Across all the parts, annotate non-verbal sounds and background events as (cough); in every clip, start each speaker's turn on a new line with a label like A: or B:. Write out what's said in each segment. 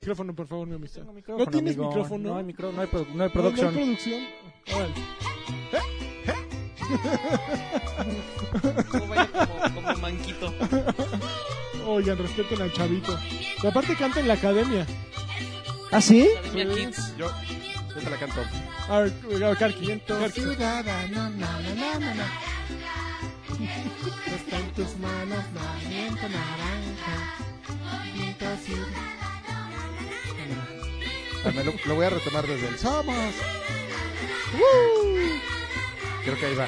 A: micrófono, por favor, mi amistad.
B: Tengo micrófono,
A: ¿No tienes
B: amigo.
A: micrófono?
B: No hay micrófono, no hay, produ- no hay
A: ¿No- no hay
B: producción.
A: producción? Órale.
C: Como vaya como, como manquito.
A: Oigan, respeten al chavito. Y aparte canta en la academia.
B: ¿Ah, sí?
C: Academia Kids.
D: Yo, yo te la canto.
A: A ver, a ver, Karki. Karki.
E: Ciudadano, na, na, na, na, na. Está en tus manos, movimiento naranja. Movimiento ciudadano.
D: Me lo, lo voy a retomar desde el Somos. ¡Woo! Creo que ahí va.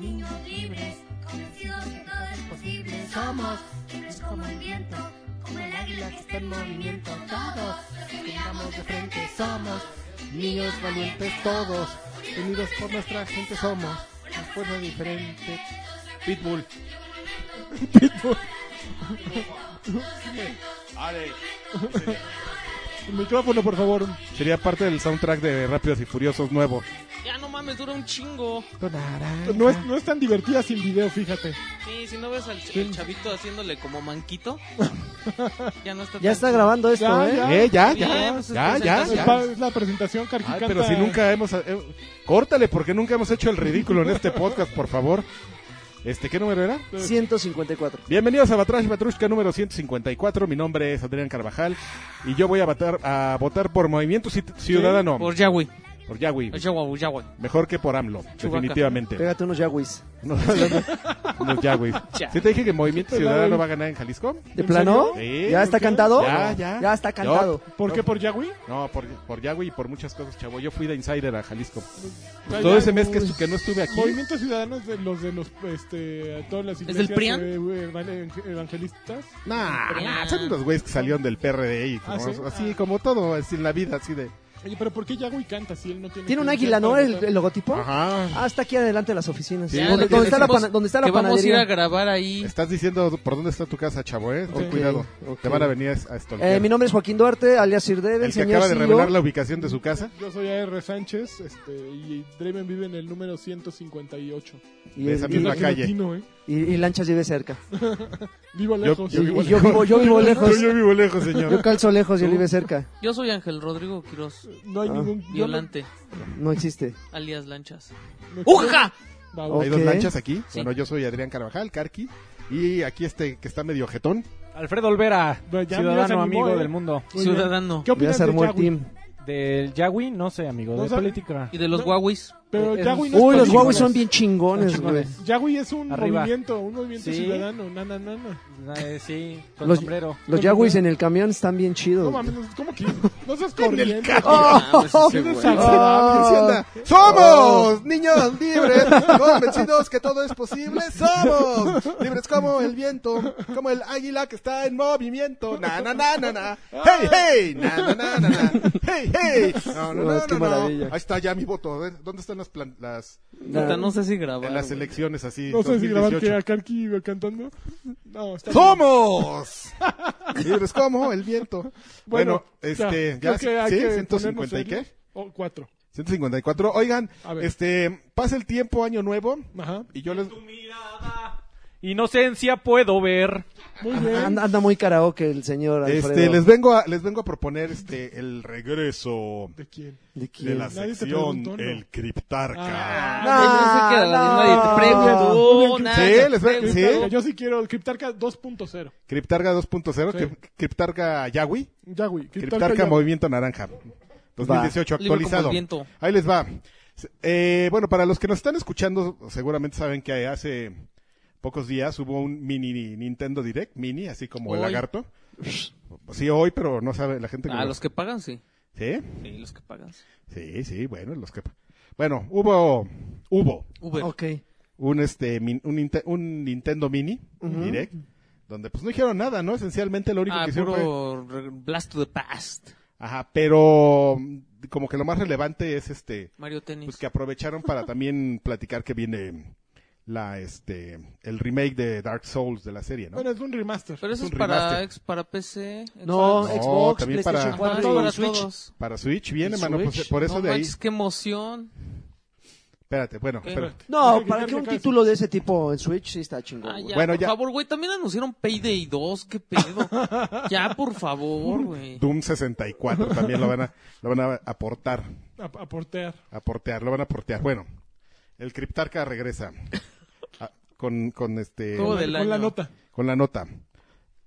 E: Niños libres,
F: Convencidos que todo es posible,
E: somos
F: libres como el viento,
E: como el águila que está en movimiento. Todos los que miramos de frente somos niños valientes, todos unidos por nuestra gente somos. Un pueblo diferente.
D: Pitbull.
A: El micrófono, por favor.
D: Sería parte del soundtrack de Rápidos y Furiosos nuevo.
C: Ya no mames, dura un chingo.
E: Naranja.
A: No es, no es tan divertida sin video, fíjate.
C: Sí, si no ves al ch- el chavito haciéndole como manquito, ya no está
B: Ya
C: tan
B: está
C: chido.
B: grabando esto,
A: Ya,
B: ¿eh?
A: ya.
D: Eh, ya,
C: Bien,
D: ya,
C: pues,
D: ya, ya,
A: Ah, Es
C: presentación.
D: ya.
A: pa- es la presentación, Karki.
D: Ay,
A: canta-
D: pero si nunca hemos... eh, córtale, porque nunca hemos hecho el ridículo en este podcast, por favor. Este, ¿qué número era?
B: 154.
D: Bienvenidos a Batrash Batrushka número 154. Mi nombre es Adrián Carvajal y yo voy a, votar a votar por Movimiento Cit- Ciudadano,
C: Por Yahweh.
D: por Yahweh,
C: Yahweh, Yahweh.
D: mejor que por AMLO,
C: Chewbacca.
D: definitivamente.
B: Pégate unos Yawis.
D: No, no, no, no, Yahweh.
C: Ya.
D: ¿Sí te dije que Movimiento
A: Te la
D: Ciudadano
A: doy.
D: va a ganar en Jalisco?
B: ¿De
A: ¿En
B: plano?
D: serio? Sí,
B: ¿Ya está
A: ¿por qué?
B: cantado?
D: Ya,
B: No,
D: ya.
B: Ya está cantado.
A: ¿Por qué? ¿Por Yahweh?
D: No, por, por Yahweh y por muchas cosas, chavo. Yo fui de insider a Jalisco.
A: Ay,
D: Todo
A: ya,
D: ese mes que,
A: pues,
D: estu- que no estuve aquí.
A: Movimiento Ciudadano es de los de los, este, a todas las
C: del
A: iglesias.
C: PRIAN?
A: eh, evangel- evangelistas.
D: Nah,
C: Pero-
D: nah, son unos güeyes que salieron del PRD
B: Ah,
D: y como-
A: ¿sí?
D: así como todo, así en la vida, así de.
A: Oye, pero ¿por qué Yahweh canta si él no tiene...
B: ¿Tiene un
A: que-
B: águila, no? El, el logotipo.
D: Ajá.
B: Ah, está aquí adelante de las oficinas.
D: Sí,
C: Ya,
B: ¿Dónde,
C: le-
B: dónde está la
C: decimos
B: pana- dónde está la
C: que vamos a ir a
B: panadería? Eh,
C: grabar ahí.
D: Estás diciendo por dónde está tu casa, chavo, ¿eh? Ten
A: Ok,
D: cuidado.
B: ok.
D: Te van a venir a, a stalkear.
B: Eh, mi nombre es Joaquín Duarte, alias Sir Dave, el,
D: El que
B: señor E
D: acaba de
B: Silo.
D: revelar la ubicación de su casa.
A: Yo soy AR Sánchez este, y Draven vive en el número 158.
B: y,
D: de esa
B: y-
A: Yo
D: misma
B: y-
A: soy
D: calle.
A: latino, ¿eh?
B: y- y Lanchas vive cerca.
A: Vivo lejos. ¿eh?
D: Yo
A: (laughs)
B: Y-
D: vivo
B: y yo, vivo, yo
D: Ah.
B: vivo lejos.
D: Yo, yo vivo lejos, señor.
B: Yo calzo lejos y él vive cerca.
C: Yo soy Ángel Rodrigo Quiroz,
A: No hay
B: Ah.
A: ningún... yo no-
C: violante,
B: No existe.
C: alias Lanchas.
A: no-
C: ¡Uja!
A: Babo.
D: Hay dos
B: Ok.
D: lanchas aquí.
C: Sí.
D: Bueno, yo soy Adrián Carvajal, Carqui. Y aquí este que está medio jetón.
G: Alfredo Olvera,
A: Pero ya me
G: ciudadano
A: desanimó,
G: amigo
A: eh.
G: del mundo.
A: Muy bien.
C: Ciudadano.
A: ¿Qué
B: Ya
A: opinas
B: se
A: de
B: armó el
A: Yahweh?
B: team.
G: Del Yahweh, no sé, amigo,
A: No
G: de
A: sabe.
G: política.
C: Y de los
A: No.
C: Huawei's.
A: Pero
G: Eh,
A: Yahweh no es
B: Uy, los
A: político.
B: Huawei son bien chingones,
G: Son
B: güey.
G: chingones.
A: Yahweh es un
G: Arriba.
A: movimiento, un movimiento
G: Sí.
A: ciudadano. Na, na, na, na.
G: Eh, sí, con
B: Los-
G: sombrero.
B: Los Yawis en el camión están bien chidos.
A: No mames, ¿cómo que? No seas corriente.
B: Oh,
A: Qué desagradable.
B: oh,
D: ¡Somos niños libres! Convencidos que todo es posible. ¡Somos libres como el viento! Como el águila que está en movimiento. ¡Na, na, na, na, na! ¡Hey, hey! ¡Na, na, na, na, na! ¡Hey, hey! ¡No, no,
B: Oh,
D: no,
B: qué
D: no, no.
B: maravilla.
D: Ahí está ya mi voto. A ver, ¿Dónde están las... plan- las
C: Puta, no sé si grabar.
D: en las
C: güey.
D: elecciones así?
A: No sé si grabar que
D: 2018?
A: a Karki iba cantando. No, está bien.
D: (laughs) ¡Somos! Libres como el viento. Bueno,
A: ya,
D: este,
A: creo
D: ya,
A: que hay
D: ¿sí?
A: que
D: 150 y
A: ponernos
D: qué?
A: serios. O cuatro.
D: 154. Oigan,
A: A ver.
D: este, pasa el tiempo, año nuevo,
A: Ajá.
D: y yo les...
G: Inocencia puedo ver.
A: Muy bien.
B: Anda, anda muy karaoke el señor Alfredo.
D: Este, les vengo a, les vengo a proponer este, el regreso
A: ¿De quién?
B: ¿De
D: de
B: quién?
D: la
A: Nadie te
D: sección
A: preguntó, ¿no?
D: El Criptarca.
A: Ah.
C: Ah, güey,
B: No,
C: no sé qué era,
B: no.
C: nadie te preguntó, nadie
D: Sí,
C: te
D: les ve-
C: preguntó.
D: sí.
A: Criptarca, Yo sí quiero Criptarca 2.0.
D: Criptarca 2.0,
A: Sí.
D: Crip- Criptarca Yahweh,
A: Yahweh.
D: Criptarca
A: ya-
D: Movimiento Naranja. 2018
C: Libre como el
D: actualizado.
C: viento.
D: Ahí les va. Eh, bueno, para los que nos están escuchando, seguramente saben que hace pocos días hubo un mini Nintendo Direct, mini, así como el
C: Hoy.
D: lagarto. Sí, hoy, pero no sabe la gente. que
C: Ah,
D: lo-
C: los que pagan, sí.
D: Sí,
C: Sí, los que pagan. sí.
D: sí, sí, bueno, los que... Bueno, hubo, hubo
C: Uber.
B: Ok.
D: pues. un, este, min- un, Inte- un Nintendo Mini Direct, donde pues no dijeron nada, ¿no? Esencialmente lo único
C: Ah,
D: que hicieron fue...
C: puro re- Blast to the Past.
D: Ajá, pero mm, como que lo más relevante es este...
C: Mario Tennis.
D: Pues que aprovecharon para también platicar que viene la este el remake de Dark Souls de la serie, ¿no?
A: Bueno, es un remaster.
C: Pero eso
D: es
C: es
D: un
C: para,
D: remaster.
C: ex, para PC.
B: No,
D: No,
B: Xbox,
D: también
B: PlayStation
D: para-
B: 4
C: eh, para
B: y Switch.
C: todos.
D: para Switch viene,
B: ¿Y
D: mano, pues,
B: Switch?
D: por eso
C: no
D: de ahí
C: manches, qué emoción.
D: Espérate, bueno,
C: ¿Qué?
D: espérate.
B: No,
A: Tiene que
B: para que
A: darle
B: un
A: casi.
B: título de ese tipo en Switch sí está chingón.
C: Ah,
B: güey.
C: ya,
D: Bueno,
C: por
D: ya.
C: favor, güey, también anunciaron Payday 2,
A: (laughs)
C: qué pedo. ya, por favor, güey.
D: Doom 64 también lo van a, lo van a aportar,
A: A, a portear.
D: a portear, lo van a portear. Bueno, el Criptarca regresa Ah, con, con este,
C: Juego del
A: Con
C: año.
A: la nota.
D: con la nota.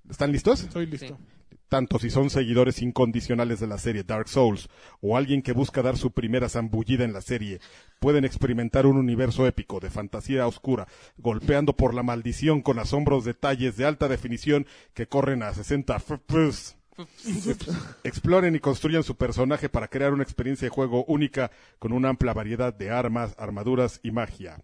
D: ¿Están listos?
A: Soy listo.
D: Tanto si son seguidores incondicionales de la serie Dark Souls o alguien que busca dar su primera zambullida en la serie, pueden experimentar un universo épico de fantasía oscura, golpeando por la maldición con asombros detalles de alta definición que corren a 60
C: (laughs)
D: FPS. Exploren y construyan su personaje para crear una experiencia de juego única con una amplia variedad de armas, armaduras y magia.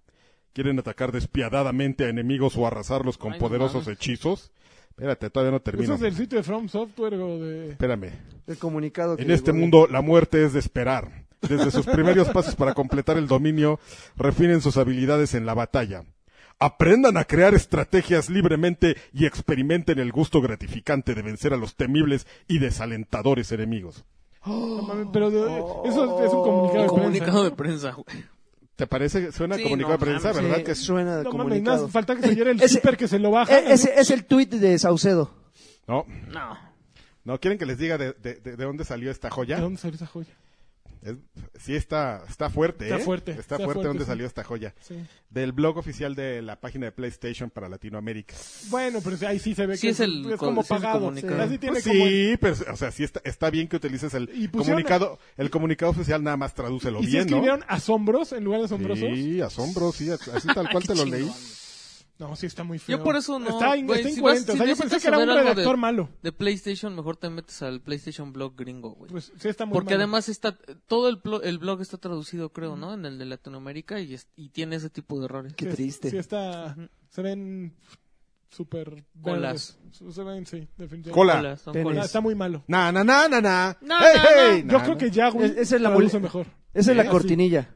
D: ¿Quieren atacar despiadadamente a enemigos o arrasarlos con
C: Ay, no
D: poderosos
C: mames.
D: hechizos? Espérate, todavía no termino.
A: ¿Eso es del sitio de From Software o de...?
D: Espérame.
B: El comunicado que
D: En este
B: llegó.
D: mundo la muerte es de esperar. Desde sus primeros pasos para completar el dominio, refinen sus habilidades en la batalla. Aprendan a crear estrategias libremente y experimenten el gusto gratificante de vencer a los temibles y desalentadores enemigos.
A: No mames, pero de-
D: Oh.
A: eso es un comunicado de
C: Un
A: prensa.
C: comunicado de prensa, güey.
D: ¿Te parece? Suena
C: Sí,
D: comunicado
C: no
D: de prensa,
C: mames,
D: ¿verdad?
B: Sí,
D: Que es-
B: suena de
A: No mames, nada,
B: comunicado.
A: falta que se diera el
B: Ese-
A: super que se lo baja.
D: e-
B: Eh, ese es el tweet de Saucedo.
D: No,
C: No.
D: no quieren que les diga de, de- de- de dónde salió esta
A: ¿De
D: joya.
A: dónde salió esa joya?
D: Es- sí está, está fuerte,
A: Está
D: ¿eh?
A: fuerte,
D: Está,
A: está
D: fuerte,
A: fuerte,
D: dónde
A: sí.
D: salió esta joya.
A: Sí.
D: Del blog oficial de la página de PlayStation para Latinoamérica.
A: Bueno, pero ahí sí se ve
C: Sí
A: que
C: es el
A: es como
C: co- sí es el
A: pagado.
C: comunicado.
A: Así tiene
D: Pues
A: como el-
D: sí, pero, o sea, sí está, está bien que utilices el
A: Y pusieron-
D: comunicado, el comunicado oficial nada más tradúcelo
A: ¿Y si
D: bien, ¿no?
A: escribieron asombros en lugar de asombrosos?
D: Sí, asombro, sí, así
A: (laughs)
D: tal cual
C: Qué
D: te lo
C: chingón.
D: leí.
A: No, sí está muy feo.
C: Yo por eso no,
A: Está en,
C: güey,
A: está en
C: si vas-
A: coherente,
C: si
A: o sea, yo
C: necesitas
A: pensé que era un
C: saber algo de-
A: redactor malo.
C: De PlayStation, mejor te metes al PlayStation Blog gringo, güey.
A: Pues sí está muy
C: Porque
A: malo.
C: además está, todo el, plo- el blog está traducido, creo, ¿no? En el de Latinoamérica y, es- y tiene ese tipo de errores.
B: Qué
A: Sí es-
B: triste.
A: Sí está... Se ven súper...
C: Colas.
A: verdes. Se ven, sí, definitivamente.
D: Cola.
C: Hola, son
B: Tenis.
A: Ah,
C: colas.
A: Está muy malo.
D: Na, na, na, na, na.
C: Na,
D: Hey,
C: na,
D: hey,
A: Yo
D: na,
A: creo
D: na.
A: que ya, güey,
B: Es- esa es la
A: traduce
B: mol-
A: mejor.
B: Esa es
D: Sí,
B: la
D: sí.
B: cortinilla.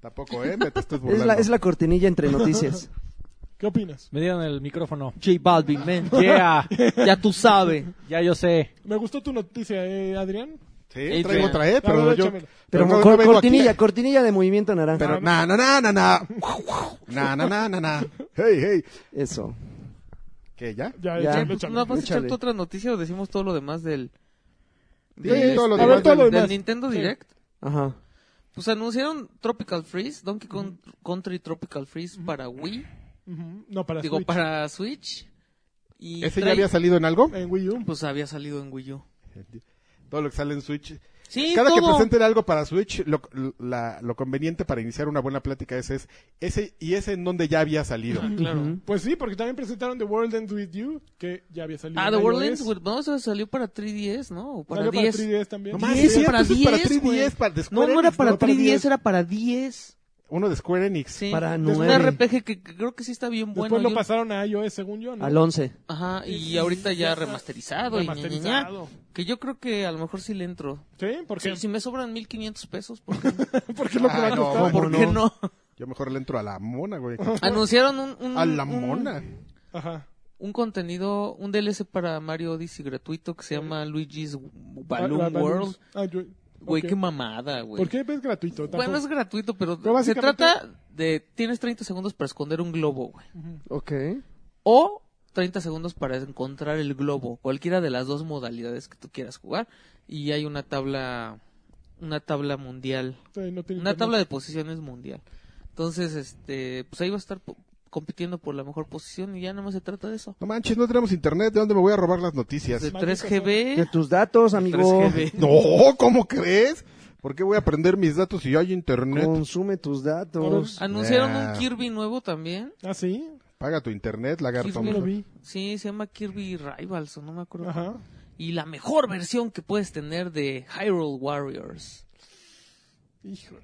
D: Tampoco, eh,
A: (laughs)
D: me te estás
B: Es la,
D: burlando.
B: es la cortinilla entre noticias.
A: ¿Qué opinas?
G: Me dieron el micrófono.
B: J Balvin, man.
G: (laughs) Yeah,
B: Ya tú
C: (laughs)
B: sabes.
G: ya yo sé.
A: Me gustó tu noticia, eh, Adrián.
D: Sí, traigo otra, eh,
A: La
D: pero
A: verdad,
D: yo...
A: échamela.
B: Pero
D: no- no
B: cor-
D: vengo aquí.
B: cortinilla, cortinilla de movimiento naranja.
D: Pero na, na, na, na, na. Na, na, na, na, na. Hey, hey.
B: Eso.
D: ¿Qué, ya?
A: Ya,
B: Ya.
A: échale,
C: Eh,
A: échale.
C: ¿No vas a echar
B: échale.
C: tu otra noticia o decimos todo lo demás del,
D: Sí,
C: del- este,
D: todo lo
A: a
C: del-
A: ver, todo lo
C: del
A: demás.
C: Nintendo
A: Sí.
C: Direct?
B: Ajá.
C: Pues anunciaron Tropical Freeze, Donkey Kong Country Tropical Freeze para Wii,
A: Ujú. No, para
C: digo
A: Switch.
C: para Switch. Y
D: ¿Ese ya
C: trae-
D: había salido en algo?
A: En Wii U.
C: pues había salido en Wii U.
D: Todo lo que sale en Switch.
C: Sí,
D: Cada que
C: todo.
D: presenten algo para Switch, lo, la- lo conveniente para iniciar una buena plática es, es ese y ese en donde ya había salido.
C: Ah, claro.
B: Ujú.
A: Pues sí, porque también presentaron The World Ends With You, que ya había salido.
C: Ah,
A: en
C: The World
A: iOS.
C: Ends with- no, eso salió para 3DS, ¿no? O para
A: Salió
C: 10.
A: 3DS también.
D: No mames,
A: Sí,
D: es cierto,
C: para
D: eso es para
C: 10,
D: 3DS,
C: güey.
D: para de
C: No,
D: Square
C: no era
D: Enix,
C: para
D: no para
C: 3DS, era para 10.
D: Uno de Square Enix.
C: Sí.
B: Para
C: Es un
B: nueve.
C: RPG que que creo que sí está bien
A: Después
C: bueno.
A: lo
C: Yo-
A: pasaron a iOS, según yo, ¿no?
B: Al 11.
C: Ajá,
A: Sí,
C: y
A: sí,
C: ahorita
A: sí,
C: ya
A: ya está
C: remasterizado, y ña, ña, ña.
A: Remasterizado.
C: que yo creo que a lo mejor sí le entro.
A: Sí, porque
C: Si, si me sobran 1500 pesos, ¿por
A: (laughs)
C: qué,
A: porque lo que va a
D: Ah, no,
A: costar.
D: bueno.
C: ¿por qué no? (laughs)
D: Yo mejor le entro a la mona, güey.
C: Anunciaron un, un-
D: A la
C: un-
D: mona.
A: Ajá.
C: Un, contenido, un DLC para Mario Odyssey gratuito que se llama Luigi's Balloon
A: Ah, ah,
C: World.
A: Balloons. Ah, yo-
C: Güey,
A: ok.
C: qué mamada, güey.
A: ¿Por qué es gratuito?
C: Bueno, es gratuito, pero,
A: Pero
C: se
A: básicamente-
C: trata de... Tienes 30 segundos para esconder un globo, güey.
B: Ok.
C: O 30 segundos para encontrar el globo. Cualquiera de las dos modalidades que tú quieras jugar. Y hay una tabla... Una tabla mundial.
A: Sí, no tiene
C: Una
A: internet.
C: tabla de posiciones mundial. Entonces, este... Pues ahí va a estar po- compitiendo por la mejor posición y ya nada más se trata de eso.
D: No manches, no tenemos internet. ¿De dónde me voy a robar las noticias?
C: De
A: Maldita
B: De
C: 3GB...
B: tus datos, amigo.
D: (laughs)
C: 3GB.
D: No, ¿cómo crees? ¿Por qué voy a aprender mis datos si hay internet?
B: Consume tus datos.
C: Anunciaron
D: Nah.
C: un Kirby nuevo también.
A: Ah, sí.
D: Paga tu internet, lagarto.
A: No
C: Kirby.
A: lo vi.
C: Sí, se llama Kirby Rivals, o no me acuerdo.
A: Ajá.
C: Y la mejor versión que puedes tener de Hyrule Warriors.
A: Híjole.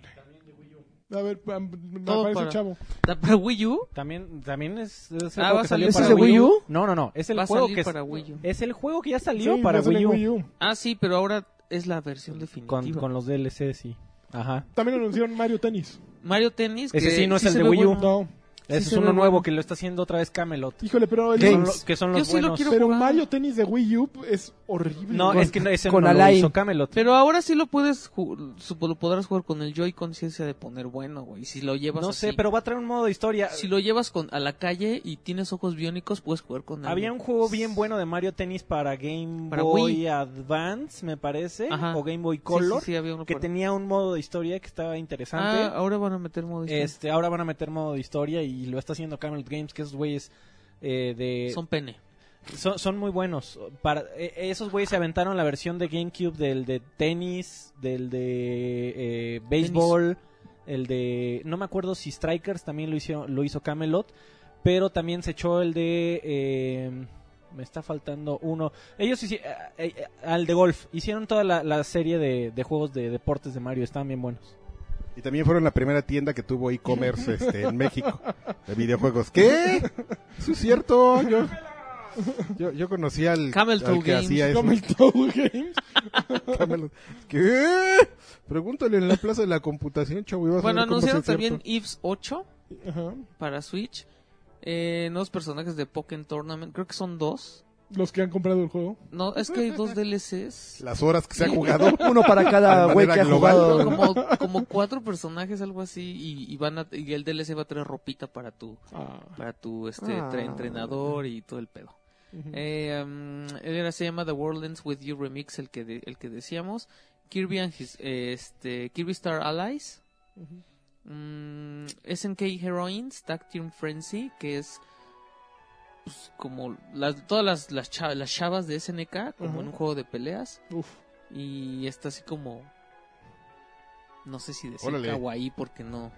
A: A ver, pa- me
C: Todo
A: parece
C: para-
A: chavo.
C: ¿La (laughs) para Wii U?
G: También, también es, es el
C: Ah,
G: juego
C: va a
G: que
C: salir
G: salió
B: ¿Ese
G: para
B: es de Wii U?
G: No, no, no. Es el
C: Va a
G: juego
C: salir
G: que es-
C: para Wii U.
G: es el juego que ya salió
A: Sí,
G: para
A: va a ser
G: Wii
A: en
G: U.
C: Ah, sí, pero ahora es la versión definitiva.
G: Con, con los DLC, sí. Ajá.
A: También anunciaron Mario Tennis.
C: Mario Tennis.
G: Ese
C: que
G: sí no es el
C: se
G: de
C: ve
G: Wii U.
C: bueno.
A: No.
G: Ese
C: se
G: es
C: ve
G: uno
C: bueno.
G: nuevo que lo está haciendo otra vez Camelot.
A: Híjole, pero el-
G: Que son lo- Que son los
C: Yo sí lo
G: buenos.
C: quiero
A: Pero
C: jugar.
A: Mario Tennis de Wii U es horrible.
G: No,
A: Con-
G: es que no, ese
B: con
G: no lo
B: Alain.
G: hizo Camelot.
C: Pero ahora sí lo puedes ju- sup- lo podrás jugar con el Joy conciencia de poner bueno, güey. Si lo llevas
G: No sé,
C: así.
G: pero va a traer un modo de historia.
C: si lo llevas con a la calle y tienes ojos biónicos, puedes jugar con el-
G: Había un juego bien bueno de Mario Tennis para Game
C: Para
G: Boy
C: Wii.
G: Advance, me parece,
C: Ajá.
G: o Game Boy
C: Sí, sí,
G: Color,
C: sí, había uno
G: que
C: para-
G: tenía un modo de historia que estaba interesante.
C: Ah, ahora van a meter modo historia.
G: Este, ahora van a meter modo de historia y lo está haciendo Camelot Games, que esos güeyes eh, de
C: Son pene.
G: son, son muy buenos. Para eh, esos güeyes se aventaron la versión de GameCube del de tenis, del de eh, béisbol, el de no me acuerdo si Strikers también lo hizo lo hizo Camelot, pero también se echó el de eh, me está faltando uno. Ellos hici- eh, eh, eh, al de golf hicieron toda la, la serie de, de juegos de deportes de Mario, estaban bien buenos.
D: Y también fueron la primera tienda que tuvo e-commerce este, en México de videojuegos. ¿Qué? Eso es cierto. Yo, yo, yo conocí al,
C: Camel Toe
D: al que
C: Games.
D: hacía eso.
A: Camel Toe Games.
D: Camel- ¿Qué? Pregúntale en la plaza de la computación, chavo. y vas a
C: Bueno,
D: ver cómo
C: anunciaron
D: sí es cierto.
C: también Eves 8
A: Ajá.
C: para Switch. Eh, nuevos personajes de Pokémon Tournament. Creo que son dos.
A: Los que han comprado el juego.
C: No, es que hay dos DLCs.
D: las horas que se
C: (laughs)
D: ha jugado.
B: Uno para cada
D: De
B: güey
D: manera
B: que ha
D: global.
B: jugado.
C: Como, como cuatro personajes, algo así. Y, y van a- y el DLC va a traer ropita para tu, para tu este,
B: Ah.
C: tra- entrenador y todo el pedo.
A: Ujú.
C: Eh, um, él era, se llama The World Ends With You Remix, el que, de- el que decíamos. Kirby and his, eh, este, Kirby Star Allies. Mm, SNK Heroines, Tag Team Frenzy, que es pues, como las, todas las, las, cha- las chavas de SNK, como
A: Ujú.
C: en un juego de peleas.
A: Uf.
C: Y está así como... No sé si decir
D: Órale.
C: kawaii porque no...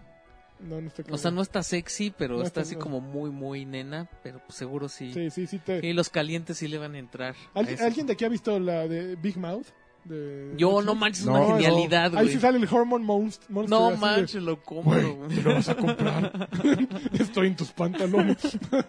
A: No, no está claro.
C: O sea, no está sexy, pero
A: No está
C: está así
A: claro.
C: como muy, muy nena. Pero pues, seguro sí.
A: Sí, sí, sí. Te...
C: Y los calientes sí le van a entrar. a
A: ¿Alguien-
C: ese.
A: ¿Alguien de aquí ha visto la de Big Mouth? De-
C: Yo, no manches, es
D: No,
C: una
D: no.
C: genialidad,
A: Ahí
C: güey.
A: sí sale el Hormone Monst- Monster. así
C: No
A: de,
C: manches, lo
A: Güey,
C: compro. güey.
A: te lo vas a comprar. (laughs) Estoy en tus pantalones.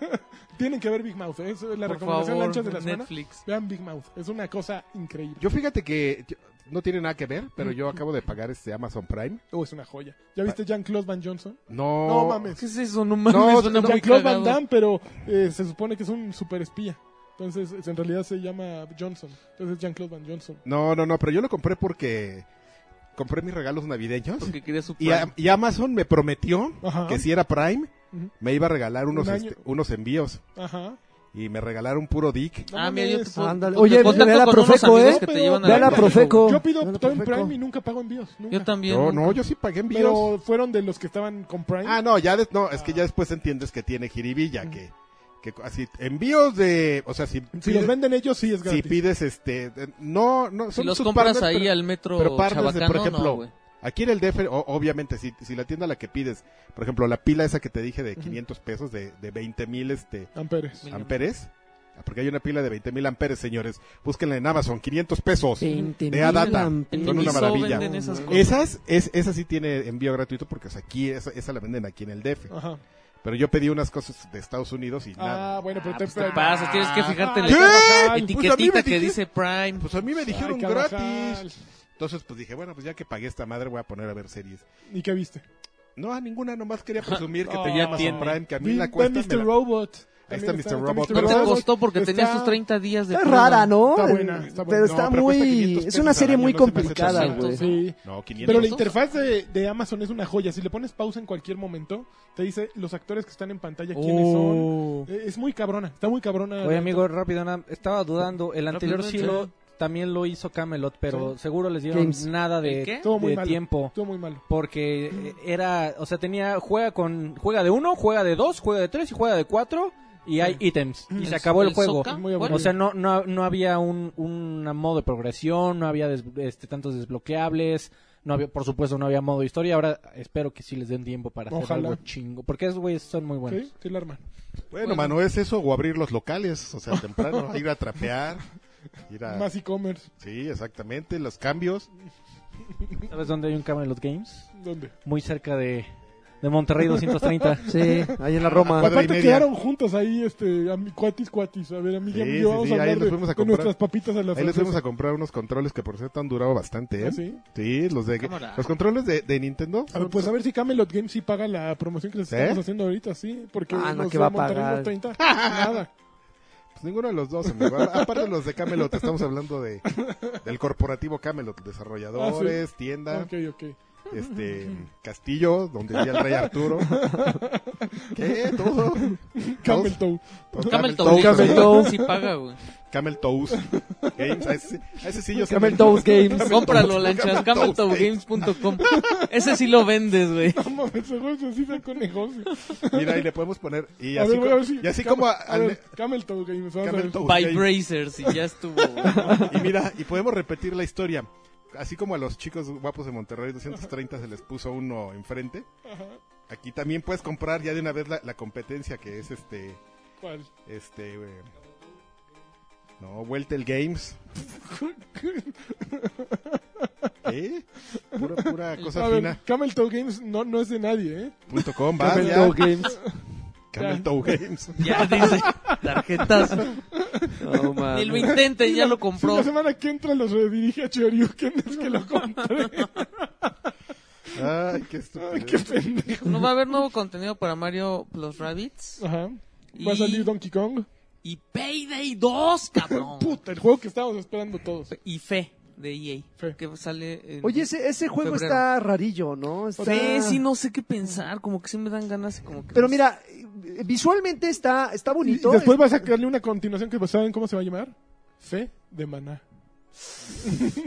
A: (laughs) Tienen que ver Big Mouth. ¿eh? Es la
C: (laughs) Por
A: recomendación
C: favor,
A: lancha de la semana.
C: Netflix.
A: Vean Big Mouth. Es una cosa increíble.
D: Yo fíjate que yo- no tiene nada que ver, pero yo acabo de pagar este Amazon Prime.
A: Oh, es una joya. ¿Ya viste Jean-Claude Van Johnson?
D: Ah. No,
A: No mames.
C: ¿Qué es eso? No
D: No,
C: mames, suena
D: no,
C: muy
A: Jean-Claude Van
C: cagado.
A: Damme, pero eh, se supone que es un super espía. Entonces, es- en realidad se llama Johnson. Entonces, Jean-Claude Van Johnson.
D: No, no, no, pero yo lo compré porque compré mis regalos navideños.
C: Porque quería su
D: Y, a- y Amazon me prometió
A: Ajá.
D: que si era Prime,
A: Ujú.
D: me iba a regalar unos,
A: Un año.
D: este, unos envíos.
A: Ajá.
D: Y me regalaron puro dick.
A: No
C: Ah, mira, yo te
A: mames.
C: puedo...
B: Ándale.
C: yo
B: Oye,
C: te contacto
B: ve a la
C: con unos
B: Profeco,
C: amigos
B: ¿eh?
C: que te llevan a
B: Ve a la Profeco.
A: Yo pido
B: Dale,
A: todo en
B: perfecto.
A: Prime y nunca pago envíos. Nunca.
C: Yo también.
D: No, no, yo sí pagué envíos.
A: Pero fueron de los que estaban con Prime.
D: Ah, no, ya de- no, es que ya después entiendes que tiene jiribilla, que, que así, envíos de, o sea, si,
A: si los venden ellos, sí es
D: si
A: gratis.
D: pides este, de- no, no, son
C: Si los
D: sus
C: compras
D: partners,
C: ahí
D: pero-
C: al metro
D: pero partners de,
C: chabacano,
D: por ejemplo,
C: no, güey.
D: Aquí en el DF, o- obviamente, si, si la tienda a la que pides, por ejemplo, la pila esa que te dije de 500 pesos, de, de 20 mil este,
A: Amperes.
C: Mil-
D: amperes, ah, porque hay una pila de 20 mil amperes, señores, búsquenla en Amazon, 500 pesos.
B: 20
D: De Adata.
C: En
B: mil
D: Son una
C: Miniso
D: maravilla.
C: venden esas cosas.
D: Esas, es, esa sí tiene envío gratuito porque es aquí, esa, esa la venden aquí en el DF.
A: Ajá.
D: Pero yo pedí unas cosas de Estados Unidos y nada.
A: Ah, bueno, pero
C: Ah,
A: te,
C: pues te pasas, tienes que fijarte en
A: ¿Qué?
C: la
A: Ay,
C: etiquetita
D: pues a mí me
C: que
D: dije-
C: dice Prime.
D: Pues a mí me dijeron
A: Ay, Carvajal.
D: gratis. Entonces, pues dije, bueno, pues ya que pagué esta madre, voy a poner a ver series.
A: ¿Y qué viste?
D: No, a ninguna, nomás
A: (laughs)
D: quería presumir que
A: Ah,
D: tenía
A: ya
D: Amazon
A: tiene.
C: ¿eh?
D: Prime, que a mí
A: Vi-
D: la
A: ve
D: cuesta. me
A: Mr.
D: la-
A: Robot.
D: Ahí
A: También
D: está Mr. Robot.
C: No te
D: Pero-
C: costó porque
A: Está-
C: tenías tus 30 días de
B: Está
C: prueba.
B: rara, ¿no?
A: Está buena, está buena.
B: Pero está
D: No, pero cuesta 500
B: muy...
D: pesos
B: Es una serie
D: al año,
B: muy
D: no se me hace
B: complicada,
C: tan
B: güey.
C: barato.
A: Sí.
D: No, 500.
A: Pero la
C: ¿Quinientos?
A: interfaz de, de Amazon es una joya. Si le pones pausa en cualquier momento, te dice los actores que están en pantalla quiénes
G: Oh.
A: son. Eh, Es muy cabrona, está muy cabrona.
G: Oye, amigo, rápido, nada- estaba dudando. El anterior sí
C: Rápidamente.
G: lo, también lo hizo Camelot, pero seguro les dieron
B: Games.
G: nada
C: ¿El
G: de,
C: qué?
A: Estuvo muy
G: de
A: malo.
G: tiempo.
A: Estuvo muy malo.
G: Porque eh, era, o sea, tenía, juega con, juega de uno, juega de dos, juega de tres y juega de cuatro. Y hay ítems. Y se acabó el juego.
C: Soca?
A: Muy
C: ¿Cuál?
G: O sea, no, no, no había un, un modo de progresión, no había des- este, tantos desbloqueables, no había, por supuesto, no había modo de historia. Ahora espero que sí les den tiempo para hacer
A: Ojalá.
G: algo chingo. Porque esos güeyes son muy buenos.
A: Sí, sí, la arman.
D: Bueno, mano, es eso o abrir los locales,
A: (laughs)
D: o sea, temprano, ir a trapear, ir a...
A: Más e-commerce.
D: Sí, exactamente, los cambios.
G: ¿Sabes dónde hay un Camelot Games?
A: ¿Dónde?
G: Muy cerca de, de Monterrey 230.
B: (laughs) Sí, ahí en la Roma. (laughs)
D: Cuadra y
A: Aparte
D: media.
A: quedaron juntos ahí, este, ami- cuatis, cuatis. A ver, amiga,
D: Sí,
A: amigo,
D: sí,
A: vamos
D: sí,
A: a
D: ahí
A: hablar
D: nos
A: de,
D: fuimos a
A: de
D: comprar.
A: nuestras papitas a las
D: Ahí les fuimos a comprar unos controles que por cierto han durado bastante, ¿eh?
A: ¿Ah, sí?
D: Sí, los de...
C: Cámara.
D: Los controles de, de Nintendo.
A: A ver, pues a ver si Camelot Games sí paga la promoción que les
D: ¿Sí?
A: estamos haciendo ahorita, sí. Porque
B: Ah, no,
A: los
D: (laughs)
B: que va
A: de
B: a
A: Monterrey
B: pagar.
A: los 30, nada.
D: Pues ninguno de los dos,
A: (laughs)
D: amigo. A- Aparte de los de Camelot, estamos hablando de del corporativo Camelot, desarrolladores, tienda,
A: Ah, Ok, ok.
D: este castillo donde vivía el
A: (laughs)
D: rey Arturo. ¿Qué? Todo.
A: Camel Toe.
D: Todo
C: Camel
D: Toast,
C: Toast,
B: Camel
D: ¿no?
B: Toast.
C: Sí paga, güey.
D: Camel Toast Games. A ese, a ese sí yo sí
B: Camel
D: me- (laughs)
B: Toast Games.
C: (laughs) Cómpralo,
D: Toast,
C: lanchas.
D: Camel Toast
C: CamelToastGames.com. Ese sí lo vendes,
B: (laughs)
C: güey.
A: (laughs) No mames, seguro que sí sacó negocio.
D: Mira, y le podemos poner. Y
A: A
D: así,
A: ver, voy a
D: co-
A: ver si-
D: y así
A: Cam-
D: como. a-
A: A
D: al-
A: ver, Camel Toe Games. vamos a
D: Camel
A: ver.
D: Toast Games.
C: Vibrazers y ya
B: (laughs)
C: estuvo, güey.
D: Y mira, y podemos repetir la historia. Así como a los chicos guapos de Monterrey 230 se les puso uno enfrente. Aquí también puedes comprar ya de una vez la, la competencia que es este.
A: ¿Cuál?
D: Este. eh, no,
A: (laughs)
D: Vueltel Games. ¿Eh? Pura, pura cosa
A: A ver,
D: fina.
A: Camel Toe Games no, no es de nadie, ¿eh?
D: Punto com, vas
B: Camel
D: ya.
B: Toe Games.
D: Camel Toe Games.
C: Ya dice. Tarjetas.
B: No,
C: Ni lo
B: mames.
C: intenten, ya lo
A: Si
C: compró.
A: la semana que entra los redirige a Choryuken es que lo (laughs) compré.
D: Ay, qué
A: Ay, qué
D: estúpido.
A: pendejo.
C: No va a haber nuevo contenido para Mario Plus Rabbits.
A: Ajá. Va a
C: Y-
A: salir Donkey Kong.
C: Y Payday 2, cabrón.
A: Puta, el juego que estábamos esperando todos.
C: Y Fe de EA.
A: Fe.
C: Que sale. en-
B: Oye, ese, ese juego
C: Febrero.
B: está rarillo, ¿no? Está-
C: Fe, sí, no sé qué pensar. Como que sí me dan ganas. y Como que
B: Pero
C: no
B: mira, eh, visualmente está, está
A: Y
B: bonito.
A: después va a sacarle una continuación que saben cómo se va a llamar. Fe de Maná.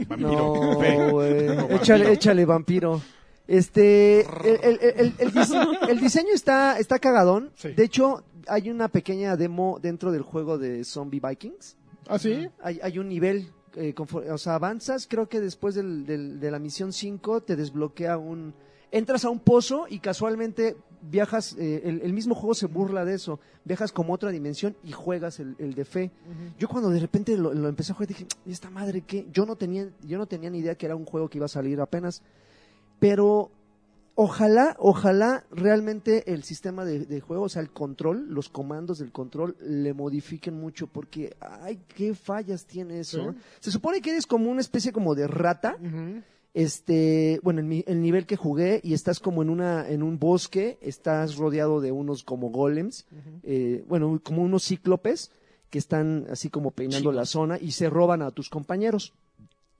D: Vampiro.
B: No,
D: Ve.
B: güey.
D: No,
B: échale,
D: vampiro.
B: échale, vampiro. Este, el, el- el- el- el dise- el diseño está, está cagadón.
A: Sí.
B: De hecho, hay una pequeña demo dentro del juego de Zombie Vikings.
A: ¿Ah, sí?
B: Hay, hay un nivel, eh, conforme- o sea, avanzas, creo que después del- del- de la misión 5 te desbloquea un... Entras a un pozo y casualmente viajas, eh, el, el mismo juego se burla de eso, viajas como otra dimensión y juegas el, el de fe. Yo cuando de repente lo, lo empecé a jugar dije, "¿Y esta madre qué? Yo no tenía, yo no tenía ni idea que era un juego que iba a salir apenas. Pero ojalá, ojalá realmente el sistema de, de juego, o sea, el control, los comandos del control, le modifiquen mucho, porque ay, qué fallas tiene eso.
A: Sí.
B: ¿no? Se supone que eres como una especie como de rata
A: Ujú.
B: este, bueno, en mi- el nivel que jugué y estás como en una en un bosque, estás rodeado de unos como golems, eh, bueno, como unos cíclopes que están así como peinando la zona y se roban a tus compañeros.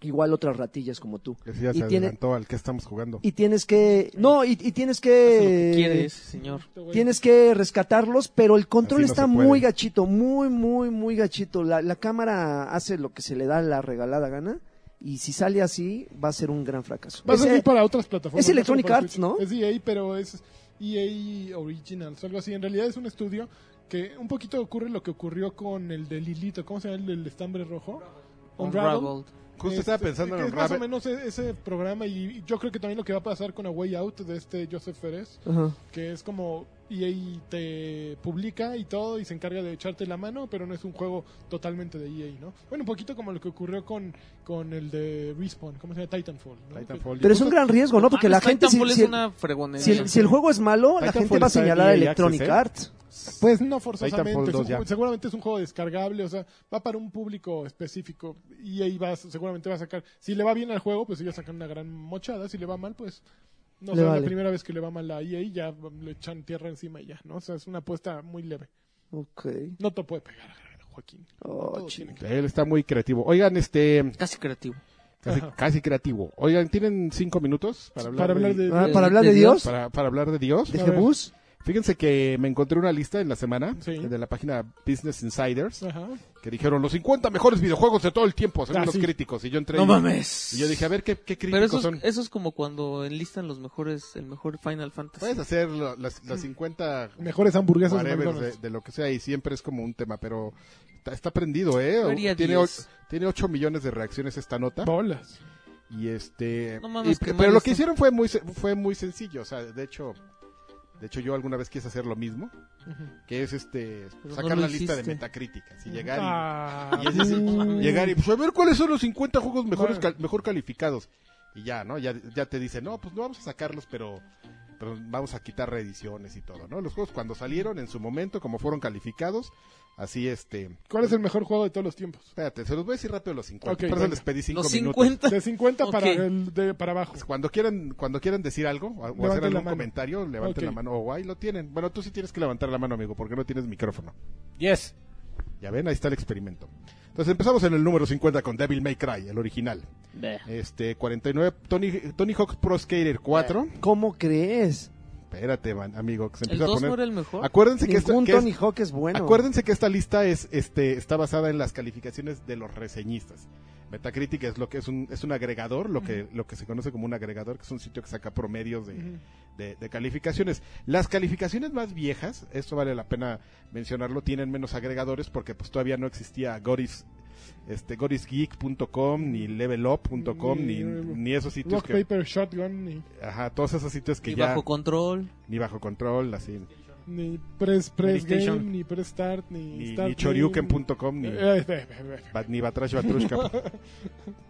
B: Igual otras ratillas como tú.
D: Que sí, ya
B: Y
D: se
B: tiene-
D: adelantó al que estamos jugando.
B: Y tienes que no, y, y tienes que
C: hace lo
B: eh,
C: que quiere ese señor.
A: Este
B: Tienes que rescatarlos, pero el control
D: Así no
B: está
D: se puede.
B: muy gachito, muy, muy, muy gachito. La, la cámara hace lo que se le da la regalada gana. Y si sale así, va a ser un gran fracaso.
A: Va a
B: Ese-
A: salir para otras plataformas.
B: es Electronic
A: no solo para
B: Arts,
A: Switch.
B: ¿no?
A: Es EA, pero es EA Originals, algo así. En realidad es un estudio que un poquito ocurre lo que ocurrió con el de Lilito. ¿Cómo se llama el del estambre rojo?
C: Unraveled.
D: Justo
A: Este,
D: estaba pensando
A: que
D: en
A: es más o
D: Rabbit.
A: menos e- ese programa y yo creo que también lo que va a pasar con A Way Out de este Joseph Pérez,
B: Ajá.
A: que es como EA te publica y todo y se encarga de echarte la mano, pero no es un juego totalmente de EA, ¿no? Bueno, un poquito como lo que ocurrió con, con el de Respawn, ¿cómo se llama? Titanfall. ¿no?
D: Titanfall.
B: Pero es un gran riesgo, ¿no? Porque la
C: Mames,
B: gente, si,
C: Titanfall
B: si
C: Ah,
B: el,
C: es una
B: si
C: fregonería.
B: el- si el juego es malo, la
D: Titanfall
B: gente va a
D: está en
B: señalar a
D: EA
B: Electronic
D: Access, ¿eh?
B: Arts.
A: Pues no
D: Titanfall
A: forzosamente,
D: dos
A: es un
D: ya.
A: ju- seguramente es un juego descargable, o sea, va para un público específico y ahí va, seguramente va a sacar, si le va bien al juego, pues ellos sacan una gran mochada, si le va mal, pues no
B: Le
A: sé,
B: vale.
A: la primera vez que le va mal a EA ya le echan tierra encima y ya, ¿no? O sea, es una apuesta muy leve.
B: Ok.
A: No te puede pegar, Joaquín.
B: Oh,
A: Todo
B: ching.
A: tiene que-
D: Él está muy creativo. Oigan, este.
C: Casi creativo.
D: Casi, casi creativo. Oigan, ¿tienen cinco minutos para hablar,
A: Para hablar de...
B: Ah,
C: de-
B: ¿Para hablar
C: de
B: de
C: Dios?
B: Dios?
D: para, para hablar de Dios?
B: ¿De
A: A ver.
B: Jebús?
D: Fíjense que me encontré una lista en la semana
A: Sí.
D: de la página Business Insiders
A: Ajá.
D: que dijeron los 50 mejores videojuegos de todo el tiempo, según
A: Ah,
D: los
A: sí.
D: críticos. Y yo entré
C: No
D: y-
C: mames.
D: y yo dije, a ver, ¿qué, qué
C: Pero
D: críticos
C: eso
D: son?
C: es, eso es como cuando enlistan los mejores, el mejor Final Fantasy.
D: Puedes hacer la- las, las 50
A: Mejores hamburguesas de
D: whatevers de,
A: McDonald's.
D: de lo que sea y siempre es como un tema, pero está, está prendido, ¿eh?
C: Debería
D: Tiene,
C: 10.
D: o- tiene 8 millones de reacciones esta nota.
A: Bolas.
D: Y este.
C: No mames,
D: y-
C: qué
D: pero
C: mal
D: lo que
C: está.
D: hicieron fue muy, se- fue muy sencillo. O sea, de hecho, de hecho, yo alguna vez quise hacer lo mismo. Que es este.
C: Pero
D: sacar
C: no lo
D: la lista de
C: hiciste.
D: metacríticas y llegar y.
A: Ah,
D: y es decir,
A: uh,
D: llegar y pues, a ver cuáles son los 50 juegos mejores
A: Bueno.
D: cal- mejor calificados. Y ya, ¿no? Ya, ya te dicen, no, pues no vamos a sacarlos, pero, pero vamos a quitar reediciones y todo, ¿no? Los juegos cuando salieron en su momento, como fueron calificados, así este.
A: ¿Cuál es el mejor juego de todos los tiempos?
D: Espérate, se los voy a decir rápido los 50.
A: Ok,
D: por eso
A: venga.
D: les pedí 5
C: los
D: minutos.
C: 50.
A: De 50 para,
C: Ok.
A: el, de, para abajo.
D: pues, Cuando quieran, cuando quieran decir algo o
A: Levanten
D: hacer
A: la
D: algún
A: mano.
D: comentario,
A: Ok.
D: levanten la mano. O ahí lo tienen. Bueno, tú sí tienes que levantar la mano, amigo, porque no tienes micrófono.
G: Yes.
D: Ya ven, ahí está el experimento. Entonces empezamos en el número 50 con Devil May Cry, el original. Este, 49, Tony, Tony Hawk's Pro Skater 4.
B: ¿Cómo crees?
D: Espérate, man, amigo, que se
C: ¿El
D: empieza a
C: 2 no era
D: poner...
C: el mejor?
D: Acuérdense que, esto,
B: Ningún
D: que es-
B: Tony Hawk es bueno.
D: Acuérdense que esta lista es, este, está basada en las calificaciones de los reseñistas. Metacritic es lo que es un, es un agregador, lo que, lo que se conoce como un agregador, que es un sitio que saca promedios de,
A: Ujú.
D: de, de calificaciones. Las calificaciones más viejas, esto vale la pena mencionarlo, tienen menos agregadores porque pues todavía no existía Goris, este, gorisgeek.com, ni levelup.com,
A: Ni-
D: ni, ni esos sitios
A: Rock,
D: que,
A: Paper, Shotgun, ni,
D: ajá, todos esos sitios que
C: Y
D: ya,
C: bajo control.
D: ni bajo control, así,
A: ni Press, press
G: PlayStation.
A: Game, ni Press Start, ni,
D: ni,
A: Start
D: ni
A: Game,
D: choryuken.com, ni...
A: Eh, eh, eh, eh, eh,
D: Bat- ni Batrash
A: (laughs)
D: Batrushka.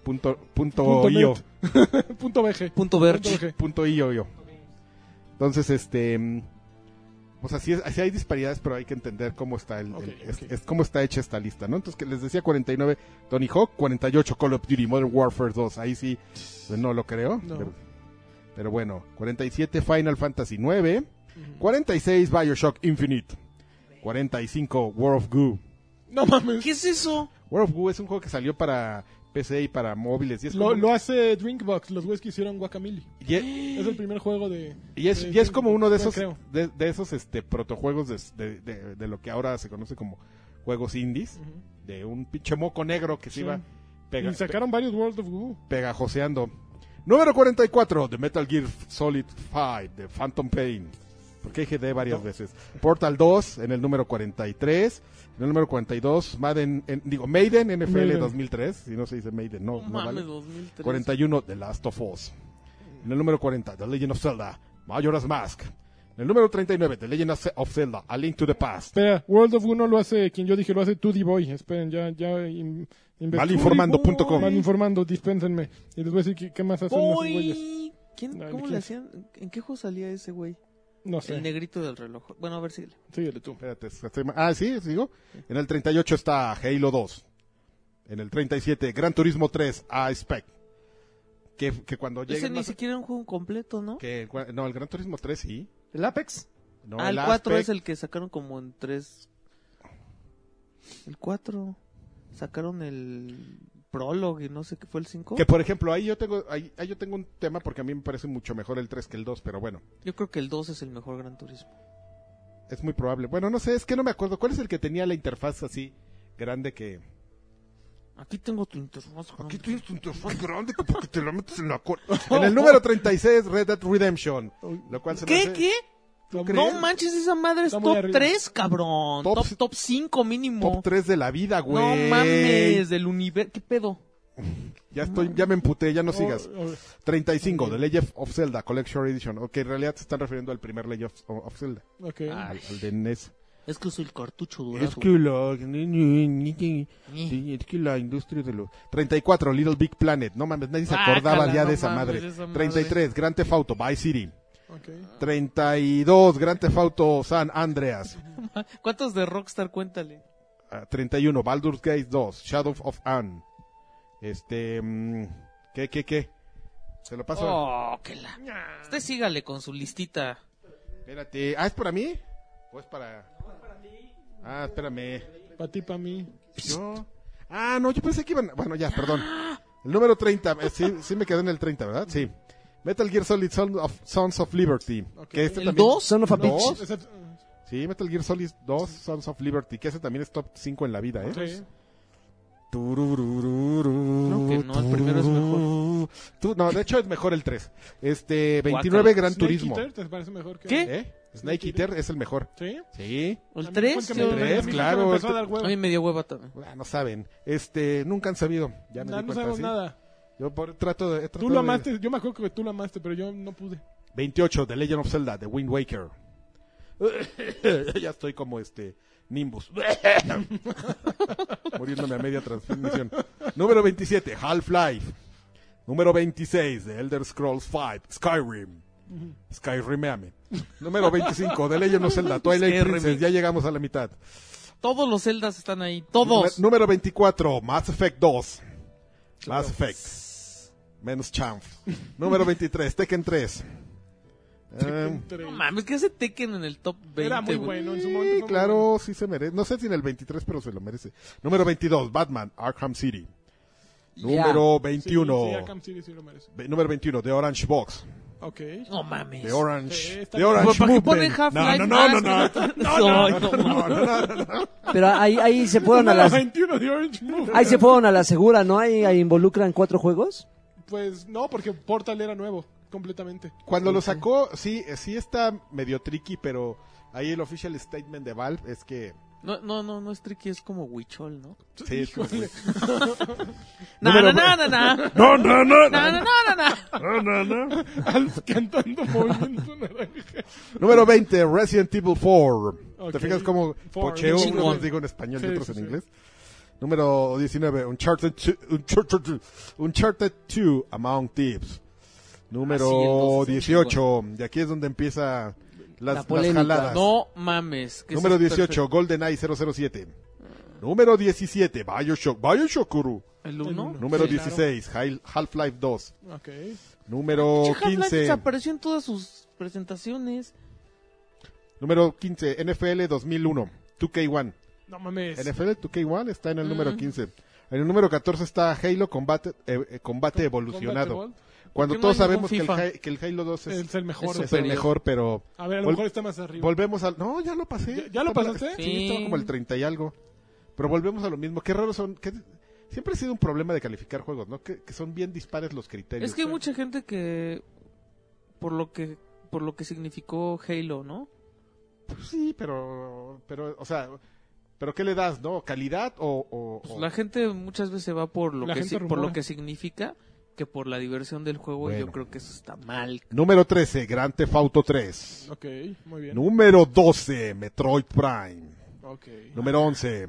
D: punto, punto
A: Punto
D: io.
A: net. eh, Punto BG.
C: Punto verde.
A: Punto BG.
D: Punto io, io. Entonces, este. mm, Pues así, es, así hay disparidades, pero hay que entender cómo está el, el-
A: Ok,
D: es-
A: ok.
D: es cómo está hecha esta lista, ¿no? Entonces, que les decía 49 Tony Hawk, 48 Call of Duty Modern Warfare 2. Ahí sí, pues, no lo creo.
A: No.
D: Pero, pero bueno, 47 Final Fantasy 9,
A: Ujú.
D: 46 BioShock Infinite, 45 War of Goo,
A: No mames.
C: ¿Qué es eso?
D: War of Goo es un juego que salió para PC y para móviles. Y es,
A: Lo,
D: como,
A: lo ¡Ah! hace Drinkbox, los güeyes que hicieron Guacamole.
D: y es,
A: Es el primer juego de.
D: y es-
A: de-
D: y es como uno de
A: Bueno,
D: esos,
A: creo.
D: de, de esos este, protojuegos de, de- de- de lo que ahora se conoce como juegos indies.
A: Ujú.
D: De un pinche moco negro que
A: Sí.
D: se iba pega,
A: y sacaron varios World of Goo.
D: pe- pegajoseando. Número 44 de Metal Gear Solid 5 de Phantom Pain. Porque dije de varias veces. Portal 2 en el número 43. En el número 42, Madden, en- digo, Maiden NFL
A: Maiden.
D: 2003. Si no se dice Maiden, no, no vale.
C: Mames, 2003.
D: 41, The Last of Us. En el número 40, The Legend of Zelda, Majora's Mask. En el número 39, The Legend of Zelda, A Link to the Past.
A: Espera, World of Goo no lo hace quien yo dije, lo hace 2D Boy. Esperen, ya. ya in- investigué.
D: Malinformando.com.
A: Malinformando, dispénsenme. Y les voy a decir qué, qué más hacen esos güeyes.
C: Uy, ¿Quién,
A: Dale,
C: ¿Cómo
A: ¿quién?
C: le hacían? ¿En qué juego salía ese güey?
A: No
C: El
A: sé.
C: negrito del reloj. Bueno, a ver si.
A: Síguele tú.
D: Espérate, estoy ma- ah, sí, sigo. En el 38 está Halo 2. En el 37, Gran Turismo 3, A Spec. Que, que cuando llegue.
C: Ese ni siquiera era un juego completo, ¿no?
D: Que, cua- no, el Gran Turismo 3 sí.
B: ¿El Apex?
D: No,
C: ah, el 4
D: Aspect.
C: es el que sacaron como en 3. El 4. Sacaron el prólogo y no sé qué fue el 5.
D: Que por ejemplo, ahí yo tengo ahí, ahí yo tengo un tema porque a mí me parece mucho mejor el 3 que el 2, pero bueno,
C: Yo creo que el 2 es el mejor Gran Turismo.
D: es muy probable. Bueno, no sé, es que no me acuerdo. ¿Cuál es el que tenía la interfaz así grande que,
C: Aquí tengo tu interfaz. Gran
D: Aquí
C: Turismo.
D: tienes un interfaz grande que porque te la metes en la cola. (laughs) En el número 36, Red Dead Redemption. Lo cual se me
C: ¿Qué?
D: hace
C: ¿Qué?
A: ¿Tú
C: No
A: crees?
C: manches, esa madre es
A: Está muy
C: top
A: arriba.
C: 3, cabrón.
D: Top-
C: Top, top, 5 mínimo.
D: top 3 de la vida, güey.
C: no mames, del universo. ¿Qué pedo?
D: Ya, estoy, ya me emputé,
C: Oh.
D: ya no sigas.
A: O- o-
D: 35, The Legend of Zelda Collection Edition. Ok, en realidad se están refiriendo al primer Legend of, of Zelda.
A: oh, ok.
D: Al, al de E NES.
C: Es que uso el cartucho dorado. Eh,
D: la,
C: Ni.
D: industria de los... 34, Little Big Planet. No mames, nadie se
C: Guácala,
D: acordaba ya
C: Ah, no
D: de esa
C: mames,
D: madre.
C: esa madre.
D: 33, Grand Theft Auto, Vice City.
A: ok.
D: 32, Grand Theft Auto San Andreas.
C: ¿Cuántos de Rockstar? Cuéntale.
D: Ah, 31, Baldur's Gate 2, Shadow of Anne. Este, mm, ¿qué, qué, qué? Se lo paso.
C: Oh, que la. Usted sígale con su listita.
D: Espérate, ¿ah, es para mí? ¿O es para...? Ah, espérame.
A: Pa' ti, pa' mí.
D: Yo... Ah, no, yo pensé que iban... Bueno, ya, perdón. El número 30, eh, sí, sí me quedé en el 30, ¿verdad? Sí. Metal Gear Solid Son of, Sons of Liberty. Que este
C: ¿El
D: también...
C: 2?
B: Son of a
D: No.
B: bitch.
A: Excepto-
D: Sí, Metal Gear Solid 2 Sons of Liberty, que ese también es top 5 en la vida, ¿eh?
A: sí.
D: Creo
C: que no, el primero es mejor.
D: no, de hecho es mejor el 3. Este, 29
C: Guácala.
D: Gran
A: Snake
D: Turismo.
A: Eater, ¿Te parece mejor que.?
C: ¿Qué?
D: ¿Eh? Snake Eater es el mejor.
A: Sí.
D: Sí.
C: ¿O
A: A
C: el
A: mí
C: 3?
A: fue el que me- a mí
D: Tres,
A: fue el que me
D: claro,
A: empezó a
D: este-
A: dar hueva.
C: A mí me dio hueva también.
D: Ah, no saben. Este, nunca han sabido. Ya me
A: No,
D: di
A: no
D: cuenta,
A: sabemos
D: ¿sí?
A: nada.
D: Yo por, trato de. he tratado
A: Tú lo
D: de-
A: amaste, yo me acuerdo que tú lo amaste, pero yo no pude.
D: 28, The Legend of Zelda, The Wind Waker. (laughs) ya estoy como este. Nimbus. (laughs) Muriéndome a media transmisión. Número 27, Half-Life. Número 26, The Elder Scrolls 5, Skyrim. Skyrim, Número 25, The Legend of Zelda, Twilight
C: Skyrim.
D: Princess. Ya llegamos a la mitad.
C: Todos los celdas están ahí. Todos.
D: Número- Número 24, Mass Effect 2. Mass Effect. Menos champ. Número 23, Tekken 3. (laughs) Ah,
A: Entre-
C: No mames, ¿qué hace Tekken en el top 20?
A: Era muy
C: güey?
A: bueno en su momento.
D: Sí,
A: fue muy bueno.
D: claro, sí se merece. No sé si en el 23, pero se lo merece. Número 22, Batman, Arkham City. Número
A: Sí,
D: 21.
A: sí, Arkham City sí lo merece.
D: ve- Número 21, The Orange Box.
A: Ok.
C: No mames.
D: The Orange.
A: está
D: The
A: bien.
D: Orange
C: ¿Para Este, qué pone
D: Movement.
C: Half-Life?
D: No, no, no, no,
C: más?
D: (laughs) no.
C: Ay, no mames.
D: No, no, no, no, no.
B: Pero ahí,
A: (laughs)
B: ahí se fueron a
A: Número
B: las...
A: 21 de Orange
D: (laughs)
A: Movement.
B: Ahí se fueron a la segura, ¿no? Ahí, ahí involucran cuatro juegos.
A: Pues no, porque Portal era nuevo, completamente. (laughs)
D: Cuando lo sacó, sí, eh, sí está medio tricky, pero ahí el official statement de Valve es que.
C: No, no, no, no es tricky, es como huichol, ¿no?
D: Sí, es como-
C: Na,
D: Número-
C: na, na, na, na.
D: (laughs) no, no, no,
C: Na,
D: no,
C: na, na, na, na.
D: no, no, no.
A: Alf cantando
D: (laughs)
A: movimiento naranja.
D: Número 20, Resident Evil 4. ¿Te
A: Ok.
D: fijas cómo
A: Four,
D: pocheo?
C: qué
D: Unos
C: chingón.
D: les digo en español y
A: Sí,
D: otros
A: sí,
D: en
A: sí.
D: inglés. Número 19, Uncharted 2, Uncharted, Uncharted 2 Among Thieves.
C: Ah, sí,
D: Número
C: entonces,
D: 18, y aquí es donde empieza las,
B: La
D: las
B: polémica.
D: jaladas.
C: No mames. que
D: Número
C: es
D: 18, GoldenEye 007. Número 17, Bioshock, Bioshock Kuru.
C: ¿El uno?
D: Número
A: Sí,
D: 16, Hi- Half-Life 2.
A: Ok.
D: Número
C: Che, Half-Life
D: 15,
C: desapareció en todas sus presentaciones.
D: número 15, NFL 2001, 2K1.
A: No mames.
D: NFL 2K1 está en el número
C: Mm.
D: 15. En el número 14 está Halo Combate, eh, eh, combate Evolucionado.
A: Combat
D: Cuando
C: ¿Por qué no
D: todos
C: hay
D: sabemos que
C: ningún
D: el,
C: FIFA?
D: Hi- que el Halo 2
A: Evolved
D: es,
A: Es el mejor.
D: es el
C: superior.
D: mejor, pero
A: A ver, a lo
D: Vol-
A: mejor está más arriba.
D: volvemos al... No, ya lo pasé.
A: ¿Ya- ya lo
D: Estaba-
A: pasaste?
D: Sí,
C: Sí.
D: estaba como el 30 y algo. Pero volvemos a lo mismo. Qué raro son... qué- Siempre ha sido un problema de calificar juegos, ¿no? Que, que son bien dispares los criterios. Pues
C: Es que hay mucha gente que por lo que por lo que significó Halo, ¿no?
D: Pues sí, pero... Pero, o sea... ¿Pero qué le das, no? ¿Calidad o...? o-
C: Pues
D: o-
C: la gente muchas veces va por lo
A: La
C: que
A: gente
C: si- por
A: rumora.
C: lo que significa que por la diversión del juego y
D: Bueno.
C: yo creo que eso está mal.
D: Número 13, Grand Theft Auto 3.
A: Ok, muy bien.
D: Número 12, Metroid Prime.
A: Ok.
D: Número 11.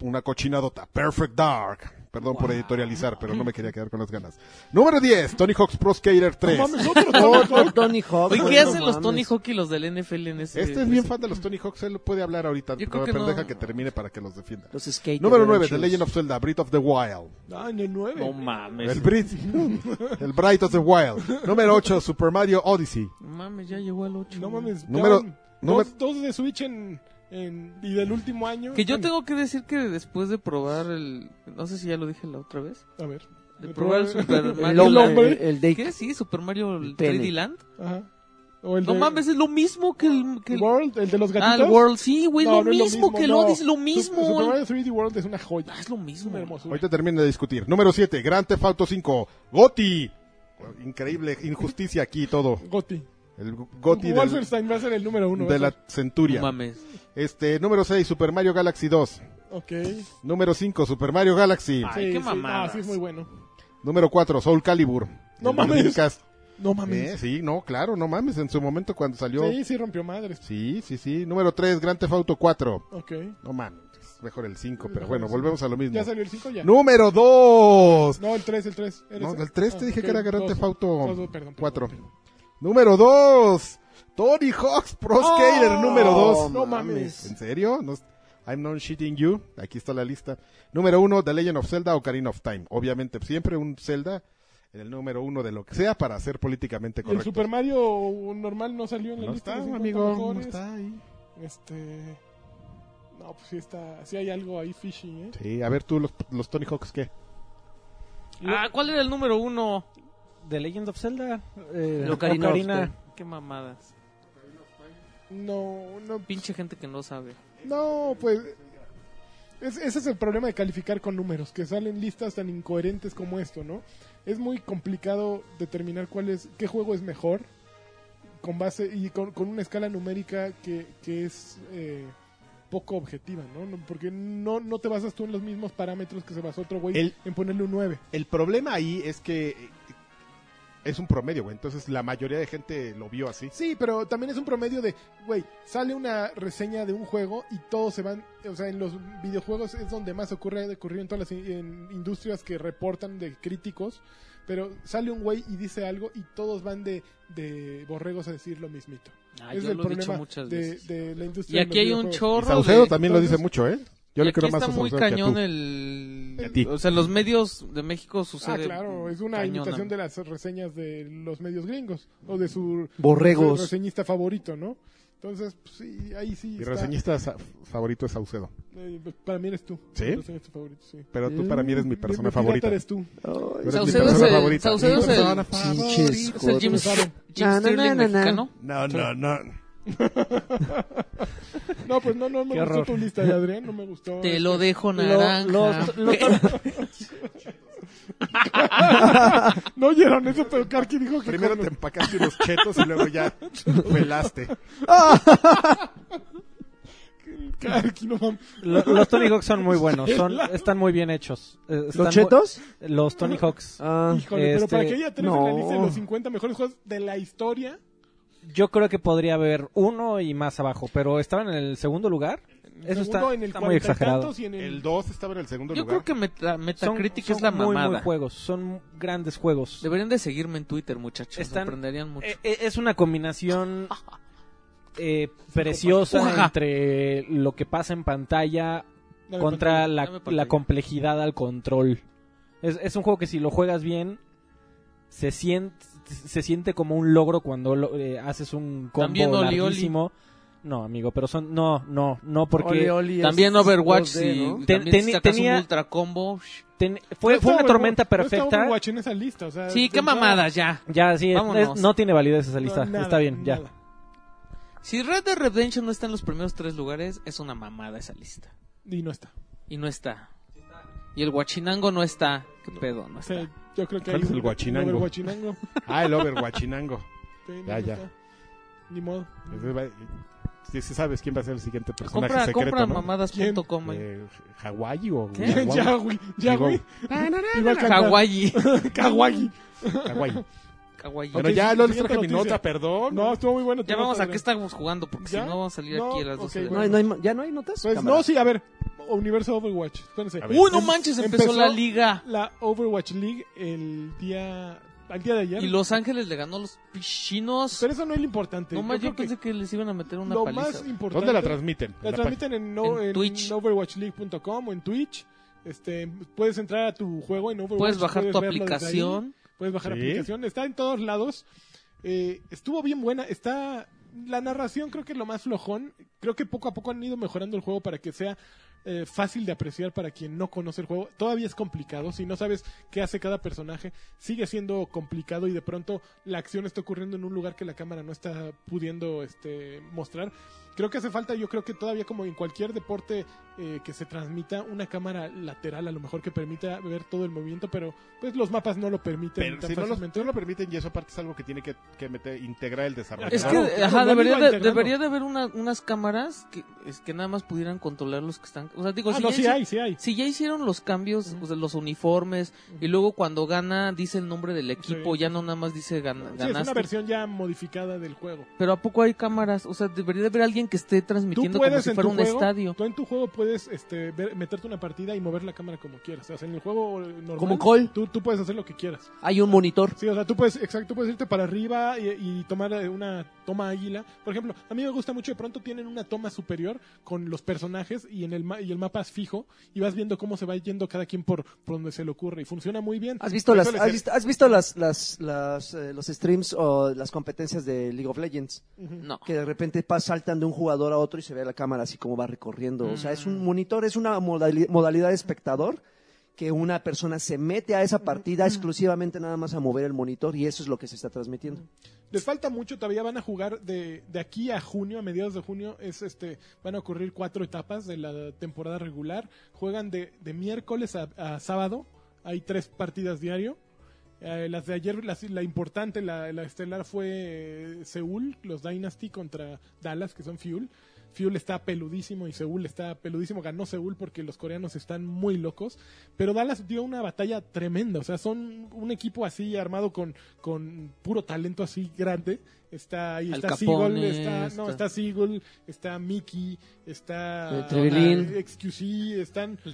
D: Una cochinadota. Perfect Dark. Perdón por editorializar, pero no me quería quedar con las ganas. Número 10. Tony Hawk's Pro Skater 3.
A: No mames, otro Tony
B: Otro
A: Hawk.
B: Tony Hawk.
C: Oye,
B: güey,
C: ¿qué
B: no
C: hacen los
B: mames.
C: Tony Hawk y los del NFL en ese?
D: Este es bien fan de los Tony Hawk's. Él puede hablar ahorita,
C: Yo
D: pero,
C: creo que
D: pero
C: no.
D: deja que termine para que los defienda.
B: Los skaters.
D: Número
B: eran
D: 9. The
B: chidos.
D: Legend of Zelda. Breath of the Wild.
A: Ah, en el 9.
C: No mames.
D: El Breath. (laughs) El Bright of the Wild. Número 8. Super Mario Odyssey.
C: Mames, ya llegó al 8.
A: No mames. ya
D: Número-
A: van
D: número-
A: Dos, dos de Switch en, en- Y del último año.
C: Que yo
A: Bueno,
C: tengo que decir que después de probar el no sé si ya lo dije la otra vez.
A: A ver.
C: De probar
A: (laughs)
C: el Super
B: El
C: Mario
B: hombre.
A: hombre.
B: El, el de-
C: ¿Qué? Sí, Super Mario
B: El
C: 3D
B: tenis.
C: Land.
A: Ajá. O el
C: No
A: de-
C: mames, es lo mismo que el, que el-
A: World, el de los
C: Ah,
A: gatitos.
C: el World, sí, güey,
A: No,
C: lo,
A: no es
C: mismo que el
A: no.
C: Odyssey, lo
A: Su-
C: mismo.
A: Super Mario 3D World es una joya.
C: Ah, es lo mismo.
A: Una hermosura.
D: Ahorita termino de discutir. Número 7. Grand Theft Auto 5. Goti. Increíble injusticia aquí y todo.
A: Gotti.
D: El Goti del,
A: Wolfenstein va a ser el número uno.
D: de
A: va a
D: la
A: ser.
D: Centuria.
C: No mames.
D: Este, número 6, Super Mario Galaxy 2.
A: Ok.
D: Número 5, Super Mario Galaxy.
C: Ay, qué
A: Ah,
C: mamadas.
A: sí, es muy bueno.
D: Número 4, Soul Calibur.
A: No
D: El
A: mames.
D: Dreamcast.
A: No
D: Eh,
A: mames.
D: Sí, no, claro, no mames. En su momento cuando salió.
A: Sí, sí, rompió madres.
D: Sí, sí, sí. Número 3, Grand Theft Auto 4.
A: Ok.
D: No mames. Mejor el 5, pero
A: Mejor
D: bueno,
A: el
D: volvemos a lo mismo.
A: ¿Ya salió el 5 ya?
D: Número 2.
A: No, el 3, el Ah, 3.
D: No, el tres te dije que era Grand Theft Auto cuatro.
A: Pro
D: Número 2. Tony Hawk's Pro Skater número 2.
A: No mames.
D: ¿En serio? No, I'm not shitting you. Aquí está la lista. Número uno, The Legend of Zelda o Karina of Time. Obviamente, siempre un Zelda en el número uno de lo que sea para ser
A: Y
D: políticamente
A: el
D: correcto.
A: Super Mario normal no salió en la
D: No
A: lista.
D: está,
A: de los 50
D: amigo.
A: mejores.
D: No está ahí.
A: Este. No, pues sí está. Sí hay algo ahí fishy, ¿eh?
D: Sí, a ver tú, los, los Tony Hawks, ¿qué?
C: Ah, ¿cuál era el número uno?
G: The Legend of Zelda. Eh,
B: El Ocarina of
G: Ocarina.
B: Time.
C: Qué mamadas.
A: No, no.
C: Pinche gente que no sabe.
A: No, pues. es- ese es el problema de calificar con números, que salen listas tan incoherentes como esto, ¿no? Es muy complicado determinar cuál es, qué juego es mejor con base y con, con una escala numérica que, que es eh, poco objetiva, ¿no? No- Porque no, no te basas tú en los mismos parámetros que se basó otro güey
D: El-
A: en ponerle un 9.
D: El problema ahí es que eh, es un promedio, güey. Entonces, la mayoría de gente lo vio así.
A: Sí, pero también es un promedio de, güey, sale una reseña de un juego y todos se van, o sea, en los videojuegos es donde más ocurre, ha ocurrido en todas las in- en industrias que reportan de críticos, pero sale un güey y dice algo y todos van de, de borregos a decir lo mismito.
C: Ah,
A: Ese
C: yo lo he dicho muchas
A: de,
C: veces.
A: de la industria.
C: Y
A: de los
C: aquí hay un
A: videojuegos.
D: Y
C: chorro.
D: Saucedo
C: de-
D: también lo
A: Entonces-
D: dice mucho, ¿eh?
C: y
D: Yo le
C: aquí
D: creo más
C: está
D: a
C: muy
D: Saucedo que a
C: cañón
D: tú.
C: el...
G: frente a ti.
C: O sea, los medios de México
A: Ah,
C: sucede.
A: claro, es una
C: cañón,
A: imitación
C: ¿no?
A: de las reseñas de los medios gringos o de su, su
B: Borregos.
A: reseñista favorito, ¿no? Entonces, pues, sí, ahí sí.
D: Mi
A: está.
D: reseñista sa- favorito es Saucedo.
A: Eh, para mí eres tú.
D: ¿Sí?
A: Mi reseñista favorito, sí.
D: Pero tú para mí eres mi persona
A: pirata
D: favorita.
A: eres tú.
B: Ay,
D: Eres
C: Saucedo
D: mi persona
C: es el-
D: favorita.
C: Saucedo
D: Mi
C: es el-
D: persona
B: pinches
C: Es el Jim,
B: jotos. Na,
C: Jim
B: na,
C: Sterling
B: na, na, na.
C: mexicano.
D: No, no, no.
A: No, pues no, no me
G: Qué
A: gustó
G: horror.
A: tu lista de Adrián, no me gustó.
C: Te lo dejo
B: Lo-
C: naranja.
B: lo- lo-
A: No oyeron eso, pero Karki dijo que
D: Primero
A: con-
D: te empacaste los chetos y
A: (laughs)
D: luego ya pelaste.
A: Karki, no mames.
G: Lo- los Tony Hawks son muy
A: (laughs)
G: buenos, son, están muy bien hechos. Eh, están
B: ¿Los
G: mu-
B: chetos?
G: Los Tony Hawks.
B: Ah,
A: Híjole, pero
G: Este,
A: para que ella tenga en la
B: no.
A: lista de los 50 mejores juegos de la historia.
G: Yo creo que podría haber uno y más abajo, pero estaban en el segundo lugar. Eso
A: segundo
G: está,
A: en el
G: está muy
A: cuarenta y
G: exagerado.
A: tantos y en el-
D: El 2 estaba en el segundo
C: Yo
D: lugar.
C: creo que Meta-
G: Son,
C: Metacritic
G: son
C: es la
G: muy,
C: mamada.
G: muy juegos, son grandes juegos.
C: Deberían de seguirme en Twitter, muchachos. Me
G: Están-
C: aprenderían mucho.
G: Eh, eh, es
A: (laughs)
G: una combinación eh, preciosa
C: Ujaja.
G: entre lo que pasa en pantalla
A: Dame
G: contra la,
C: Dame pantalla.
G: la complejidad al control. Es, es un juego que si lo juegas bien, se siente, se siente como un logro cuando lo- eh, haces un combo
C: También oli, oli.
G: larguísimo. No, amigo, pero son... No, no, no,
B: Oli,
G: porque...
B: oli, es
C: También Overwatch,
B: 2D,
C: si,
B: ¿no?
G: Ten-
C: también si
G: teni-
C: sacas
G: tenía-
C: un ultra combo. shh.
G: ten-
A: No
G: fue,
A: está
G: fue una
A: Overwatch-
G: tormenta
A: no está
G: perfecta.
A: Overwatch en esa lista, o sea,
C: Sí,
A: de
C: qué
A: entrada,
C: mamadas ya.
G: ya, sí, es-
C: Vámonos.
G: es- no tiene validez esa
A: no,
G: lista.
A: nada,
G: Está bien, ya.
A: nada.
C: Si Red Dead Redemption no está en los primeros tres lugares, es una mamada esa lista.
A: Y no está.
C: Y no está. Y el Guachinango no está. ¿Qué pedo? No
A: O
C: está.
A: sea, yo creo que
D: ¿Cuál
A: hay
D: es el guachinango?
A: El guachinango.
D: Ah, el Overwatchinango.
A: Sí, no,
D: Ya,
A: no
D: ya.
A: está. Ni modo.
D: Ese va- Si si sabes quién va a ser el siguiente personaje
C: Compra,
D: secreto,
C: compra
D: ¿no?
C: mamadas.com.
D: Eh, ¿Hawái o
C: ¿Qué?
D: Hawái?
A: (laughs) ya, güey. Ya,
D: Digo,
A: güey. Iba a cantar. (laughs)
C: Kawaii.
A: Kawaii.
D: Hawái.
C: Kawaii.
A: (laughs)
D: Pero
A: Ok,
D: ya,
A: sí,
D: no les
A: siguiente
D: traje mi
A: noticia.
D: nota, perdón.
A: No, estuvo muy bueno. tu
C: Ya vamos
A: nota,
C: a qué
A: Adrián.
C: estamos jugando, porque si
A: ¿Ya?
C: no vamos a salir
A: No,
C: aquí a las
A: ok,
C: 12 de la
B: No hay- no hay ma- ¿Ya no hay notas?
A: Pues,
B: Cámara.
A: no, sí, a ver. Universo Overwatch. Espérense. Em,
D: A ver.
C: noche. ¡Uy, no manches! Empezó,
A: Empezó-
C: la liga.
A: La Overwatch League el día. Al día de ayer.
C: Y Los Ángeles le ganó a los pichinos.
A: Pero eso no es lo importante.
C: No más,
A: creo
C: yo pensé que les iban a meter una
A: lo
C: paliza.
A: más importante.
D: ¿Dónde la transmiten?
A: La
D: ¿En la
A: transmiten en, no-
C: en
A: en
C: Twitch.
A: overwatchleague.com o en Twitch. Este, puedes entrar a tu juego en Overwatch.
C: Puedes bajar tu
A: verlo desde ahí,
C: aplicación.
A: puedes bajar
D: Sí.
A: aplicación. Está en todos lados. Eh, estuvo bien buena. Está la narración creo que es lo más flojón. Creo que poco a poco han ido mejorando el juego para que sea eh, fácil de apreciar para quien no conoce el juego. Todavía es complicado. Si no sabes qué hace cada personaje, sigue siendo complicado y de pronto la acción está ocurriendo en un lugar que la cámara no está pudiendo este, mostrar. Creo que hace falta, yo creo que todavía como en cualquier deporte eh, que se transmita, una cámara lateral a lo mejor que permita ver todo el movimiento, pero pues los mapas no lo permiten
D: Pero
A: tan
D: si no, los-
A: fácilmente.
D: no lo permiten y eso aparte es algo que tiene que, que meter, integrar el desarrollo.
C: Es que,
A: Claro, claro,
C: ajá,
A: lo
C: debería,
A: iba
C: de,
A: integrando.
C: debería de haber una- unas cámaras que, es que nada más pudieran controlar los que están. O sea, digo,
A: Ah,
C: si
A: no,
C: ya
A: sí
C: hici-
A: hay, sí hay.
C: si ya hicieron los cambios o sea, los uniformes y luego cuando gana dice el nombre del equipo,
A: Sí.
C: ya no nada más dice gana,
A: Sí, es una
C: ganaste.
A: versión ya modificada del juego.
C: Pero a poco hay cámaras, o sea, debería de haber alguien que esté transmitiendo como si
A: en
C: fuera
A: tu
C: un
A: juego-
C: estadio.
A: Tú en tu juego puedes este, ver- meterte una partida y mover la cámara como quieras. O sea, en el juego eh, normal.
B: Como Call.
A: Tú, tú puedes hacer lo que quieras.
B: Hay un monitor.
A: Sí, o sea, tú puedes, exacto, tú puedes irte para arriba y, y tomar eh, una toma águila. Por ejemplo, a mí me gusta mucho, de pronto tienen una toma superior con los personajes y en el, ma- y el mapa es fijo y vas viendo cómo se va yendo cada quien por, por donde se le ocurre y funciona muy bien.
B: ¿Has visto,
A: Por
B: las,
A: eso les-
B: has visto, has visto las, las, las, eh, los streams o las competencias de League of Legends?
A: Ujú.
C: No.
B: Que de repente pas- saltan de un jugador a otro y se ve la cámara así como va recorriendo. O sea, es un monitor, es una modali- modalidad de espectador que una persona se mete a esa partida exclusivamente nada más a mover el monitor y eso es lo que se está transmitiendo.
A: Les falta mucho, todavía van a jugar de, de aquí a junio, a mediados de junio, es este, van a ocurrir cuatro etapas de la temporada regular. Juegan de, de miércoles a, a sábado, hay tres partidas diario. Eh, las de ayer, las- la importante, la, la estelar fue eh, Seúl, los Dynasty contra Dallas, que son Fuel. Fuel está peludísimo y Seúl está peludísimo. Ganó Seúl porque los coreanos están muy locos. Pero Dallas dio una batalla tremenda. O sea, son un equipo así armado con, con puro talento así grande. Está ahí,
C: Al
A: está
C: Capone,
A: Seagull, está, no,
C: está-
A: está Seagull, está Mickey, está
B: Eh, Trevelin.
A: eh, XQC, están
C: El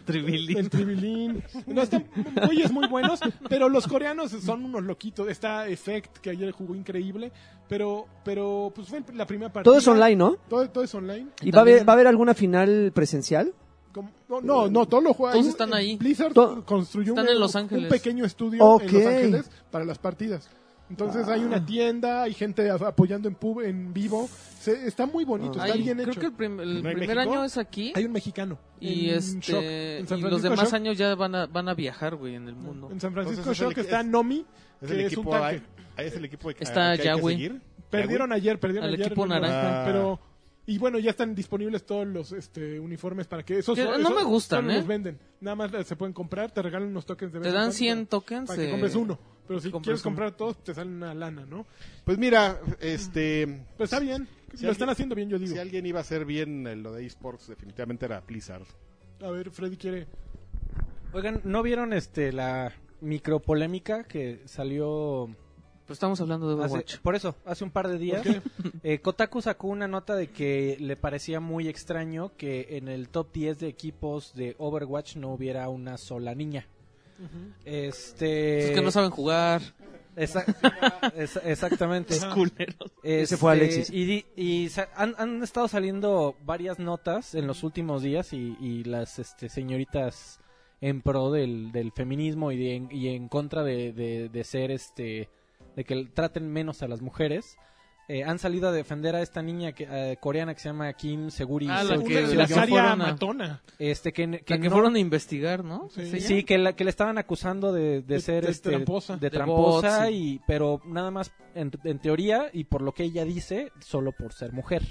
A: el Tribilín. No, están güeyes muy buenos, pero los coreanos son unos loquitos. Está Effect, que ayer jugó increíble, pero, pero pues fue la primera partida.
B: Todo es online, ¿no?
A: Todo, todo es online.
B: ¿Y va a, haber,
C: También-
B: va a haber alguna final presencial?
A: como- no, no, no, todo lo juega
C: Todos
A: ahí.
C: están ahí.
A: Blizzard
B: To-
A: construyó un-
C: Están en Los
A: un,
C: Ángeles.
A: pequeño estudio
B: Ok. Ah.
A: en Los Ángeles para las partidas. Entonces hay una tienda, hay gente a- apoyando en pub, en vivo. Se- está muy bonito, está
C: Ah. Ay,
A: bien
C: creo
A: hecho.
C: que el, prim- el
A: ¿No hay
C: primer
A: México?
C: año es aquí.
A: Hay un mexicano.
C: Y,
A: en
C: este,
A: Shock, en San
C: y los
A: Francisco
C: demás
A: Shock.
C: años ya van a, van a viajar, güey, en el mundo.
A: En San Francisco
D: Entonces, es el
A: Shock
D: equi-
A: está
D: es-
A: Nomi,
D: Es
A: que
D: el
A: es un
D: equipo. ahí
A: tanque.
D: ahí es el equipo que,
C: Está
D: al que hay que
C: Yahweh.
D: seguir.
A: Perdieron ayer, perdieron
C: Al
A: ayer.
C: equipo
A: no me-
C: naranja.
D: Ah.
A: Pero y bueno, ya están disponibles todos los este, uniformes para que esos
C: Que no
A: esos
C: me gustan,
A: solo
C: ¿eh?
A: los venden. Nada más eh, se pueden comprar, te regalan unos tokens de vez
C: Te
A: en
C: dan
A: cuando
C: 100 tokens.
A: para que
C: eh,
A: compres uno. Pero si
C: compras
A: quieres
C: uno.
A: comprar todos, te sale una lana, ¿no?
D: Pues mira, este.
A: Pero está bien.
D: Si
A: lo
D: alguien-
A: están haciendo bien, yo digo.
D: Si alguien iba a hacer bien eh, lo de esports, definitivamente era Blizzard.
A: A ver, Freddy quiere.
G: Oigan, ¿no vieron este la micropolémica que salió
C: Pero estamos hablando de
G: hace-
C: Overwatch.
G: por eso, hace un par de días?
A: ¿Por qué?
G: Eh, Kotaku sacó una nota de que le parecía muy extraño que en el top 10 de equipos de Overwatch no hubiera una sola niña. Este
C: Es que no saben jugar.
G: Exa- exa- exactamente. Este,
C: Culeros.
B: Ese fue Alexis.
G: Y, di- y sa- han, han estado saliendo varias notas en los últimos días y, y las este, señoritas en pro del, del feminismo y, de- en, y en contra de, de- de ser este de que traten menos a las mujeres. eh, han salido a defender a esta niña que, eh, coreana que se llama Kim Seguri
C: Ah,
G: Seo-
C: la que-
A: Una-
G: Seo-
A: la
C: que
A: Saria
C: fueron a-
A: matona.
G: este que,
C: Que,
G: que
C: que
G: no-
C: fueron a investigar, ¿no?
A: Sí.
C: ¿Es ella?
G: Sí, que, la, que le estaban acusando de, de
A: De-
G: ser
A: de
G: este,
A: tramposa.
G: de
C: De
G: tramposa
C: bots,
G: y, pero nada más en, en teoría y por lo que ella dice, solo por ser mujer.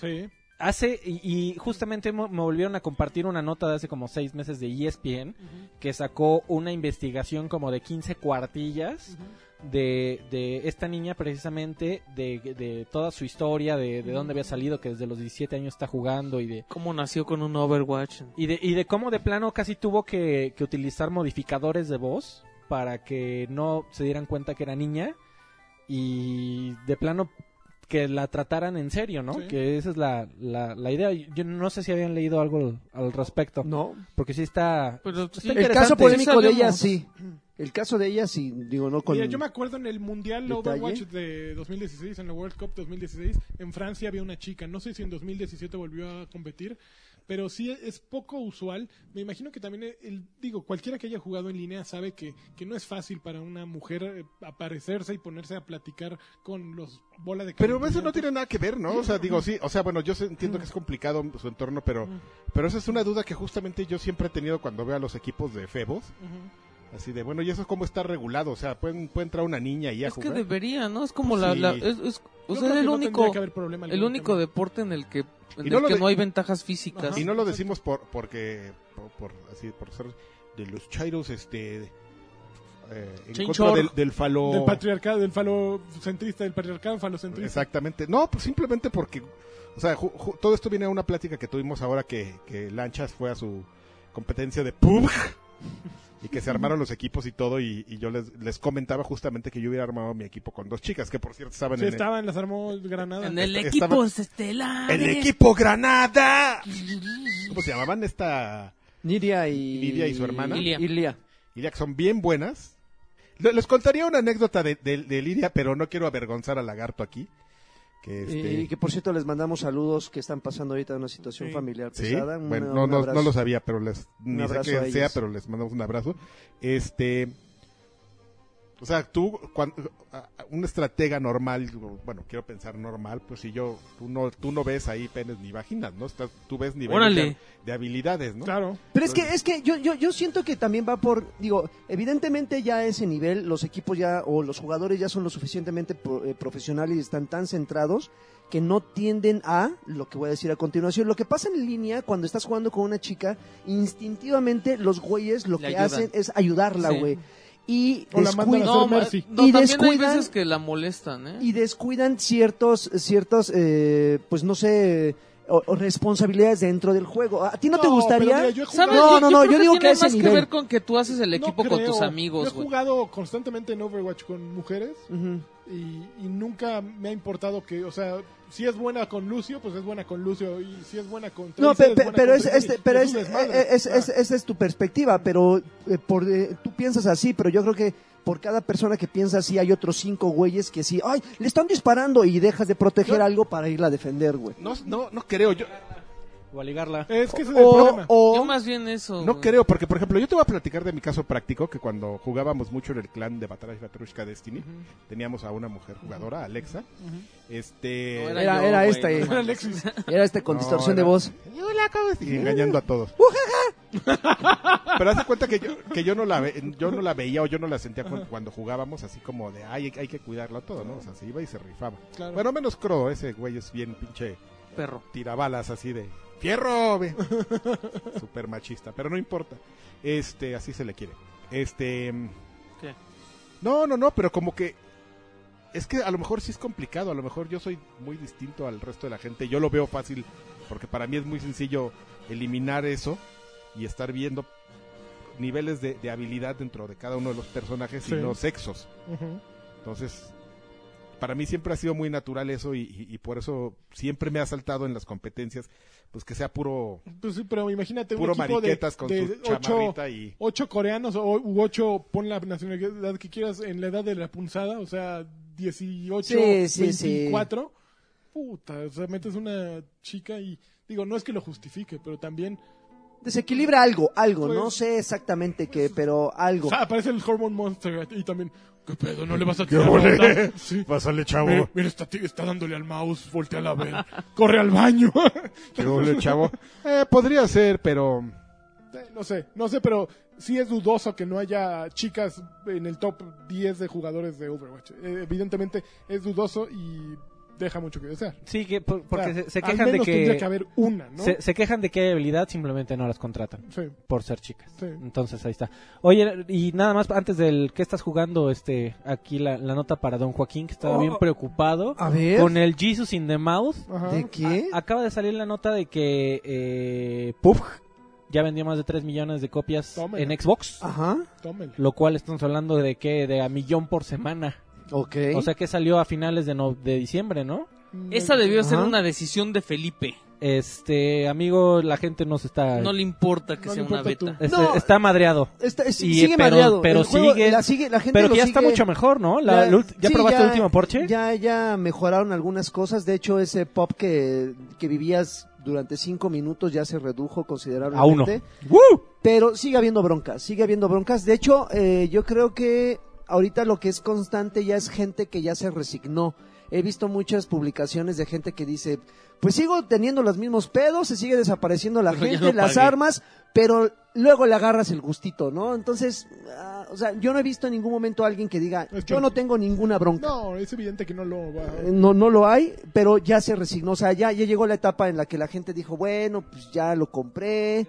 A: Sí.
G: Hace, y, y justamente mo- me volvieron a compartir una nota de hace como seis meses de E ESPN que sacó una investigación como de 15 cuartillas de, de esta niña precisamente, de, de toda su historia, de, de dónde había salido, que desde los 17 años está jugando y de,
C: ¿Cómo nació con un Overwatch?
G: y de, y de cómo de plano casi tuvo que, que utilizar modificadores de voz para que no se dieran cuenta que era niña y de plano que la trataran en serio, ¿no?
A: Sí.
G: Que esa es la, la, la idea. Yo no sé si habían leído algo al, al respecto,
B: No.
G: porque sí está...
C: Pero
B: El caso
C: sí,
G: interesante.
B: polémico de ella
C: sabemos.
B: sí. El caso de ella sí, digo, no con...
A: Mira, yo me acuerdo en el Mundial
B: detalle.
A: Overwatch de 2016, en la World Cup 2016, en Francia había una chica. No sé si en 2017 volvió a competir, pero sí es poco usual. Me imagino que también, eh, el- digo, cualquiera que haya jugado en línea sabe que, que no es fácil para una mujer eh, aparecerse y ponerse a platicar con los bola de
D: Pero eso no
A: calenturientos.
D: tiene nada que ver, ¿no? O sea, digo, sí, o sea, bueno, yo sé- entiendo que es complicado su entorno, pero, pero esa es una duda que justamente yo siempre he tenido cuando veo a los equipos de Febos.
A: Ujú.
D: Así de, bueno, ¿y eso cómo está regulado? O sea, ¿pueden, puede entrar una niña y a
C: Es que
D: jugar?
C: debería, ¿no? Es como
D: Pues
C: la...
D: sí.
C: la- es, es- o
A: Yo creo
C: sea, es
A: que
C: el
A: no
C: único,
A: tendría que haber problema
C: el
A: alguno
C: único
A: también.
C: deporte en el que, en
D: Y no
C: el
D: lo
C: que
D: de-
C: no hay ventajas físicas.
A: Ajá.
D: Y no lo
A: Ah, exacto.
D: decimos por, porque, por, por- así, por ser de los chairos, este, eh, en
C: Chinchor.
D: contra del, del falo...
A: Del patriarcado, del falocentrista, del patriarcado falocentrista.
D: Exactamente. No, pues simplemente porque, o sea, ju- ju- todo esto viene a una plática que tuvimos ahora que, que Lanchas fue a su competencia de PUBG y que se armaron los equipos y todo y, y yo les, les comentaba justamente que yo hubiera armado mi equipo con dos chicas que por cierto estaban
A: Sí,
D: en el-
A: estaban, las armó Granada.
C: En el
D: Estaba-
C: equipo estelar.
D: el, equipo Granada. ¿Cómo se llamaban esta?
B: Nidia y...
D: Nidia y su hermana.
C: Ilia.
B: Ilia.
D: Y ya que son bien buenas. Le- Les contaría una anécdota de, de, de Lidia, pero no quiero avergonzar al lagarto aquí. Que este...
B: Y que por cierto les mandamos saludos que están pasando ahorita una situación
A: Sí.
B: familiar
D: Sí,
B: pesada. Una-
D: bueno,
B: un
D: no, no,
B: abrazo.
D: no lo sabía, pero les, ni sé
B: abrazo a
D: qué sea,
B: ellas.
D: pero les mandamos un abrazo. Este, o sea, tú, cuando, a- a- un estratega normal, bueno, quiero pensar normal, pues si yo, tú no, tú no ves ahí penes ni vaginas, ¿no? Estás- tú ves niveles
C: Órale.
D: de, de habilidades, ¿no?
A: Claro.
B: Pero es que, es que yo, yo, yo siento que también va por, digo, evidentemente ya a ese nivel los equipos ya o los jugadores ya son lo suficientemente pro- eh, profesionales y están tan centrados que no tienden a lo que voy a decir a continuación. Lo que pasa en línea cuando estás jugando con una chica, instintivamente los güeyes lo
C: Le
B: que
C: ayudan.
B: hacen es ayudarla,
C: Sí.
B: güey. Y
A: O la mandan a
B: descuidan-
A: hacer
C: No, ma-
A: Mercy.
C: no,
B: Y
C: también hay
B: descuidan-
C: veces que la molestan, ¿eh?
B: y descuidan ciertos, ciertos, eh, pues no sé, o- o responsabilidades dentro del juego. ¿A ti no, te
A: pero
B: gustaría?
A: mira, yo he
C: ¿Sabes?
A: jugado-
B: No, no, no,
C: creo
B: yo digo que
C: tiene
B: a ese
C: más
B: nivel.
C: que ver con que tú haces el equipo
A: No
C: con
A: creo.
C: tus
A: Yo he
C: amigos, güey.
A: jugado constantemente en Overwatch con mujeres
B: Ujú.
A: y, y nunca me ha importado que, o sea, si es buena con Lucio, pues es buena con Lucio. Y si es buena con. Tracer,
B: No, pe-
A: es
B: pe-
A: buena
B: pero
A: con
B: es,
A: Tracer,
B: este-
A: y
B: pero
A: es
B: es,
A: un desmadre.
B: eh, es-
A: O sea,
B: es- esa es tu perspectiva, pero eh, por, eh, tú piensas así, pero yo creo que por cada persona que piensa así hay otros cinco güeyes que sí, ay, le están disparando y dejas de proteger algo para irla a defender, güey.
D: No, no, no creo, yo,
G: O a ligarla.
A: Ah. Es que ese es el
D: O,
A: problema.
D: o-
C: Yo más bien eso.
D: no
C: güey.
D: creo, porque por ejemplo, yo te voy a platicar de mi caso práctico, que cuando jugábamos mucho en el clan de Batalla Batrushka Destiny, teníamos a una mujer jugadora, Alexa, este...
C: No,
B: Era-
C: yo,
B: era
C: güey,
B: esta,
C: no
B: eh.
C: mames.
A: Era Alexis.
B: Era este con
D: No,
B: distorsión de
D: era-
B: voz.
D: Y hola, ¿cómo estás? Y engañando a todos. Pero hace cuenta que yo, que yo no la ve- yo no la veía o yo no la sentía cuando, cuando jugábamos así como de ay hay, hay que cuidarla todo, ¿no? O sea, se iba y se rifaba.
A: Claro.
D: Bueno, menos Crow, ese güey es bien pinche
C: Perro.
D: tirabalas así de fierro, ve". super machista, pero no importa. Este, así se le quiere. Este,
C: ¿Qué?
D: no, no, no, pero como que es que a lo mejor sí es complicado, a lo mejor yo soy muy distinto al resto de la gente, yo lo veo fácil porque para mí es muy sencillo eliminar eso y estar viendo niveles de, de habilidad dentro de cada uno de los personajes
A: Sí.
D: y no sexos.
A: Ujú.
D: Entonces, para mí siempre ha sido muy natural eso y, y- y por eso siempre me ha saltado en las competencias, pues que sea puro,
A: Pues sí, pero imagínate
D: puro
A: un equipo de,
D: mariquetas con
A: de
D: su
A: ocho,
D: chamarrita y...
A: ocho coreanos o, u ocho, pon la nacionalidad que quieras en la edad de la punzada, o sea, 18,
B: Sí, sí, sí.
A: 24. Puta, o sea, metes una chica y digo, no es que lo justifique, pero también
B: Desequilibra algo, algo.
A: Pues-
B: no sé exactamente qué, pero algo.
A: o sea, aparece el Hormone Monster y también, ¿qué pedo? ¿No le vas a
D: ¿Qué
A: tirar?
D: ole?
A: onda? Sí.
D: Pásale,
A: Mira, mira, está, está dándole al mouse, voltea a ver, corre al baño.
D: ¿Qué ole, chavo? Eh, podría ser, pero...
A: Eh, (laughs) No sé, no sé, pero sí es dudoso que no haya chicas en el top 10 de jugadores de Overwatch. Eh, evidentemente es dudoso y deja mucho que desear.
G: Sí, que por- porque
A: O sea,
G: se, se
A: Ah, al
G: quejan de
A: menos tendría
G: que...
A: que haber una, ¿no?
G: se, se quejan de que hay habilidad, simplemente no las contratan
A: Sí.
G: por ser chicas.
A: Sí.
G: Entonces ahí está. Oye, y nada más antes del que estás jugando, este, aquí la, la nota para Don Joaquín, que estaba
B: Oh.
G: bien preocupado
B: A ver.
G: con el Jesus in the Mouth.
A: Ajá.
B: ¿De qué?
G: A- acaba de salir la nota de que eh, PUBG ya vendió más de 3 millones de copias
A: Tómala.
G: en Xbox.
A: Ah,
B: Ajá.
A: Tómela.
G: Lo cual estamos hablando de que de a millón por semana.
B: Ok.
G: O sea que salió a finales de, no- de diciembre, ¿no?
C: Esa debió ser
B: Ajá.
C: una decisión de Felipe.
G: Este, amigo, la gente nos está...
C: No le importa que
A: No le
C: sea una
A: importa
C: beta.
A: tú.
G: este,
B: No.
G: está madreado.
B: Está- sí,
G: Y-
B: sigue
G: pero-
B: mareado.
G: pero
B: El juego,
G: sigue-
B: La, sigue, la gente
G: Pero
B: lo
G: que ya está
B: sigue-
G: mucho mejor, ¿no? La-
B: Ya-
G: la ulti- ¿Ya
B: sí,
G: probaste el último Porsche?
B: Ya, ya mejoraron algunas cosas. De hecho, ese pop que, que vivías durante cinco minutos ya se redujo considerablemente.
G: A uno. ¡Woo!
B: Pero sigue habiendo broncas, sigue habiendo broncas. De hecho, eh, yo creo que ahorita lo que es constante ya es gente que ya se resignó. He visto muchas publicaciones de gente que dice, pues sigo teniendo los mismos pedos, se sigue desapareciendo la
C: Pero ya
B: gente,
C: lo
B: las
C: pagué.
B: armas, pero luego le agarras el gustito, ¿no? Entonces, ah, o sea, yo no he visto en ningún momento a alguien que diga,
A: Es que-
B: yo no tengo ninguna bronca.
A: No, es evidente que no lo va
B: Eh, No, no lo hay, pero ya se resignó. O sea, ya, ya llegó la etapa en la que la gente dijo, bueno, pues ya lo compré.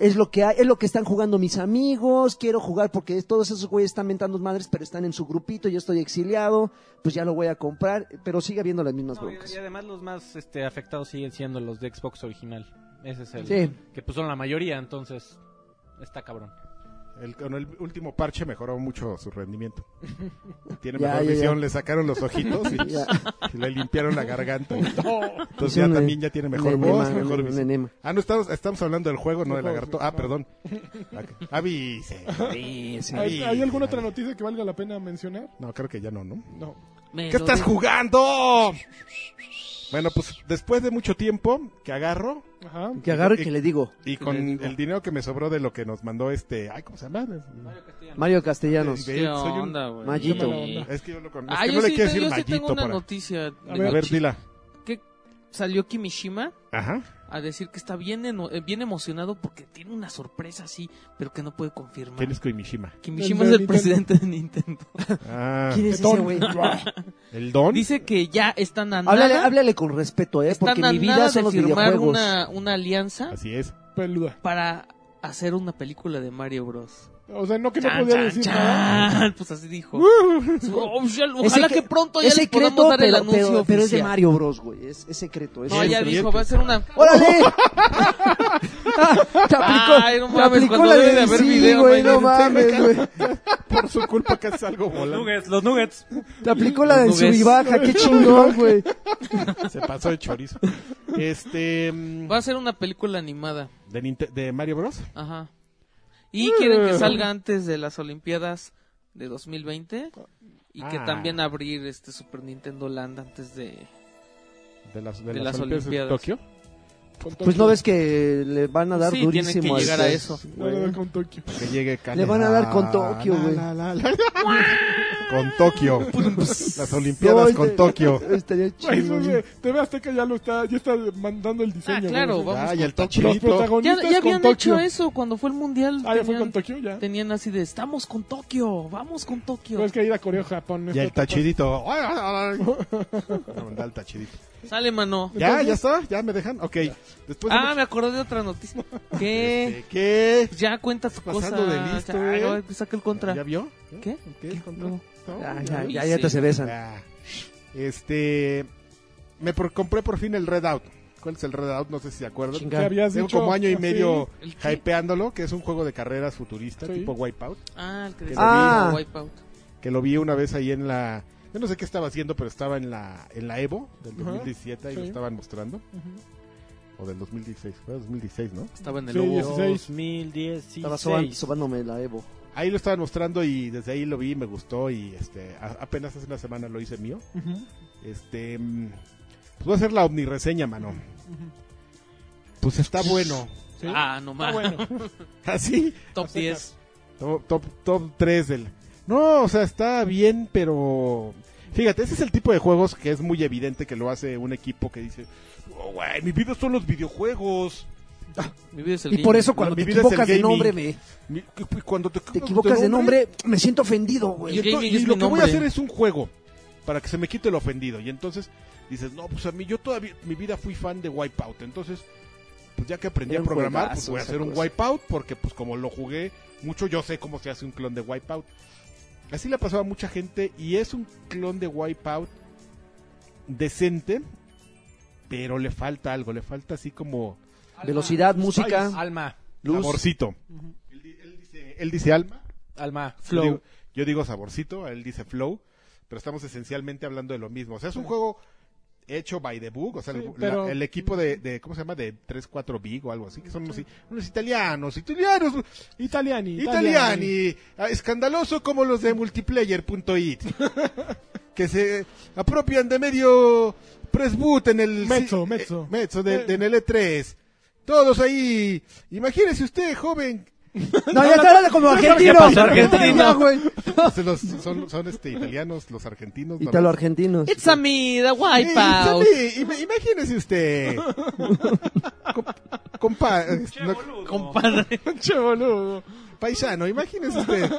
B: Es lo que hay. Es lo que, están jugando mis amigos. Quiero jugar porque todos esos güeyes están mentando madres, pero están en su grupito. Yo estoy exiliado. Pues ya lo voy a comprar. Pero sigue habiendo las mismas
G: No, y,
B: broncas.
G: y además los más este, afectados siguen siendo los de Xbox original. Ese es el
B: Sí.
G: que pues son la mayoría, entonces está cabrón.
D: El, con el último parche mejoró mucho su rendimiento. Tiene
B: Ya,
D: mejor
B: ya, ya.
D: visión, le sacaron los ojitos y,
B: (laughs) Ya.
D: y le limpiaron la
A: (laughs)
D: garganta. Entonces
B: Es
D: ya
B: un, eh,
D: también ya tiene mejor
B: un
D: voz,
B: enema,
D: mejor
B: un
D: visión.
B: enema.
D: Ah, no, estamos, estamos hablando del juego, no del
A: juego,
D: lagarto.
A: sí,
D: Ah,
A: no.
D: perdón.
A: (laughs)
D: Ac- Avise.
A: ¿Hay, hay alguna otra noticia que valga la pena mencionar?
D: No, creo que ya no, ¿no?
A: No.
C: Me
D: ¿Qué
C: lo
D: estás
C: digo.
D: jugando? Bueno, pues después de mucho tiempo que agarro
A: Ajá.
B: Que agarro y que le digo,
D: y
C: ¿Qué
D: con
C: le digo?
D: el dinero que me sobró de lo que nos mandó este... Ay, ¿cómo se llama?
B: Mario Castellanos.
D: Sí,
C: ¿Qué
D: soy un-
C: onda, güey?
B: Mallito.
A: Qué mala onda.
D: Es que yo lo conozco.
C: Ah,
D: es que
C: yo
D: no le
C: sí,
D: quiero
C: te-
D: decir
C: yo sí tengo
D: mallito
C: una
D: para...
C: noticia.
A: A
D: A ver, dila.
C: Que salió Kimishima
D: Ajá.
C: a decir que está bien, eno- eh, bien emocionado porque tiene una sorpresa así, pero que no puede confirmar.
D: ¿Quién es Koimishima?
C: Kimishima
A: El
C: es
A: de
C: el
A: Nintendo.
C: presidente de Nintendo.
D: Ah,
B: ¿Quién es ese güey?
D: ¿el don?
C: Dice que ya están a
B: Háblale,
C: nada-
B: háblale con respeto, ¿eh?
C: están
B: Porque
C: a
B: mi vida
C: nada
B: son
C: de
B: los
C: firmar
B: videojuegos.
C: una, una alianza
D: Así es.
A: Peluda.
C: para hacer una película de Mario Bros.
A: O sea, no que no
C: Chan,
A: podía
C: chan,
A: decir
C: chan.
A: nada.
C: (laughs) Pues así
D: (laughs)
C: dijo. Ojalá ojalá
B: cre-
C: que pronto ya
B: es
C: le
B: secreto,
C: podamos dar el
B: pero,
C: anuncio
B: pero- pero es de
C: oficial.
B: Mario Bros, güey. Es, es secreto. Es
C: No, ya
D: Sí,
B: secreto.
C: dijo, va a ser una... (laughs)
B: ¡Órale! te aplicó,
C: Ay, no
B: te
C: mames,
B: aplicó
C: cuando
B: la
C: debe
B: de
C: de haber
B: sí,
C: video,
B: güey, no
D: imagínate.
B: mames, güey.
D: Por su culpa que salgo volando.
G: los nuggets.
B: Te aplicó la de
C: Los
B: sub y
C: nuggets.
B: baja, qué chingón, güey.
D: Se pasó de chorizo. Este... mm,
C: Va a ser una película animada.
D: De, Ninte- de Mario Bros.
C: Ajá. Y quieren que salga antes de las Olimpiadas de 2020 y que
D: Ah.
C: también abrir este Super Nintendo Land antes de
D: De las, de
C: De
D: las
C: las
D: Olimpiadas de
C: Olimpiadas.
D: Tokio.
A: con Tokio.
B: Pues no ves que le van a dar
C: Sí, tienen que
B: durísimo. al-
C: llegar a eso.
A: No le dan con Tokio.
D: Que llegue
B: Le van a dar con
D: Canadá,
B: Tokio, güey.
D: la, la, la, la. Con Tokio. (laughs) Las Olimpiadas
B: No,
D: con
B: este-
D: Tokio.
B: (laughs) Estaría
A: Ay, eso
B: chido.
A: de- TV Azteca ya lo está, ya está mandando el diseño.
C: Ah, claro,
A: güey.
C: vamos.
D: Ah, y
C: con
D: el
C: Tokio.
A: Los
D: Tochilito.
C: Ya,
A: protagonistas
C: ya habían
A: con Tokio.
C: hecho eso cuando fue el mundial.
A: Ah, ya fue con
C: tenían-
A: Tokio, ya.
C: Tenían así de, estamos con Tokio, vamos con Tokio.
A: No es que ir a Corea o Japón.
D: Y el
A: esto-
D: tachidito. Mandar el tachidito.
C: Sale, mano.
D: ¿Ya? ¿Ya está? ¿Ya me dejan? Ok. Después de
C: Ah,
D: mucho-
C: me acordé de otra noticia. ¿Qué?
D: Este, ¿Qué?
C: Ya cuenta tu cosa.
D: Pasando de listo,
C: Ya,
D: eh.
C: ay, saca el contra.
D: ¿Ya vio?
C: ¿Qué?
D: ¿Qué? ¿Contra?
C: No.
D: No,
B: Ya,
D: ya
B: ya,
D: vi.
B: ya, ya te se besan.
D: Ah, Este. Me por- compré por fin el Redout. ¿Cuál es el Redout? No sé si se acuerdan.
A: Que habías
D: Llevo
A: dicho,
D: como año y
A: ah,
D: medio
C: ¿El qué?
D: hypeándolo, que es un juego de carreras futurista,
A: Sí.
D: tipo Wipeout.
C: Ah, el que
D: Que
C: decía
B: Ah.
C: Wipeout.
D: Que lo vi una vez ahí en la. Yo no sé qué estaba haciendo, pero estaba en la, en la Evo del
A: Ajá,
D: 2017 y lo
A: sí.
D: estaban mostrando.
A: Ujú.
D: O del 2016. Fue 2016, ¿no?
C: Estaba en el
A: Sí,
C: lobo.
A: 16.
G: 2016.
B: Estaba soban- sobándome la Evo.
D: Ahí lo estaban mostrando y desde ahí lo vi, me gustó y este a- apenas hace una semana lo
A: (laughs)
D: hice mío.
A: Ujú.
D: Este, mm, pues voy a hacer la omnireseña, mano. Pues está
A: (laughs)
D: bueno.
A: Sí.
C: Ah, no
A: Ah,
C: más.
A: bueno. ¿Ah,
D: Así,
C: (laughs) Top 10.
D: top, top, top 3 del. No, o sea, está bien, pero. Fíjate, ese es el tipo de juegos que es muy evidente que lo hace un equipo que dice: "Oh, güey, mi vida son los videojuegos.
C: Mi vida es el
B: Y por
C: game.
B: eso cuando
D: Mi
B: te
D: vida es el
B: equivocas de
D: gaming.
B: nombre, ve.
D: Mi- y cuando te,
B: Te equivocas de nombre, me siento ofendido,
D: Y,
B: güey.
C: El
D: ento-
C: gaming
D: Pues y
C: es
D: lo
C: mi
D: que voy a
C: nombre.
D: hacer es un juego para que se me quite el ofendido. Y entonces dices, no, pues a mí yo todavía, mi vida fui fan de Wipeout. Entonces, pues ya que aprendí
B: Era
D: a
B: un
D: programar,
B: juegazo
D: pues voy a
B: esa
D: hacer un
B: cosa.
D: Wipeout porque pues como lo jugué mucho, yo sé cómo se hace un clon de Wipeout. Así le pasaba a mucha gente y es un clon de Wipeout decente, pero le falta algo, le falta así como
B: Velocidad, música,
G: Alma.
B: luz.
D: saborcito. Él di- él dice- él dice alma.
G: Alma.
D: Yo digo, yo digo saborcito, él dice flow, pero estamos esencialmente hablando de lo mismo. O sea, es un juego hecho by the book, o sea,
A: Sí,
D: el-
A: pero-
D: la- el equipo de, de- ¿cómo se llama? De 3-4 Big o algo así, que son unos, unos italianos, italianos,
A: Italiani.
D: italiani, ah, escandaloso como los
A: (laughs)
D: de multiplayer.it, que se apropian de medio presbut en el...
A: Mezzo,
D: eh,
A: mezzo.
D: mezzo de- de en el E3. Todos ahí. Imagínese usted,
A: (laughs)
D: joven,
B: No, ya está hablando como argentino.
C: pasó, argentino?
B: Ya, güey.
D: Se los- son, son, este, italianos, los argentinos. ¿no?
B: Italo-argentinos.
C: It's a me, the
D: Sí,
C: Wipeout.
D: sí, im- Imagínese usted. Com- compa- eh, no,
B: (laughs)
C: Compadre.
A: Che, boludo.
D: paisano, imagínese usted.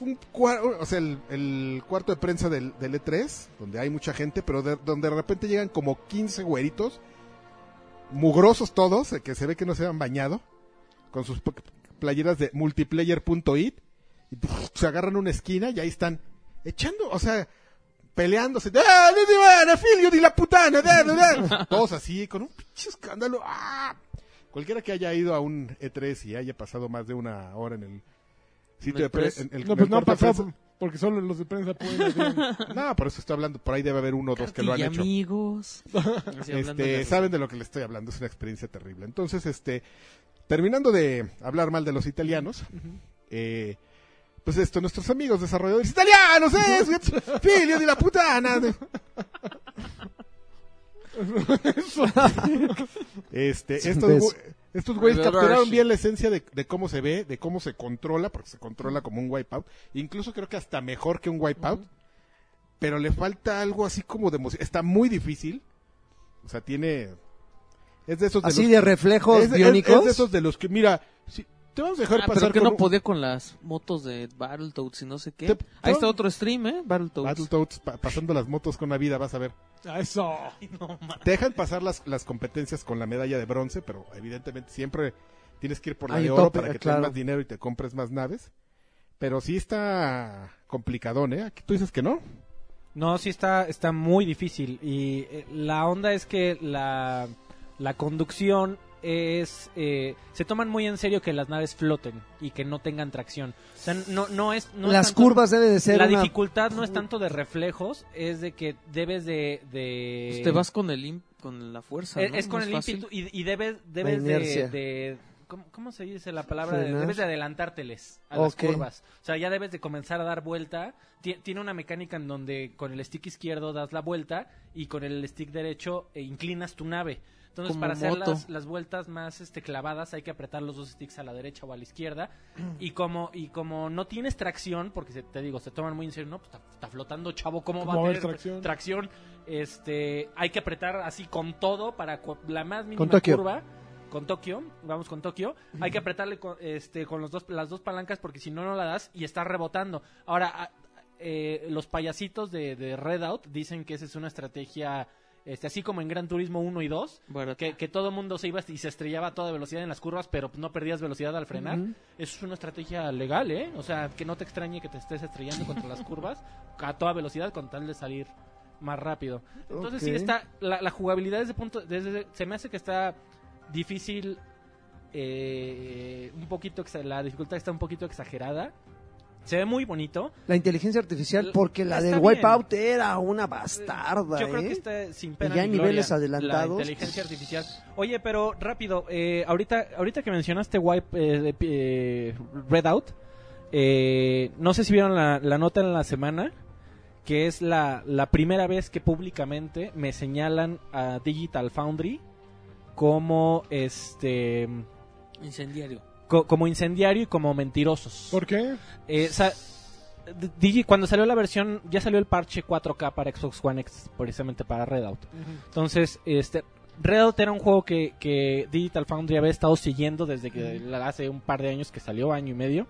D: Un cua- o sea, el, el cuarto de prensa del, del E3, donde hay mucha gente, pero de- donde de repente llegan como 15 güeritos, mugrosos todos, eh, que se ve que no se han bañado, con sus p- playeras de multiplayer.it, y se agarran una esquina y ahí están echando, o sea, peleándose. ¡Ah, no te van a filio de la putana! da, da,
C: (laughs)
D: da! Todos así, con un pinche escándalo. ¡Ah! Cualquiera que haya ido a un E3 y haya pasado más de una hora en el sitio
C: En el E
D: de pre-
C: press.
D: en el-
A: No,
D: en
A: pues
D: el
A: no
D: cuarto de
A: pasó
D: prensa.
A: porque solo los de prensa pueden.
D: No, por eso estoy hablando. Por ahí debe haber uno o dos que lo han
C: y
D: hecho.
C: amigos. Así hablando
D: Este,
C: de-
D: saben de lo que les estoy hablando, es una experiencia terrible. Entonces, este, terminando de hablar mal de los italianos, eh, pues esto, nuestros amigos desarrolladores italianos, eh, filio de la putana. este, estos,
B: Beso.
D: gü- estos güeyes
C: Reverse.
D: capturaron bien la esencia de, de cómo se ve, de cómo se controla, porque se controla como un wipeout. Incluso creo que hasta mejor que un wipeout. Pero le falta algo así como de emoción. Está muy difícil. O sea, tiene. Es de esos de
B: Así
D: los-
B: de reflejos
D: es, es-
B: biónicos.
D: es de esos de los que, mira, si te vamos a dejar
C: Ah,
D: pasar
C: pero que
D: con
C: no
D: un-
C: podía con las motos de Battletoads y no sé qué.
D: Te-
C: Ahí está otro stream, ¿eh? Battletoads.
D: Battletoads pa- pasando las motos con la vida, vas a ver.
A: Ah,
C: (laughs)
A: Eso.
D: Te dejan pasar las, las competencias con la medalla de bronce, pero evidentemente siempre tienes que ir por la
B: Hay
D: de
B: un
D: oro
B: Ah, tope,
D: para que
B: claro.
D: tengas más dinero y te compres más naves. Pero sí está complicadón, ¿eh? Aquí tú dices que no.
G: No, sí está, está muy difícil. Y eh, la onda es que la, la conducción es... eh, se toman muy en serio que las naves floten y que no tengan tracción. O sea, no, no es... No es
B: Las
G: tanto-
B: curvas deben de ser
G: La
B: una...
G: dificultad no es tanto de reflejos, es de que debes de... de-
C: Pues te vas con el im- con la fuerza.
G: Eh, es,
C: ¿no?
G: es con
C: Más
G: el
C: fácil.
G: ímpetu y, y debes, debes de-
B: inercia.
G: de... ¿cómo, cómo se dice la palabra?
B: Frenar.
G: Debes de adelantárteles a
B: Ok.
G: las curvas. O sea, ya debes de comenzar a dar vuelta. Ti- tiene una mecánica en donde con el stick izquierdo das la vuelta y con el stick derecho eh, inclinas tu nave. Entonces,
C: Como
G: para hacer
C: moto.
G: las, las vueltas más este, clavadas, hay que apretar los dos sticks a la derecha o a la
C: (clears throat)
G: izquierda. Y como, y como no tienes tracción, porque se- te digo, se toman muy en serio, no, pues está, está flotando, chavo, ¿cómo,
A: ¿Cómo
G: va a
A: va a
G: tener
A: haber tracción?
G: Este, hay que apretar así con todo para cu- la más mínima
B: Con Tokio.
G: curva. Con Tokio, vamos con Tokio. Hay que apretarle con, este, con los dos, las dos palancas porque si no, no la das y está rebotando. Ahora, a- eh, los payasitos de, de Redout dicen que esa es una estrategia, este, así como en Gran Turismo 1 y 2,
C: Barato.
G: que, que todo mundo se iba y se estrellaba a toda velocidad en las curvas, pero no perdías velocidad al frenar.
B: Ujú.
G: Eso es una estrategia legal, ¿eh? O sea, que no te extrañe que te estés estrellando contra las curvas a toda velocidad con tal de salir más rápido. Entonces
B: Ok.
G: sí está, la, la jugabilidad desde punto, desde, se me hace que está difícil, eh, un poquito, exa- la dificultad está un poquito exagerada. Se ve muy bonito.
B: La inteligencia artificial,
G: L-
B: porque la
G: está
B: del
G: bien.
B: Wipeout era una bastarda,
G: Yo creo
B: ¿eh?
G: que está sin pena
B: Y ya en
G: ni
B: niveles
G: gloria,
B: adelantados.
G: La inteligencia artificial. Oye, pero rápido, eh, ahorita, ahorita que mencionaste Wipe, eh, eh, eh, Redout, eh, no sé si vieron la, la nota en la semana, que es la, la primera vez que públicamente me señalan a Digital Foundry como este
C: Incendiario.
G: co- como incendiario y como mentirosos.
A: ¿Por qué?
G: Eh, sa- D- Digi, cuando salió la versión, ya salió el parche 4K para Xbox One X, precisamente para Redout. Entonces, este, Redout era un juego que, que Digital Foundry había estado siguiendo desde que la- hace un par de años que salió, año y medio.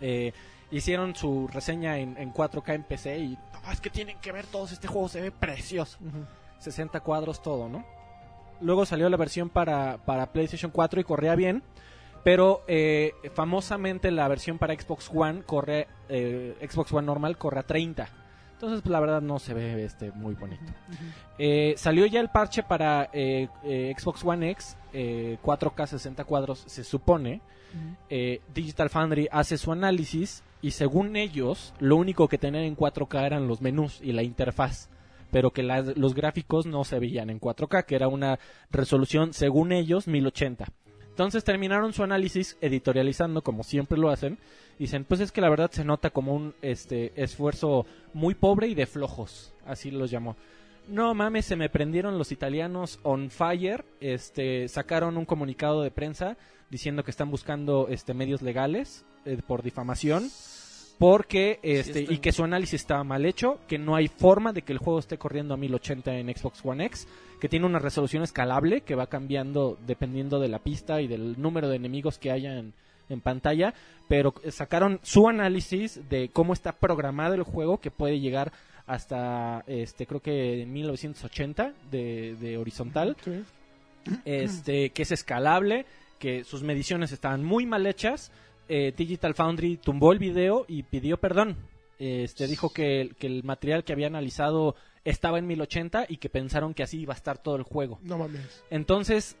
G: Eh, hicieron su reseña en, en 4K en PC y "No, es que tienen que ver todos, este juego se ve precioso. 60 cuadros todo, ¿no? Luego salió la versión para, para PlayStation 4 y corría bien. Pero eh, famosamente la versión para Xbox One corre, eh, Xbox One normal corre a 30. Entonces, pues, la verdad no se ve este muy bonito. Eh, salió ya el parche para eh, eh, Xbox One X, eh, 4K 60 cuadros, se supone. Eh, Digital Foundry hace su análisis y según ellos, lo único que tenían en 4K eran los menús y la interfaz. Pero que las- los gráficos no se veían en 4K, que era una resolución, según ellos, 1080. Entonces terminaron su análisis editorializando, como siempre lo hacen. Dicen, pues es que la verdad se nota como un este, esfuerzo muy pobre y de flojos. Así los llamó. No mames, se me prendieron los italianos on fire. Este, sacaron un comunicado de prensa diciendo que están buscando este, medios legales eh, por difamación. Porque, este,
C: está
G: y que su análisis estaba mal hecho, que no hay forma de que el juego esté corriendo a 1080 en Xbox One X, que tiene una resolución escalable que va cambiando dependiendo de la pista y del número de enemigos que haya en, en pantalla, pero sacaron su análisis de cómo está programado el juego que puede llegar hasta este creo que 1980 de,
A: (clears throat)
G: de horizontal
A: Sí.
G: este que es escalable que sus mediciones estaban muy mal hechas eh, Digital Foundry tumbó el video y pidió perdón este dijo que, el- que el material que había analizado estaba en 1080 y que pensaron que así iba a estar todo el juego
A: No mames.
G: entonces,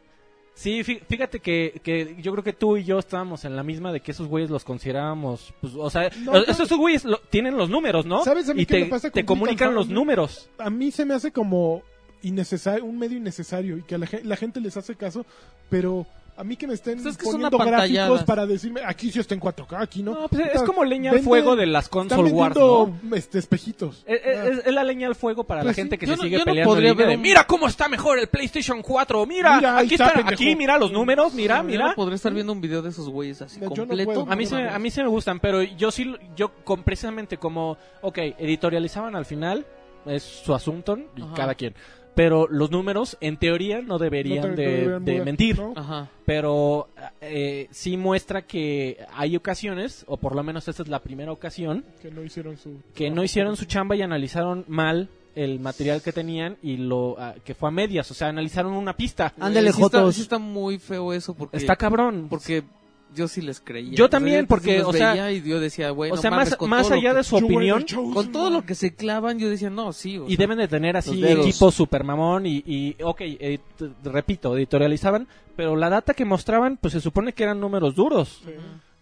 G: sí, fí- fíjate que, que yo creo que tú y yo estábamos en la misma de que esos güeyes los considerábamos, pues, o sea,
A: No,
G: los-
A: yo-
G: esos güeyes lo- tienen los números, ¿no?
A: ¿Sabes a mí
G: y
A: qué
G: te,
A: me pasa con
G: te
A: Digital
G: comunican los
A: Foundry?
G: números.
A: A mí se me hace como innecesario, un medio innecesario y que a la, gen- la gente les hace caso, pero a mí que me estén
C: Pues es que son
A: poniendo gráficos
C: apantalladas.
A: para decirme aquí sí está en 4K, aquí no.
G: No, pues, es
A: Puta,
G: como leña al
A: venden-
G: fuego de las
A: Están
G: console wars,
A: vendiendo
G: ¿no? Eh,
A: este, espejitos. Ah,
G: Es, es- es la leña al fuego para
A: Pues
G: la
A: sí.
G: gente que
C: Yo
G: se
C: no-
G: sigue
C: yo no
G: peleando.
C: podría
G: el día
C: ver
G: de,
C: un-
G: Mira cómo está mejor el PlayStation 4, mira,
A: Mira, ahí
G: aquí,
A: está,
G: están-
A: pendejo".
G: aquí, mira los números, mira,
C: Yo
G: mira.
C: no podré Ah, estar viendo un video de esos güeyes así
A: Yo no
C: completo.
A: puedo.
G: A mí, se,
A: mames.
G: a mí se me gustan, pero yo sí, yo con- precisamente como, ok, editorializaban al final, es su asunto y
C: Ajá.
G: cada quien. Pero los números, en teoría, no deberían
A: No te-
G: de,
A: no deberían
G: de
A: mudar,
G: mentir.
A: ¿no?
C: Ajá.
G: Pero eh, sí muestra que hay ocasiones, o por lo menos esta es la primera ocasión,
A: Que no hicieron su...
G: que no
A: trabajo.
G: hicieron su chamba y analizaron mal el material que tenían y lo ah, que fue a medias. O sea, analizaron una pista.
B: Ándale,
C: Eh, sí está-
B: Jotos.
C: sí está muy feo eso porque...
G: Está cabrón.
C: porque yo sí les creía.
G: Yo también,
C: Sí
G: porque,
C: los
G: o sea-
C: veía y yo decía, bueno,
G: o sea,
C: mames,
G: más,
C: con
G: más
C: todo lo
G: allá
C: que-
G: de su
A: You were the
G: opinión,
A: chosen
C: Con todo
A: one.
C: lo que se clavan, yo decía, no, sí. o
G: Y
C: sea,
G: deben de tener así
C: los dedos.
G: equipo super mamón y, y ok, eh, t- repito, editorializaban, pero la data que mostraban, pues se supone que eran números duros.
A: Sí.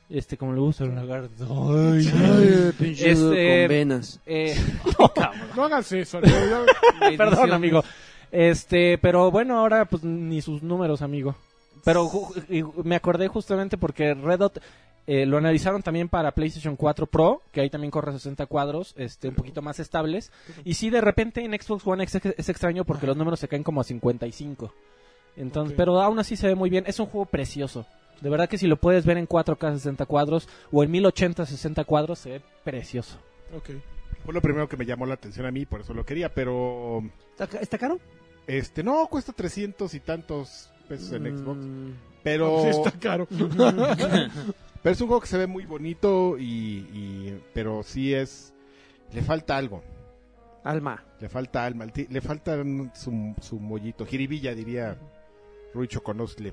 G: Este, como le gusta el lagarto.
B: Ay, pinche
G: Este-
B: con venas.
G: Eh,
A: No hagas eso. tío, ya-
C: mediciones.
G: (laughs) perdón, amigo. Este, pero bueno, ahora pues ni sus números, amigo. Pero ju- y me acordé justamente porque Red Hot eh, lo analizaron también para PlayStation 4 Pro, que ahí también corre 60 cuadros, este, un poquito más estables. Y sí, de repente en Xbox One X es, es extraño porque los números se caen como a 55. Entonces,
A: Ok.
G: pero aún así se ve muy bien. Es un juego precioso. De verdad que si lo puedes ver en 4K 60 cuadros o en 1080 60 cuadros se ve precioso.
A: Ok.
D: Fue lo primero que me llamó la atención a mí, por eso lo quería, pero
B: ¿Está, ca- está caro?
D: este no cuesta 300 y tantos pesos en Xbox,
B: Mm,
C: Ah,
D: pero
C: pues
A: Sí, está (laughs) caro.
D: pero es un juego que se ve muy bonito y, y- pero sí es le falta algo,
B: alma.
D: le falta alma, le- le falta su, su mollito, jiribilla diría Rui Choconosle.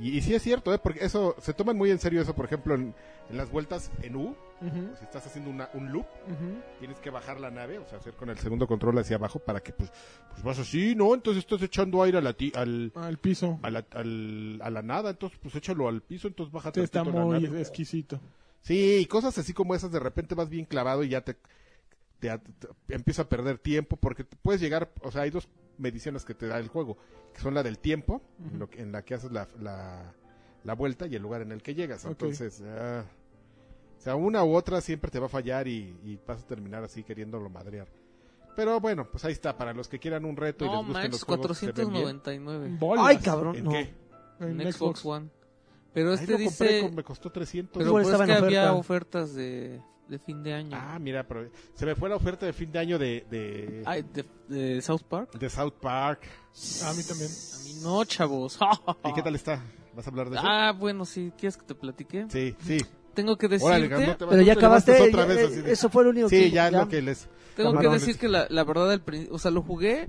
D: Y, y sí es cierto, ¿eh? porque eso se toman muy en serio eso, por ejemplo, en, en las vueltas en U,
A: Ujú,
D: si estás haciendo una- un loop
A: ujú.
D: tienes que bajar la nave, o sea, hacer con el segundo control hacia abajo para que pues, pues vas así, ¿no? Entonces estás echando aire a la ti- al,
A: Al piso.
D: a la, al- a la nada, entonces pues échalo al piso, entonces baja
A: Sí, Este está
D: tantito la
A: muy
D: nave.
A: exquisito.
D: Sí, y cosas así como esas, de repente vas bien clavado y ya te, te, te- empieza a perder tiempo porque te puedes llegar, o sea, hay dos mediciones que te da el juego, que son la del tiempo, en, lo que- en la que haces la, la, la vuelta y el lugar en el que llegas.
A: Ok.
D: Entonces, ah, o sea, una u otra siempre te va a fallar y, y vas a terminar así queriéndolo madrear. Pero bueno, pues ahí está, para los que quieran un reto y les
C: No
D: gusten los
C: manches,
D: juegos que se ven bien.
C: 499
A: Bolas.
B: Ay, cabrón.
D: ¿En
B: No.
D: qué?
A: En
C: en Xbox One. Pero
D: Ahí
C: este
D: lo compré,
C: dice...
D: con- me costó 300.
C: Pero
B: Igual
C: pues
B: estaba
C: que
B: en
C: había
B: oferta.
C: ofertas de, de fin de año.
D: Ah, mira, pero se me fue la oferta de fin de año de, de,
C: Ay, de, de South Park.
D: de South Park.
A: Ah, A mí también.
C: A mí no, chavos.
D: ¿Y
B: Ah.
D: qué tal está? ¿Vas
C: (laughs)
D: a hablar de eso?
C: Ah, bueno, si quieres que te platique.
D: Sí, sí.
C: Tengo que decirte,
D: Órale, no te vas-
B: Pues Pero
D: no
B: ya
D: te levantes
B: acabaste.
D: otra
B: ya-
D: vez
B: eh,
D: así de-
B: Eso fue lo único
D: Sí,
B: que-
D: ya es lo que les...
C: tengo que
B: Camarones.
C: decir que la, la verdad, al prin- o sea, lo jugué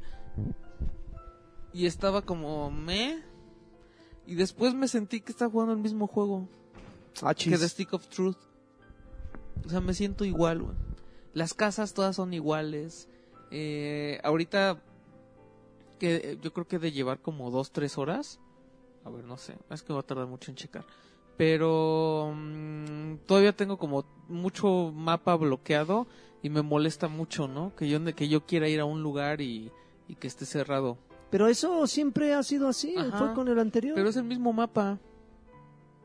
C: y estaba como me. Y después me sentí que estaba jugando el mismo juego
B: Ah, chis.
C: que The Stick of Truth. O sea, me siento igual, güey. Las casas todas son iguales. Eh, ahorita, que eh, yo creo que he de llevar como dos, tres horas. A ver, no sé. Es que va a tardar mucho en checar. Pero mm, todavía tengo como mucho mapa bloqueado y me molesta mucho, ¿no? Que yo, que yo quiera ir a un lugar y, y que esté cerrado.
B: Pero eso siempre ha sido así.
C: Ajá.
B: Fue con el anterior.
C: Pero es el mismo mapa.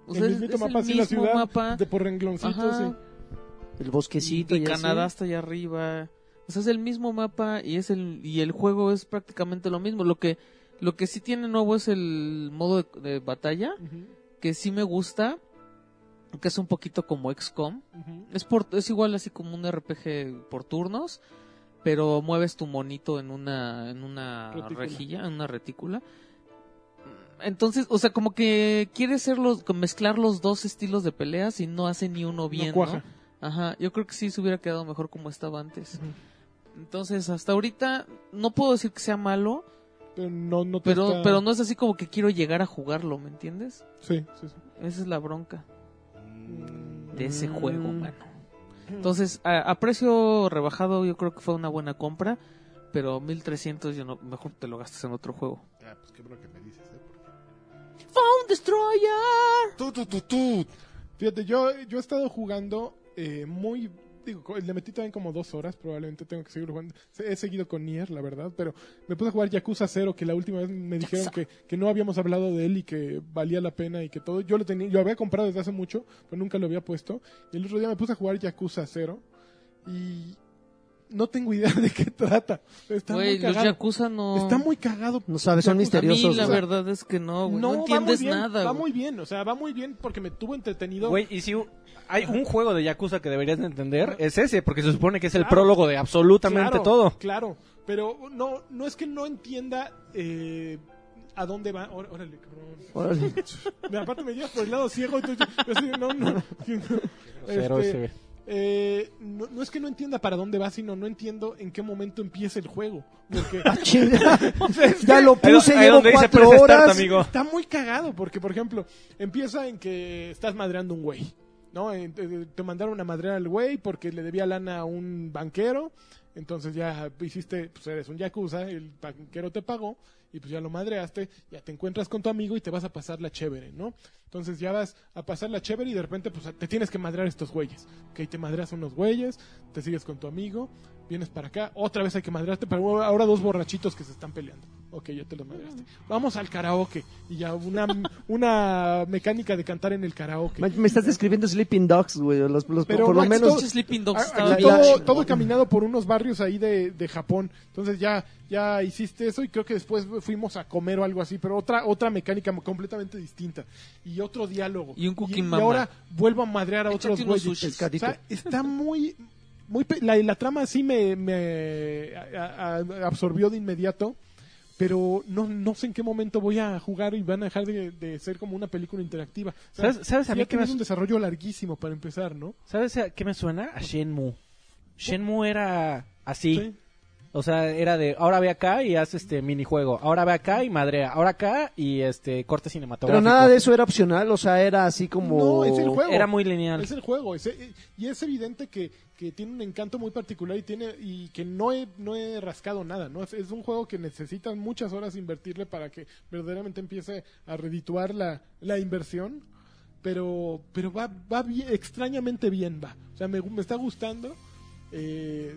C: O
A: el
C: sea, es-
A: mismito
C: es
A: mapa, sí, la
C: mismo
A: ciudad.
C: mapa.
A: De por rengloncitos,
C: Ajá.
A: sí.
B: El bosquecito.
C: y
B: y así.
C: Canadá está allá arriba. O sea, es el mismo mapa y es el y el juego es prácticamente lo mismo. Lo que lo que sí tiene nuevo es el modo de, de batalla
A: Ujú,
C: que sí me gusta, que es un poquito como XCOM.
A: ujú.
C: Es por es igual así como un RPG por turnos, pero mueves tu monito en una en una
A: Retícula.
C: rejilla, en una retícula. Entonces, o sea, como que quiere ser los, mezclar los dos estilos de peleas y no hace ni uno bien.
A: no
C: ¿no?
A: cuaja.
C: Ajá, yo creo que sí se hubiera quedado mejor como estaba antes. Entonces, hasta ahorita no puedo decir que sea malo,
A: Pero no, no te
C: pero,
A: está-
C: pero no es así como que quiero llegar a jugarlo, ¿me entiendes?
A: Sí, sí, sí.
C: Esa es la bronca
D: Mm,
C: de ese
B: Mm.
C: juego, mano. Entonces, a, a precio rebajado yo creo que fue una buena compra, pero 1300 yo no, mejor te lo gastas en otro juego.
D: ah, pues qué bueno que me dices, ¿eh? Porque-
C: ¡Un Destroyer!
D: Tú, tú, tú, tú.
A: Fíjate, yo, yo he estado jugando eh, muy... Digo, co- le metí también como dos horas, probablemente tengo que seguir jugando. Se- He seguido con Nier, la verdad, pero me puse a jugar Yakuza 0, que la última vez me dijeron que, que no habíamos hablado de él y que valía la pena y que todo. Yo lo tenía, yo había comprado desde hace mucho, pero nunca lo había puesto. Y el otro día me puse a jugar Yakuza 0 y no tengo idea (laughs) de qué trata. Está
C: Güey,
A: muy
C: los
A: cagado.
C: Yakuza no...
A: Está muy cagado
B: No sabes, son
A: Yakuza,
C: a mí
B: misteriosos.
C: la
B: o sea.
C: verdad es que no, güey. No,
A: va
C: entiendes
A: muy bien,
C: nada,
A: Va
C: güey.
A: muy bien, o sea, va muy bien porque me tuvo entretenido.
G: Güey, y si u- hay (laughs) un juego de Yakuza que deberías de entender, es ese, porque se supone que es el
A: Claro.
G: prólogo de absolutamente
A: Claro,
G: todo.
A: Claro, pero no, no es que no entienda eh, a dónde va. Ó- Órale, cabrón.
C: (laughs)
B: Órale.
A: Me- Aparte me llevas por el lado ciego. Entonces yo, yo así, no, no.
G: Pero
A: Este,
G: ese-
A: eh, no, no es que no entienda para dónde va, sino no entiendo en qué momento empieza el juego.
C: (laughs)
A: Porque
B: Ah, Chinga. ya lo
G: Ahí do-
B: puse,
G: ahí
B: llevo
G: donde dice
B: cuatro
G: press start,
B: horas.
G: amigo.
A: Está muy cagado porque, por ejemplo, empieza en que estás madreando un güey. ¿No? Eh, Te te mandaron a madrear al güey porque le debía lana a un banquero. Entonces ya hiciste, pues eres un yakuza, el banquero te pagó y pues ya lo madreaste, ya te encuentras con tu amigo y te vas a pasar la chévere, ¿no? Entonces ya vas a pasar la chévere y de repente pues te tienes que madrear estos güeyes. Ok, te madreas a unos güeyes, te sigues con tu amigo, vienes para acá, otra vez hay que madrearte, pero ahora dos borrachitos que se están peleando. Ok, ya te lo madreaste. Vamos al karaoke. Y ya una, (laughs) una mecánica de cantar en el karaoke.
B: Ma- Me estás describiendo Sleeping Dogs, güey. Los, los-
A: Pero
B: por lo
A: Max,
B: menos.
A: todo-
C: Sleeping
A: Ah,
C: Dogs
A: aquí
C: estaba
B: la-
C: bien
B: la-
A: todo,
C: chingón.
A: todo caminado por unos barrios ahí de, de Japón. Entonces ya, ya hiciste eso y creo que después fuimos a comer o algo así, pero otra, otra mecánica completamente distinta. Y otro diálogo.
C: Y un cooking
A: y
C: mama.
A: ahora vuelvo a madrear a
C: Échate
A: otros
C: unos
A: güeyes.
C: sushis.
A: O sea, está muy... muy pe- la, la trama sí me, me a- a- absorbió de inmediato. Pero no, no sé en qué momento voy a jugar y van a dejar de, de ser como una película interactiva. O sea,
G: ¿Sabes- sabes a
A: sí
G: mí
A: ha
G: qué me
A: tenido
G: as-
A: un desarrollo larguísimo para empezar, ¿no?
G: ¿Sabes a qué me suena? A Shenmue. Shenmue era así.
A: Sí.
G: O sea, era de ahora ve acá y haz este minijuego, ahora ve acá y madrea, ahora acá y este corte
B: Pero
G: cinematográfico.
B: nada de eso era opcional, o sea, era así
A: No,
B: como.
A: es el juego.
G: Era muy lineal.
A: Es el juego, es- eh, y es evidente que, que tiene un encanto muy particular y tiene y que no he, no he rascado nada, ¿no? Es, es un juego que necesitan muchas horas invertirle para que verdaderamente empiece a redituar la, la inversión, pero pero va, va bien, extrañamente bien va. O sea, me, gu- me está gustando. eh,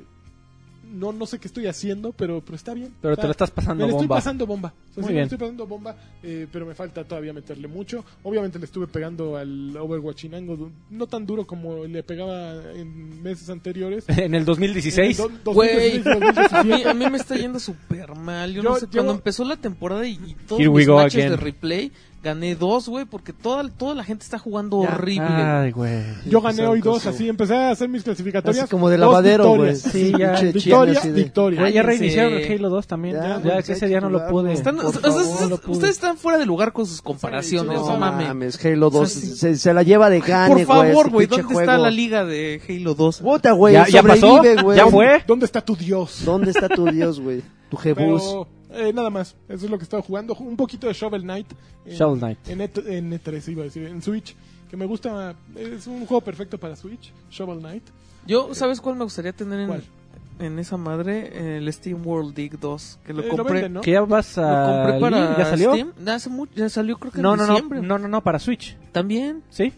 A: no no sé qué estoy haciendo, pero pero está bien.
G: Pero
A: Está-
G: te lo estás
A: me
G: pasando
A: le estoy
G: bomba.
A: pasando bomba. O sea,
G: Muy
A: sí, me
G: bien.
A: estoy pasando bomba, eh, pero me falta todavía meterle mucho. Obviamente le estuve pegando al Overwatchinango, du- no tan duro como le pegaba en meses
G: (laughs)
A: anteriores.
G: (laughs) en el 2016.
A: En el do-
C: Güey,
A: 2016, 2017.
C: (laughs) a mí, a mí me está yendo súper mal. Yo, no
A: Yo-
C: sé,
A: yo-
C: cuando empezó la temporada y, y todos
G: Here we
C: mis
G: go
C: matches
G: again.
C: de replay, gané dos, güey, porque toda, toda la gente está jugando
B: Ya.
C: horrible.
G: Ay, güey.
A: Yo gané hoy
B: Con
A: dos,
B: su-
A: así empecé a hacer mis clasificatorias.
B: Así como de
A: Dos
B: lavadero, güey.
A: victorias.
B: Sí,
G: ya.
B: pinche
A: Victoria,
B: chile así de-
A: victoria.
G: Ya,
C: Ay,
G: ya reiniciaron
C: ese-
G: el Halo 2 también.
B: Ya,
G: Ya,
B: güey,
G: que
B: hay
G: ese
B: que
G: día no lo
B: jugarlo.
G: pude.
C: Están-
B: Por
C: o sea,
B: favor,
C: ustedes-
B: no pude.
C: ustedes están fuera de lugar con sus comparaciones,
A: Sí, sí,
C: no
A: sí.
C: mames.
B: mames, Halo 2
C: O sea, sí.
B: se, se la lleva de gane, güey.
C: Por favor,
B: este
C: güey,
B: pinche
C: ¿dónde está
B: juego.
C: la liga de Halo 2?
B: Puta, güey,
G: ¿Ya- ya pasó?
B: sobrevive, güey.
G: ¿Ya fue?
A: ¿Dónde está tu
B: (laughs)
A: dios?
B: ¿Dónde está tu Dios, güey? Tu Jebus.
A: Pero, eh, nada más, eso es lo que estaba jugando. Ju- Un poquito de Shovel Knight. En,
G: Shovel Knight.
A: En, E- en E3, iba a decir, en Switch. Que me gusta, es un juego perfecto para Switch, Shovel Knight.
C: Yo, ¿sabes cuál me gustaría tener en,
A: ¿Cuál?
C: en esa madre? El Steam World Dig 2, que lo
A: Eh,
C: compré.
A: venden, ¿no?
G: Que ya vas
C: Lo
G: a
C: compré para
G: Ah, ¿Ya salió?
C: Steam. No, hace mucho, ya salió creo que
G: No,
C: en
G: no, no,
C: diciembre.
G: no, no, no, para Switch.
C: También
G: ¿Sí?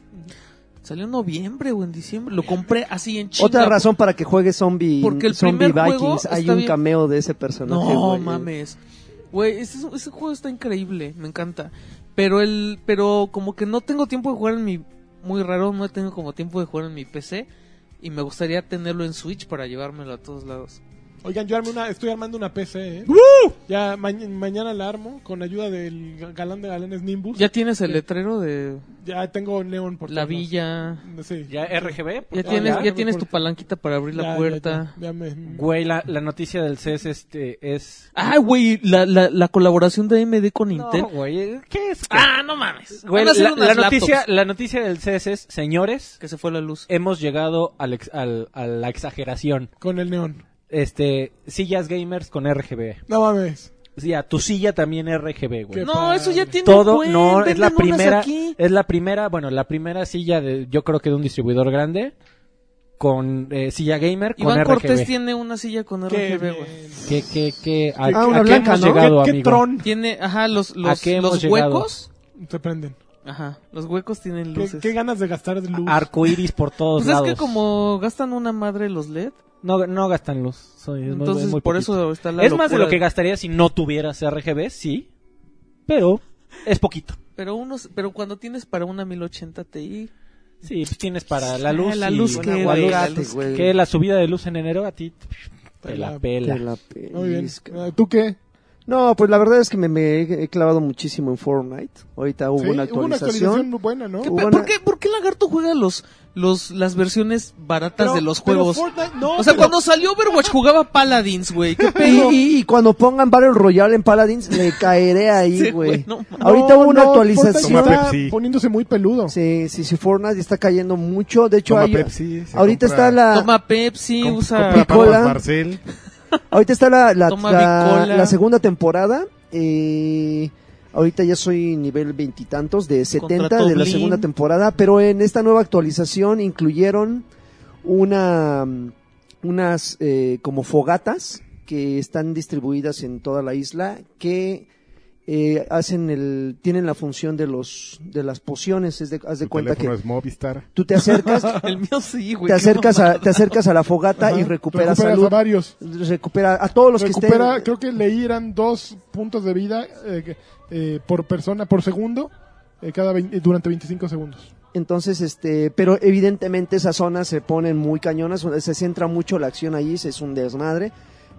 C: salió en noviembre o en diciembre. Lo compré así en China.
B: Otra razón para que juegue Zombie,
C: Porque el
B: zombie
C: primer juego
B: Vikings. Hay
C: está
B: un
C: bien-
B: cameo de ese personaje,
C: No,
B: güey.
C: mames. Güey, ese, es- ese juego está increíble, me encanta. Pero el pero como que no tengo tiempo de jugar en mi muy raro, no tengo como tiempo de jugar en mi PC y me gustaría tenerlo en Switch para llevármelo a todos lados.
A: Oigan, yo armé una, estoy armando una PC, ¿eh? Ya ma- mañana la armo con ayuda del ga- galán de galanes Nimbus.
C: Ya tienes el letrero de
A: Ya tengo Neon por
C: la
A: todos lados.
C: villa.
A: Sí.
G: Ya RGB.
C: Ya
A: Ah,
C: tienes
A: ya,
C: ya
A: me
C: tienes tu
A: acuerdo.
C: palanquita para abrir
A: Ya,
C: la
A: ya,
C: puerta.
A: ya, ya me-
G: Güey, la, la noticia del CES este es
C: Ah, güey, la, la, la colaboración de AMD con Intel.
G: No, güey, ¿qué es?
C: ah, no mames.
G: Güey,
C: Van a hacer
G: la,
C: unas
G: la noticia,
C: laptops.
G: la noticia del CES es, señores,
C: que se fue la luz.
G: hemos llegado al ex- al- a la exageración.
A: Con el Neon.
G: Este, sillas gamers con RGB.
A: No mames.
G: O sea, tu silla también RGB, güey.
A: Qué
C: no,
A: padre.
C: eso ya tiene un
G: Todo,
C: buen,
G: no, es la
C: venden unas
G: primera,
C: aquí.
G: es la primera, bueno, la primera silla de, yo creo que de un distribuidor grande, con eh, silla gamer, con
C: Iván
G: RGB.
C: Cortés tiene una silla con
A: Qué
C: RGB, güey.
A: bien.
G: ¿Qué, qué, qué? ¿A,
B: Ah,
G: a
B: una
G: qué
B: blanca,
G: hemos
B: ¿no?
G: llegado,
A: ¿Qué, qué
G: amigo?
A: tron?
C: Tiene, ajá, los, los,
G: qué hemos
C: los
G: llegado?
C: huecos.
A: Se prenden.
C: Ajá, los huecos tienen
A: ¿Qué,
C: luces.
A: qué ganas de gastar luz.
G: Arcoiris por todos
C: pues
G: lados.
C: es que como gastan una madre los LED,
G: No, no gastan luz. soy- es muy-
C: entonces
G: es muy
C: por
G: poquito.
C: eso está la
G: Es más de
C: locura
G: lo que gastaría si no tuvieras RGB, sí. Pero es poquito.
C: Pero unos, pero cuando tienes para una 1080 Ti,
G: Sí, pues tienes para la
C: Ah,
G: luz.
C: la
G: y-
C: luz
G: la
C: que-
B: Buen
G: luz-
B: aguacate,
C: luz
B: güey.
G: que la subida de luz en enero a ti te la pela.
B: Te la
A: Muy bien.
B: pelisca.
A: Ah, ¿Tú qué?
B: No, pues la verdad es que me, me he clavado muchísimo en Fortnite. Ahorita hubo
A: Sí,
B: una
A: Hubo una
B: actualización.
A: actualización muy buena, ¿no?
C: ¿Qué
B: Hubo
C: pe-
B: una-
C: ¿por, qué, ¿por qué Lagarto juega los, los, las versiones baratas
A: Pero-
C: de los
A: pero
C: juegos?
A: Fortnite- no,
C: o sea,
A: pero-
C: cuando salió Overwatch jugaba Paladins,
A: (laughs)
C: güey. ¿Qué
B: Y,
C: pedo?
B: y- y cuando pongan Battle Royale en Paladins,
C: (laughs)
B: le caeré
C: Sí,
B: ahí,
C: güey,
B: güey.
C: no mames.
B: Ahorita hubo una
A: No,
B: actualización.
A: Fortnite está poniéndose muy peludo.
B: Sí, sí, sí, Fortnite está cayendo mucho. De hecho,
E: Toma
B: hay-
E: Pepsi, se
B: ahorita
E: compra-
B: está
A: Ah.
B: la.
C: Toma Pepsi,
E: com-
C: usa...
E: compra papas
B: Bicola.
E: Marcel.
B: Ahorita está la, la,
C: Toma
B: la-
C: Bicola.
B: la segunda temporada. eh, ahorita ya soy nivel veintitantos de 70 de la
C: Blin.
B: segunda temporada. Pero en esta nueva actualización incluyeron una mm, unas eh, como fogatas que están distribuidas en toda la isla que eh, hacen el, tienen la función de los, de las pociones, es de, haz de
D: Tu
B: cuenta
D: teléfono
B: que
D: es Movistar.
B: tú te
C: (laughs)
B: acercas,
C: (laughs) El mío sí,
B: te
C: güey. qué
B: acercas
C: mamada.
B: a, te acercas a la fogata y recuperas,
A: a
B: salud,
A: varios.
B: recupera a todos los
A: recupera,
B: que estén. eh,
A: creo que leí eran dos puntos de vida eh, que- eh, por persona, por segundo, eh, cada vein- eh, durante 25 segundos.
B: Entonces, este, pero evidentemente esas zonas se ponen muy cañonas, se centra mucho la acción ahí, se- es un desmadre.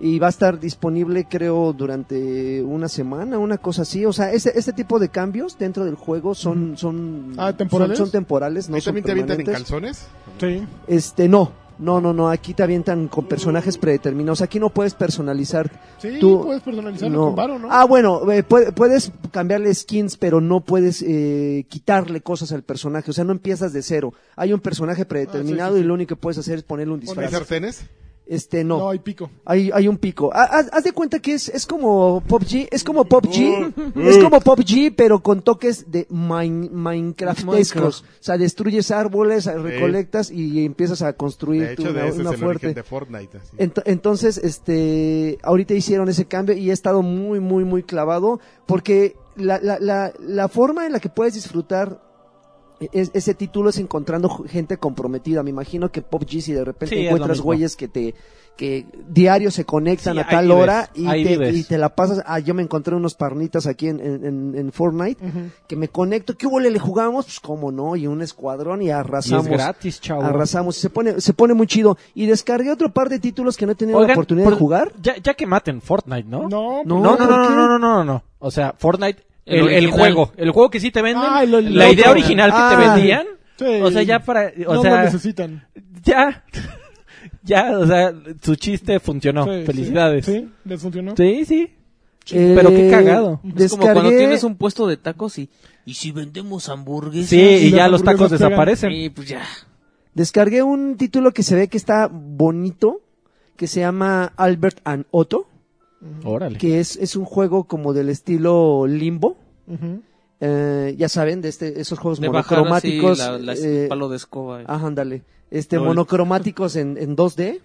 B: Y va a estar disponible, creo, durante una semana, una cosa así. O sea, este, este tipo de cambios dentro del juego son, son,
A: Ah, ¿temporales?
B: son, son temporales, no
D: ¿Ahí
B: son
D: también te avientan en
B: permanentes.
D: calzones?
A: Sí.
B: Este, no, no, no, no. Aquí te avientan con personajes predeterminados. Aquí no puedes personalizar.
A: Sí,
B: Tú-
A: puedes personalizarlo
B: No.
A: con Varo, ¿no?
B: Ah, bueno, eh, puede- puedes cambiarle skins, pero no puedes eh, quitarle cosas al personaje. O sea, no empiezas de cero. Hay un personaje predeterminado
A: Ah, sí, sí,
B: y lo único que puedes hacer es ponerle un
D: ¿Hay
B: disfraz.
D: sartenes?
B: Este,
A: no.
B: no.
A: hay pico.
B: Hay, hay un pico. Ah, Haz, haz de cuenta que es, es como Pop G, es como Pop G, es como Pop G, pero con toques de mine, Minecraftescos.
C: Minecraft.
B: O sea, destruyes árboles, recolectas y empiezas a construir
D: De
B: tu-
D: hecho,
B: una,
D: de ese
B: una
D: es el
B: fuerte.
D: origen de Fortnite. así.
B: Ento- entonces, este, ahorita hicieron ese cambio y he estado muy, muy, muy clavado porque la, la, la, la forma en la que puedes disfrutar es- ese título es encontrando ju- gente comprometida. Me imagino que Pop G, si de repente
G: Sí, es lo
B: encuentras
G: mismo.
B: güeyes que te que diario se conectan
G: Sí,
B: a
G: ahí
B: tal
G: vives,
B: hora y
G: ahí
B: te,
G: vives.
B: y te la pasas. Ah, yo me encontré unos parnitas aquí en, en, en- en Fortnite que me conecto. ¿Qué huele? ¿Le jugamos? Pues cómo no, y un escuadrón y
G: Y es
B: arrasamos.
G: gratis, chavo.
B: Arrasamos, se pone, se pone muy chido. Y descargué otro par de títulos que no he tenido la
G: Oigan,
B: oportunidad
G: por-
B: de jugar.
G: Ya, ya que maten Fortnite, ¿no?
A: No,
B: No,
G: No, no,
B: ¿por
G: no,
B: qué?
G: no, no, no, no, no. O sea, Fortnite,
C: El
G: el, el
C: original.
G: juego, el juego que sí te venden,
A: Ah, el- el
G: la
A: otro.
G: idea original que te
B: Ah.
G: vendían.
A: Sí.
G: O sea, ya para,
A: no
G: o
A: lo
G: sea,
A: necesitan.
G: ya, (laughs) ya, o sea, su chiste funcionó.
A: Sí, sí.
G: Felicidades.
A: Sí,
G: Sí,
A: les funcionó.
G: sí.
B: Eh,
G: Pero qué cagado.
C: Es como cuando
B: Descargué-
C: tienes un puesto de tacos y. ¿Y si vendemos hamburguesas?
G: Sí,
A: y
G: y ya
A: las
G: los
A: hamburguesas
G: tacos
A: pegan.
G: desaparecen.
C: Sí, pues ya.
B: Descargué un título que se ve que está bonito, que se llama Albert and Otto,
G: Órale.
B: que es, es un juego como del estilo limbo.
A: Ujú.
B: Eh, ya saben, de este, esos juegos
C: De bajar así
B: monocromáticos.
C: la- la-
B: eh,
C: el palo de escoba. eh.
B: Ajá, ándale. Este,
C: Lol.
B: monocromáticos en, en 2D.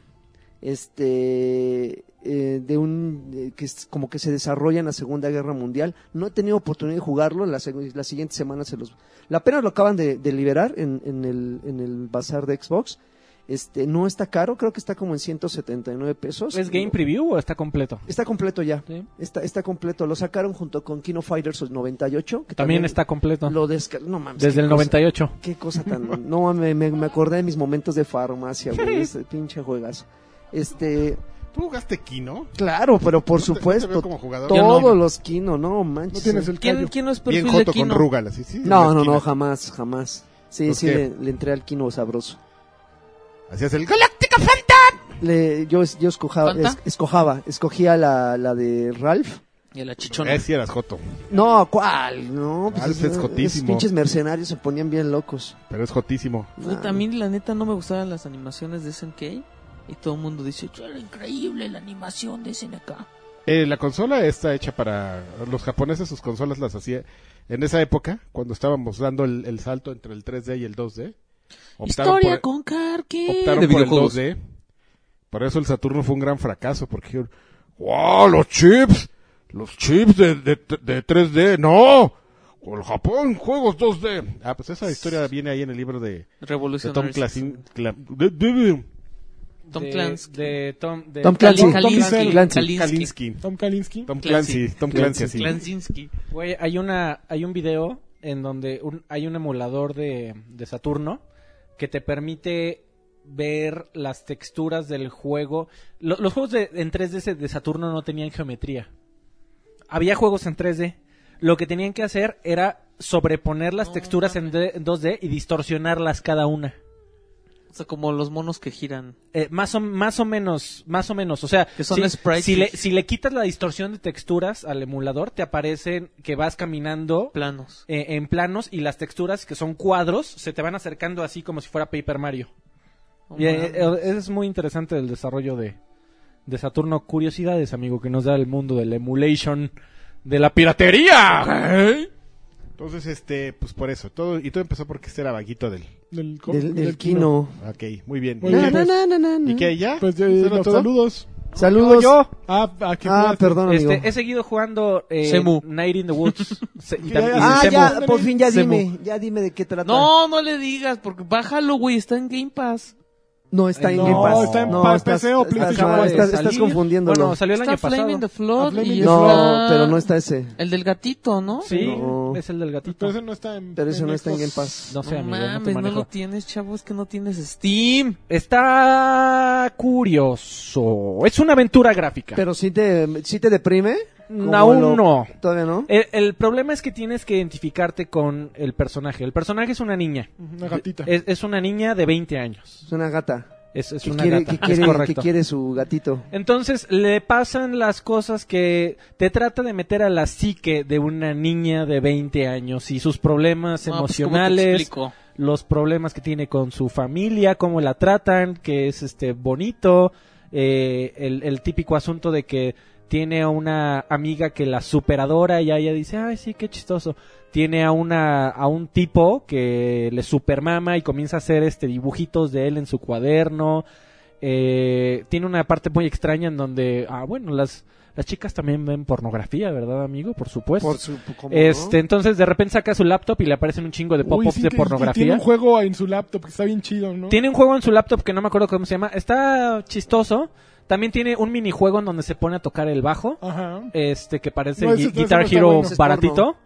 B: Este. eh, de un. eh, que es como que se desarrolla en la Segunda Guerra Mundial. No he tenido oportunidad de jugarlo. La, segu- la siguiente semana se los. La pena lo acaban de, de liberar en, en el, en el bazar de Xbox. Este, no está caro, creo que está como en 179 pesos.
G: ¿Es game preview o está completo?
B: Está completo ya.
G: Sí.
B: Está, está completo. Lo sacaron junto con Kino Fighters 98. Que
G: También está completo.
B: Lo desca- no mames,
G: Desde
B: qué
G: el
B: cosa.
G: 98.
B: Qué cosa tan. No, me, me, me acordé de mis momentos de farmacia, güey. Ese pinche juegazo. Este.
D: ¿Tú jugaste Kino?
B: Claro, pero por
D: ¿No te- no te veo
B: supuesto.
D: como jugador?
C: Yo
B: Todos
C: no.
B: los Kino, no
A: No
B: manches.
A: tienes el
C: ¿Quién,
A: callo.
C: ¿Quién no es perfil
D: Bien
C: de
D: joto con
C: Kino?
D: Rugal, así, sí. en la
B: no, no,
D: esquina.
B: no, jamás, jamás. Sí,
D: ¿Por
B: sí,
D: qué?
B: le, le entré al Kino sabroso.
D: Hacías el Galáctica Fanta.
B: Le, yo yo escojaba,
C: ¿Fanta?
B: es- escojaba, escogía la, la de Ralph.
C: Y a la chichona.
D: Eh, sí, eras Joto.
B: No, ¿cuál? No, pues,
D: Ralph es
B: esos-
D: jotísimo.
B: esos pinches mercenarios se ponían bien locos.
D: Pero es Jotísimo.
C: Puta, a mí la neta no me gustaban las animaciones de SNK. Y todo el mundo dice, "Chua, era increíble la animación de SNK.
D: Eh, la consola está hecha para los japoneses, sus consolas las hacía en esa época, cuando estábamos dando el, el salto entre el 3D y el 2D.
C: Historia
D: por,
C: con Karki.
D: optaron por el 2D. Por eso el Saturno fue un gran fracaso, porque dijeron, ¡Wow! ¡Los chips! ¡Los chips de, de, de 3D! ¡No! ¡Con Japón, juegos 2D! Ah, pues esa historia viene ahí en el libro de, de Tom
C: Revolucionario.
D: Clasin... Cla- de- de-
C: Tom
G: De-
C: Clancy.
G: De Tom, de-
B: Tom
C: Kali-
B: Clancy.
C: Kalinsky.
B: Kalinsky.
C: Kalinsky.
D: Kalinsky.
A: Tom Kalinsky.
D: Tom Clancy. Tom Clancy, así.
C: Klansinski.
G: Güey, hay una, hay un video en donde un- hay un emulador de, de Saturno que te permite ver las texturas del juego. Lo- los juegos de, en 3D se- de Saturno no tenían geometría. Había juegos en 3D. Lo que tenían que hacer era sobreponer las
C: No
G: texturas en, D- en 2D y distorsionarlas cada una.
C: O sea, como los monos que giran.
G: Eh, más, o, más o menos, más o menos. O sea,
C: Que son
G: si,
C: sprites.
G: si le, si le quitas la distorsión de texturas al emulador, te aparecen que vas caminando
C: Planos.
G: eh, en planos y las texturas que son cuadros se te van acercando así como si fuera Paper Mario.
C: No
G: Y, eh,
C: Oh, mames.
G: eh, es muy interesante el desarrollo de, de Saturno. Curiosidades, amigo, que nos da el mundo del emulation de la piratería. ¿eh?
D: Entonces, este, pues por eso. Todo, y todo empezó porque este era vaguito del.
A: Del, co-
B: Del, del
A: del
B: Kino.
D: Ok, muy bien.
A: Muy bien.
B: Na, na, na, na, na.
D: (laughs) ¿Y qué ya?
A: Pues eh,
D: ¿Eso era
A: los
D: todo?
A: saludos.
B: Saludos.
G: Yo,
A: Ah, aquí
B: Ah, perdón, amigo.
G: este, he seguido jugando eh,
C: Semu.
G: Night in the Woods. Se- y
A: Ya, ya,
G: tam-
A: ya.
G: y
B: Ah,
G: Semu.
B: ya, por fin ya
G: Semu.
B: dime, ya dime de qué trata.
C: No, no le digas, porque bájalo, güey, está en Game Pass.
B: no está en
G: No,
B: Game Pass.
G: está en
A: pa-
B: estás-
A: PC o
B: estás-
A: PlayStation.
B: no,
G: Acaba de
B: estás,
G: salir.
B: estás confundiéndolo.
G: Bueno, salió el
C: Está
G: año
C: Flame in
G: pasado.
C: the Flood
A: A Flame
C: y
A: in the
B: no,
C: está
B: pero no está ese.
C: el del gatito, ¿no?
G: Sí,
B: No.
G: es el del
A: Pues, Pero
G: gatito.
A: ese no está en.
B: Pero ese no está en
A: Xbox.
B: Game Pass.
G: No sé,
C: no
G: amigo, no te
C: mames, no,
G: manejo.
C: lo tienes, chavo, es que no tienes Steam.
G: Está curioso. Es una aventura gráfica.
B: Pero sí te, sí te deprime. como
G: aún
B: lo-
G: no.
B: Todavía no.
G: El, el problema es que tienes que identificarte con el personaje. El personaje es una niña.
A: Una gatita.
G: Es, es una niña de 20 años.
B: Es una gata.
G: Es, es
B: Que
G: una
B: quiere,
G: gata.
B: que
G: es
B: quiere, que
G: correcto.
B: quiere su gatito.
G: Entonces le pasan las cosas que te trata de meter a la psique de una niña de 20 años y sus problemas
C: No, pues, ¿cómo te
G: emocionales,
C: explico?
G: los problemas que tiene con su familia, cómo la tratan, que es este bonito, eh, el, el típico asunto de que tiene a una amiga que la superadora y ella dice, ay sí, qué chistoso. Tiene a una, a un tipo que le supermama y comienza a hacer este dibujitos de él en su cuaderno. Eh, tiene una parte muy extraña en donde, ah bueno, las, las chicas también ven pornografía, ¿verdad amigo? Por supuesto.
B: su, ¿cómo no?
G: Este, entonces de repente saca su laptop y le aparecen un chingo de
A: Uy,
G: pop-ups
A: sí,
G: de
A: que-
G: pornografía.
A: Tiene un juego en su laptop que está bien chido, ¿no?
G: Tiene un juego en su laptop que no me acuerdo cómo se llama. Está chistoso. También tiene un minijuego en donde se pone a tocar el bajo.
A: Ajá.
G: Este, que parece
A: No, ese-
G: Gui-
A: ese no
G: Guitar
A: está
G: Hero
A: bueno. Ese
B: es
G: baratito.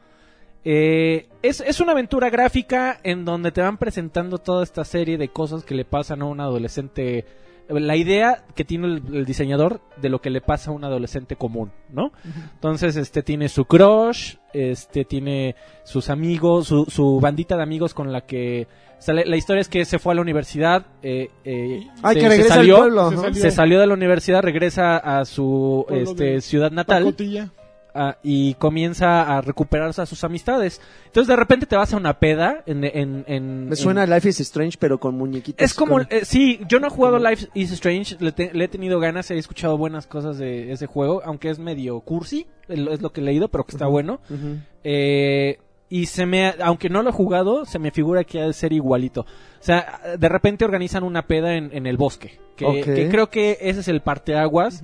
G: Eh, es, es una aventura gráfica en donde te van presentando toda esta serie de cosas que le pasan a un adolescente. La idea que tiene el, el diseñador de lo que le pasa a un adolescente común, ¿no? Entonces, este tiene su crush, este tiene sus amigos, su, su bandita de amigos con la que... o sea, la, la historia es que se fue a la universidad, eh, eh,
B: Ay,
G: se-
B: que
G: se
B: regresa
G: salió,
B: al pueblo.
A: se
B: ¿no?
A: salió.
G: se salió de la universidad, regresa a su
A: Pueblo
G: este,
A: de
G: ciudad natal
A: Pacotilla.
G: ah, y comienza a recuperarse a sus amistades. Entonces de repente te vas a una peda en... en- en-
B: Me suena
G: en-
B: a Life is Strange, pero con muñequitos.
G: Es como...
B: con-
G: eh, sí, yo no he jugado
B: como-
G: Life is Strange, le, te- le he tenido ganas, he escuchado buenas cosas de ese juego, aunque es medio cursi, es lo- es lo que he leído, pero que está bueno.
B: Ujú.
G: Eh, y se me, aunque no lo he jugado, se me figura que ha de ser igualito. O sea, de repente organizan una peda en, en el bosque. Que,
B: Ok.
G: que creo que ese es el parteaguas.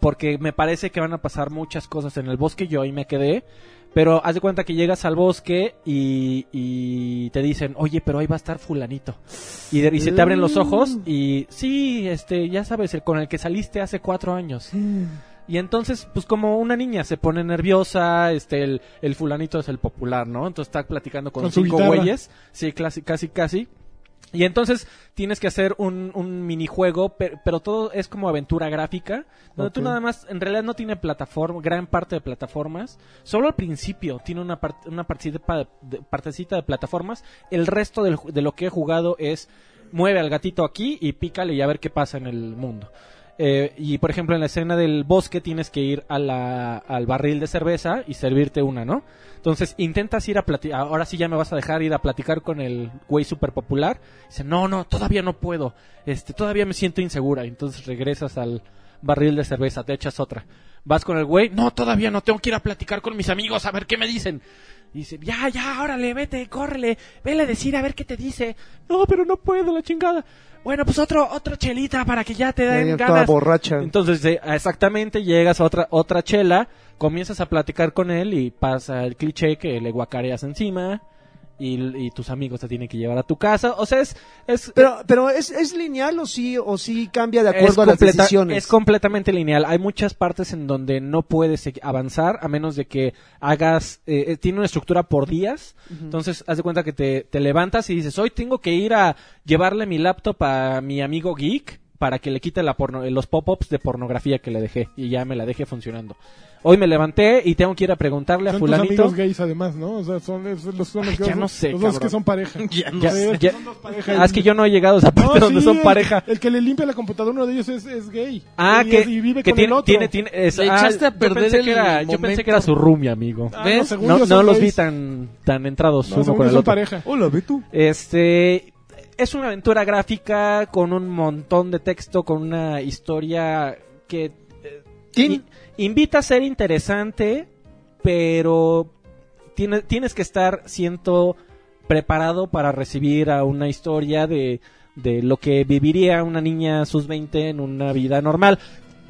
G: Porque me parece que van a pasar muchas cosas en el bosque. Yo ahí me quedé. Pero haz de cuenta que llegas al bosque y, y te dicen, oye, pero ahí va a estar fulanito. Y, de- y se te abren los ojos y sí, este, ya sabes, el con el que saliste hace cuatro años. Y entonces, pues como una niña se pone nerviosa, este, el, el fulanito es el popular, ¿no? Entonces está platicando con,
A: Con su
G: cinco
A: guitarra.
G: güeyes. Sí, casi, casi, casi. Y entonces tienes que hacer un, un minijuego, per- pero, todo es como aventura gráfica, donde tú
B: Ok.
G: nada más, en realidad no tiene plataforma, gran parte de plataformas, solo al principio tiene una, part- una partecita, de, de- partecita de plataformas, el resto del ju- de lo que he jugado es mueve al gatito aquí y pícale y a ver qué pasa en el mundo. Eh, y por ejemplo, en la escena del bosque tienes que ir a la- al barril de cerveza y servirte una, ¿no? Entonces intentas ir a platicar. Ahora sí ya me vas a dejar ir a platicar con el güey super popular. Dice, no, no, todavía no puedo. Este, todavía me siento insegura. Entonces regresas al barril de cerveza, te echas otra. Vas con el güey, no, todavía no, tengo que ir a platicar con mis amigos a ver qué me dicen. Y dice, ya, ya, órale, vete, córrele, vele a decir a ver qué te dice. No, pero no puedo, la chingada. Bueno, pues otro, otra chelita para que ya te
B: Ahí
G: den
B: toda
G: ganas.
B: borracha.
G: Entonces, eh, exactamente, llegas a otra, otra chela, comienzas a platicar con él y pasa el cliché que le guacareas encima y, y tus amigos te tienen que llevar a tu casa. O sea, es... es
B: Pero, pero ¿es, es lineal o sí, o sí cambia de
G: es
B: acuerdo a las
G: completa-
B: decisiones?
G: es completamente lineal. Hay muchas partes en donde no puedes eh, avanzar a menos de que hagas... eh, eh, tiene una estructura por días. Entonces, haz de cuenta que te, te levantas y dices, hoy tengo que ir a llevarle mi laptop a mi amigo geek para que le quite la porno- los pop-ups de pornografía que le dejé y ya me la deje funcionando. Hoy me levanté y tengo que ir a preguntarle a
A: Son tus
G: fulanito.
A: amigos gays, además, ¿no? O sea, son es- los, son los,
G: Ay,
A: que-
G: ya no sé,
A: los dos
G: cabrón.
A: que son pareja.
C: Ya no
G: (laughs) Ya-
A: Sí, los que
G: ya-
A: son dos pareja.
G: Ah, es que yo no he llegado a esa
A: No,
G: parte (laughs) donde
A: sí,
G: son
A: el-
G: pareja.
A: El que le limpia la computadora, uno de ellos es, es gay.
G: Ah,
A: y
G: que,
A: es- y (laughs) vive
G: que
A: con el
G: tiene,
A: otro.
G: tiene, tiene, es-
C: Le
G: ah,
C: echaste a
G: yo
C: perder
G: pensé
C: el
G: que era, Yo pensé
C: momento.
G: que era su roomie, amigo.
A: Ah,
C: ¿ves?
A: según
G: No,
A: yo
G: no
A: son
G: los
A: gays.
G: vi tan, tan entrados
A: No,
G: uno
A: según
G: con
A: yo
G: el
A: son
G: otro.
A: pareja.
D: Hola, ve tú.
G: Este es una aventura gráfica con un montón de texto, con una historia que eh, in- invita a ser interesante, pero tiene- tienes que estar siento preparado para recibir a una historia de, de lo que viviría una niña a sus 20 en una vida normal.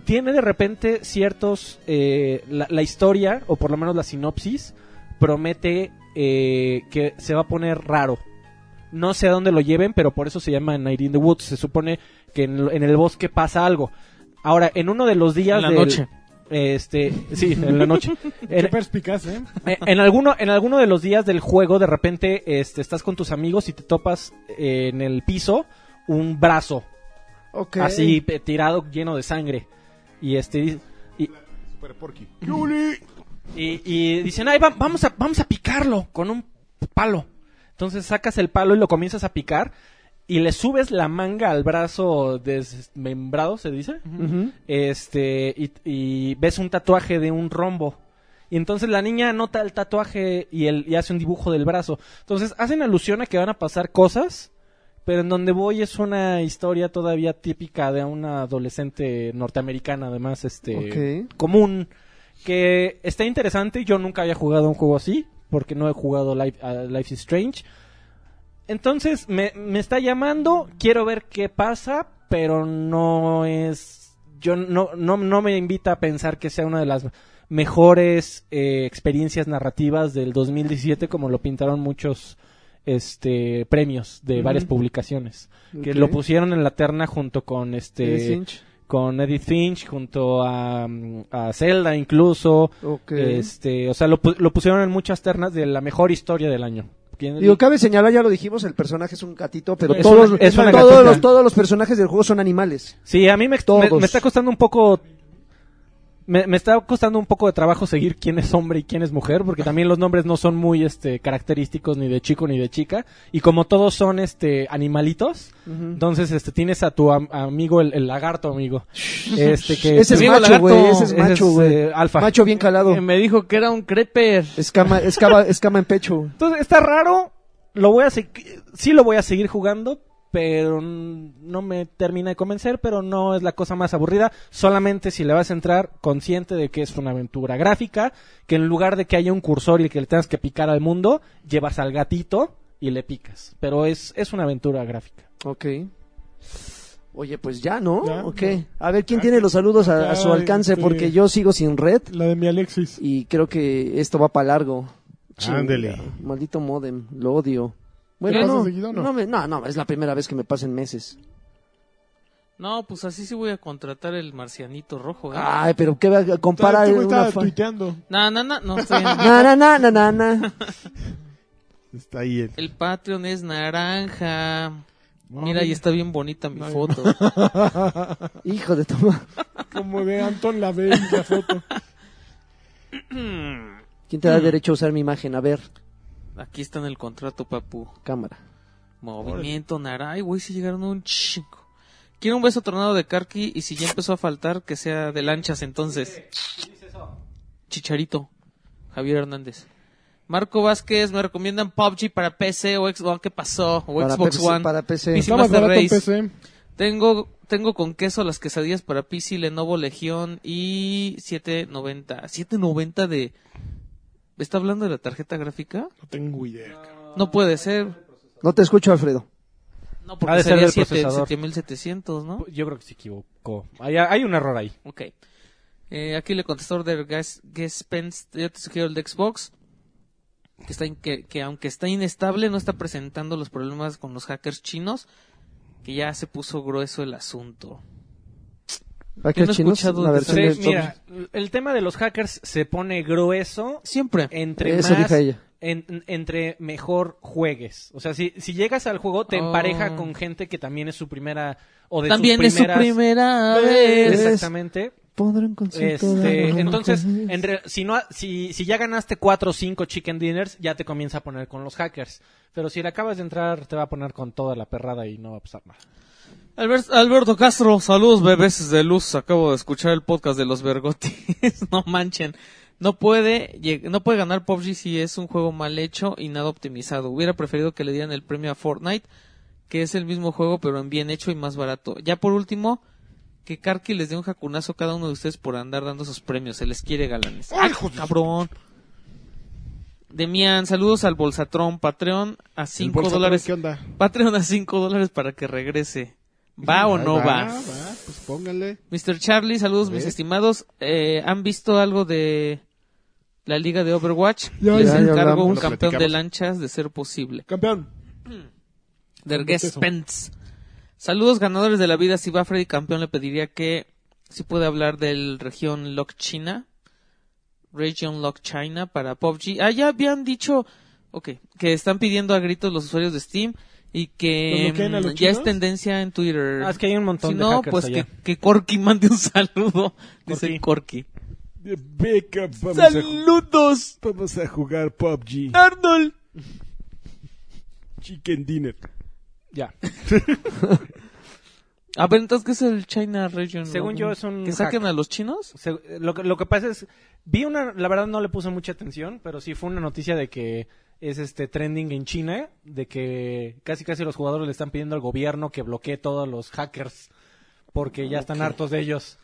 G: tiene de repente ciertos... eh, la, la historia, o por lo menos la sinopsis, promete eh, que se va a poner raro. No sé a dónde lo lleven, pero por eso se llama Night in the Woods. Se supone que en, en el bosque pasa algo. Ahora, en uno de los días
C: En la
G: del-
C: noche.
G: Este, sí, en la noche.
A: Qué
G: En-
A: perspicaz, ¿eh?
G: eh, en alguno, en alguno de los días del juego, de repente este, estás con tus amigos y te topas eh, en el piso un brazo
B: Ok.
G: así eh, tirado lleno de sangre. Y este di- y,
D: Super porky.
G: y- y dicen, ay, va- vamos, a, vamos a picarlo con un palo. Entonces sacas el palo y lo comienzas a picar y le subes la manga al brazo desmembrado, se dice.
B: Ujú.
G: este y, y ves un tatuaje de un rombo y entonces la niña anota el tatuaje y, el, y hace un dibujo del brazo entonces hacen alusión a que van a pasar cosas pero en donde voy es una historia todavía típica de una adolescente norteamericana además este
B: Ok.
G: común que está interesante yo nunca había jugado un juego así porque no he jugado Life, a Life is Strange entonces me, me está llamando, quiero ver qué pasa, pero no es, yo no, no, no me invita a pensar que sea una de las mejores eh, experiencias narrativas del 2017 como lo pintaron muchos este premios de
B: Ujú.
G: varias publicaciones que
B: Ok.
G: lo pusieron en la terna junto con este
B: Edith Finch.
G: con Edith Finch junto a, mm, a Zelda incluso
B: Ok.
G: este o sea lo, pu- lo pusieron en muchas ternas de la mejor historia del año ¿Quién-
B: Digo, cabe señalar, ya lo dijimos, el personaje es un gatito, pero
G: Es
B: todos,
G: una- es una
B: todos,
G: gatita.
B: los, todos los personajes del juego son animales.
G: Sí, a mí me,
B: Todos.
G: me- me está costando un poco. Me, me está costando un poco de trabajo seguir quién es hombre y quién es mujer, porque también los nombres no son muy este, característicos ni de chico ni de chica. Y como todos son este, animalitos, entonces este, tienes a tu am- amigo, el, el lagarto amigo. Este, que,
B: Ese es
C: Amigo
B: macho,
C: lagarto.
B: güey. Ese es
G: Ese es,
B: macho, güey.
G: eh, alfa.
B: Macho bien calado.
C: Que
G: Em,
C: me dijo que era un creeper.
B: Escama, escama, escama en pecho.
G: Entonces está raro, lo voy a se- sí lo voy a seguir jugando, pero n- no me termina de convencer, pero no es la cosa más aburrida, solamente si le vas a entrar consciente de que es una aventura gráfica, que en lugar de que haya un cursor y que le tengas que picar al mundo, llevas al gatito y le picas, pero es, es una aventura gráfica.
B: Ok. Oye, pues ya, ¿no?
A: Ya,
B: ¿O qué? A ver,
G: Ah,
B: ¿quién tiene los saludos a, a su
A: Ya,
B: alcance?
A: este-
B: Porque yo sigo sin red
A: La de mi Alexis.
B: y creo que esto va para largo. Chinga,
D: Ándele.
B: Maldito modem, lo odio.
A: ¿Te
B: Bueno,
A: pasa
B: no,
A: seguido o no?
B: no, me- no, no, es la primera vez que me pasan meses.
C: No, pues así sí voy a contratar el marcianito rojo. ¿eh?
B: Ay, pero ¿qué va- compara
A: Este güey
B: una
A: está
B: fa-
A: tuiteando.
C: No, no, no, no. está (laughs) bien.
B: Na, na, na, na, na, na.
D: Está ahí el.
C: El Patreon es naranja.
A: No,
C: Mira, y está bien bonita mi foto. (laughs)
B: Hijo de toma.
A: Como de Anton Lavey la
G: (laughs)
A: foto.
B: ¿Quién te da
C: Mm.
B: derecho a usar mi imagen? A ver,
C: Aquí está en el contrato, papu.
B: cámara.
C: Movimiento naranja. Ay, güey, se llegaron un chingo. Quiero un beso tornado de Karki y si ya empezó a faltar, que sea de lanchas entonces. Chicharito. Javier Hernández. Marco Vázquez, me recomiendan PUBG para PC o Xbox. ¿Qué pasó? O
B: Para
C: Xbox
B: PC,
C: One.
B: para PC.
C: Pis-
A: Está más
C: Master
A: barato en
C: Race.
A: PC.
C: Tengo, tengo con queso las quesadillas para PC, Lenovo, Legión y 790. 790 de... ¿Está hablando de la tarjeta gráfica?
A: No tengo idea. cabrón.
C: No puede ser.
B: No te escucho, Alfredo.
C: No,
G: Ha
C: porque
G: de ser
C: sería
G: del
C: siete-
G: procesador.
C: 7700, ¿no?
G: Yo creo que se equivocó. Hay, hay un error ahí.
C: Ok. Eh, aquí le contestó Order Gas, Spence. Yo te sugiero el de Xbox. Que, está in- que, que aunque está inestable, no está presentando los problemas con los hackers chinos. Que ya se puso grueso el asunto.
B: Hackers
C: no he
B: chinos,
C: escuchado
B: la
C: de-
B: versión
C: Sí,
B: de-
G: mira, el tema de los hackers se pone grueso
C: Siempre.
G: entre
B: Eso
G: más-
B: dijo ella.
G: en- en- entre mejor juegues. O sea, si, si llegas al juego te
C: Oh.
G: empareja con gente que también es su primera o de
C: También
G: sus
C: es su
G: primeras
C: primera
B: vez.
C: vez.
G: Exactamente.
B: Podrán consultar
G: Este,
B: a-
G: entonces,
C: Pues
G: en re- si no ha- si si ya ganaste cuatro o cinco chicken dinners, ya te comienza a poner con los hackers. Pero si le acabas de entrar, te va a poner con toda la perrada y no va a pasar nada.
C: Albert- Alberto Castro, saludos bebés de luz. Acabo de escuchar el podcast de los Bergotis. (laughs) no manchen. No puede, lleg- no puede ganar PUBG si es un juego mal hecho y nada optimizado. Hubiera preferido que le dieran el premio a Fortnite, que es el mismo juego pero en bien hecho y más barato. Ya por último, que Karki les dé un jacunazo a cada uno de ustedes por andar dando sus premios. Se les quiere galanes. ¡Ay, cabrón! Demian, saludos al Bolsatrón. Patreon a
A: El
C: 5
A: bolsatón,
C: dólares.
A: ¿Qué onda?
C: Patreon a 5 dólares para que regrese. ¿Va o no va?
E: va, pues póngale.
C: Mr. Charlie, saludos
E: A
C: mis
E: ver.
C: estimados. Eh, ¿Han visto algo de la liga de Overwatch?
A: Ya,
C: Les
A: ya, ya
C: encargo
B: hablamos.
C: un
E: Lo
C: campeón de
E: platicamos.
C: lanchas de ser posible.
A: Campeón.
C: Der
A: Con bostezo.
C: Spence. Saludos ganadores de la vida. Si va Freddy campeón, le pediría que si puede hablar del región Lock China. Region Lock China para PUBG. Ah, ya habían dicho, ok, que están pidiendo a gritos los usuarios de Steam y
A: ¿Los
C: que
A: bloquean a los
C: mm, ya es
A: chinos?
C: tendencia en Twitter.
G: Ah, es que hay un montón
C: si
G: de
C: no,
G: hackers
C: pues
G: allá.
C: que, que Corky (laughs) mande un saludo. Dice
G: Corky.
C: Corky.
E: Beca, vamos, a, ju-
C: ¡Saludos!
E: vamos a jugar PUBG.
C: ¡Arnold!
E: Chicken Dinner.
G: Ya.
C: A ver, entonces, ¿qué es el China Region?
G: Según
C: Lock?
G: yo, es un
C: ¿Que
G: hack.
C: saquen a los chinos?
G: Se- lo, que- lo que pasa es, vi una, la verdad no le puse mucha atención, pero sí fue una noticia de que es este trending en China, de que casi casi los jugadores le están pidiendo al gobierno que bloquee todos los hackers, porque
C: Ah,
G: ya están hartos de ellos.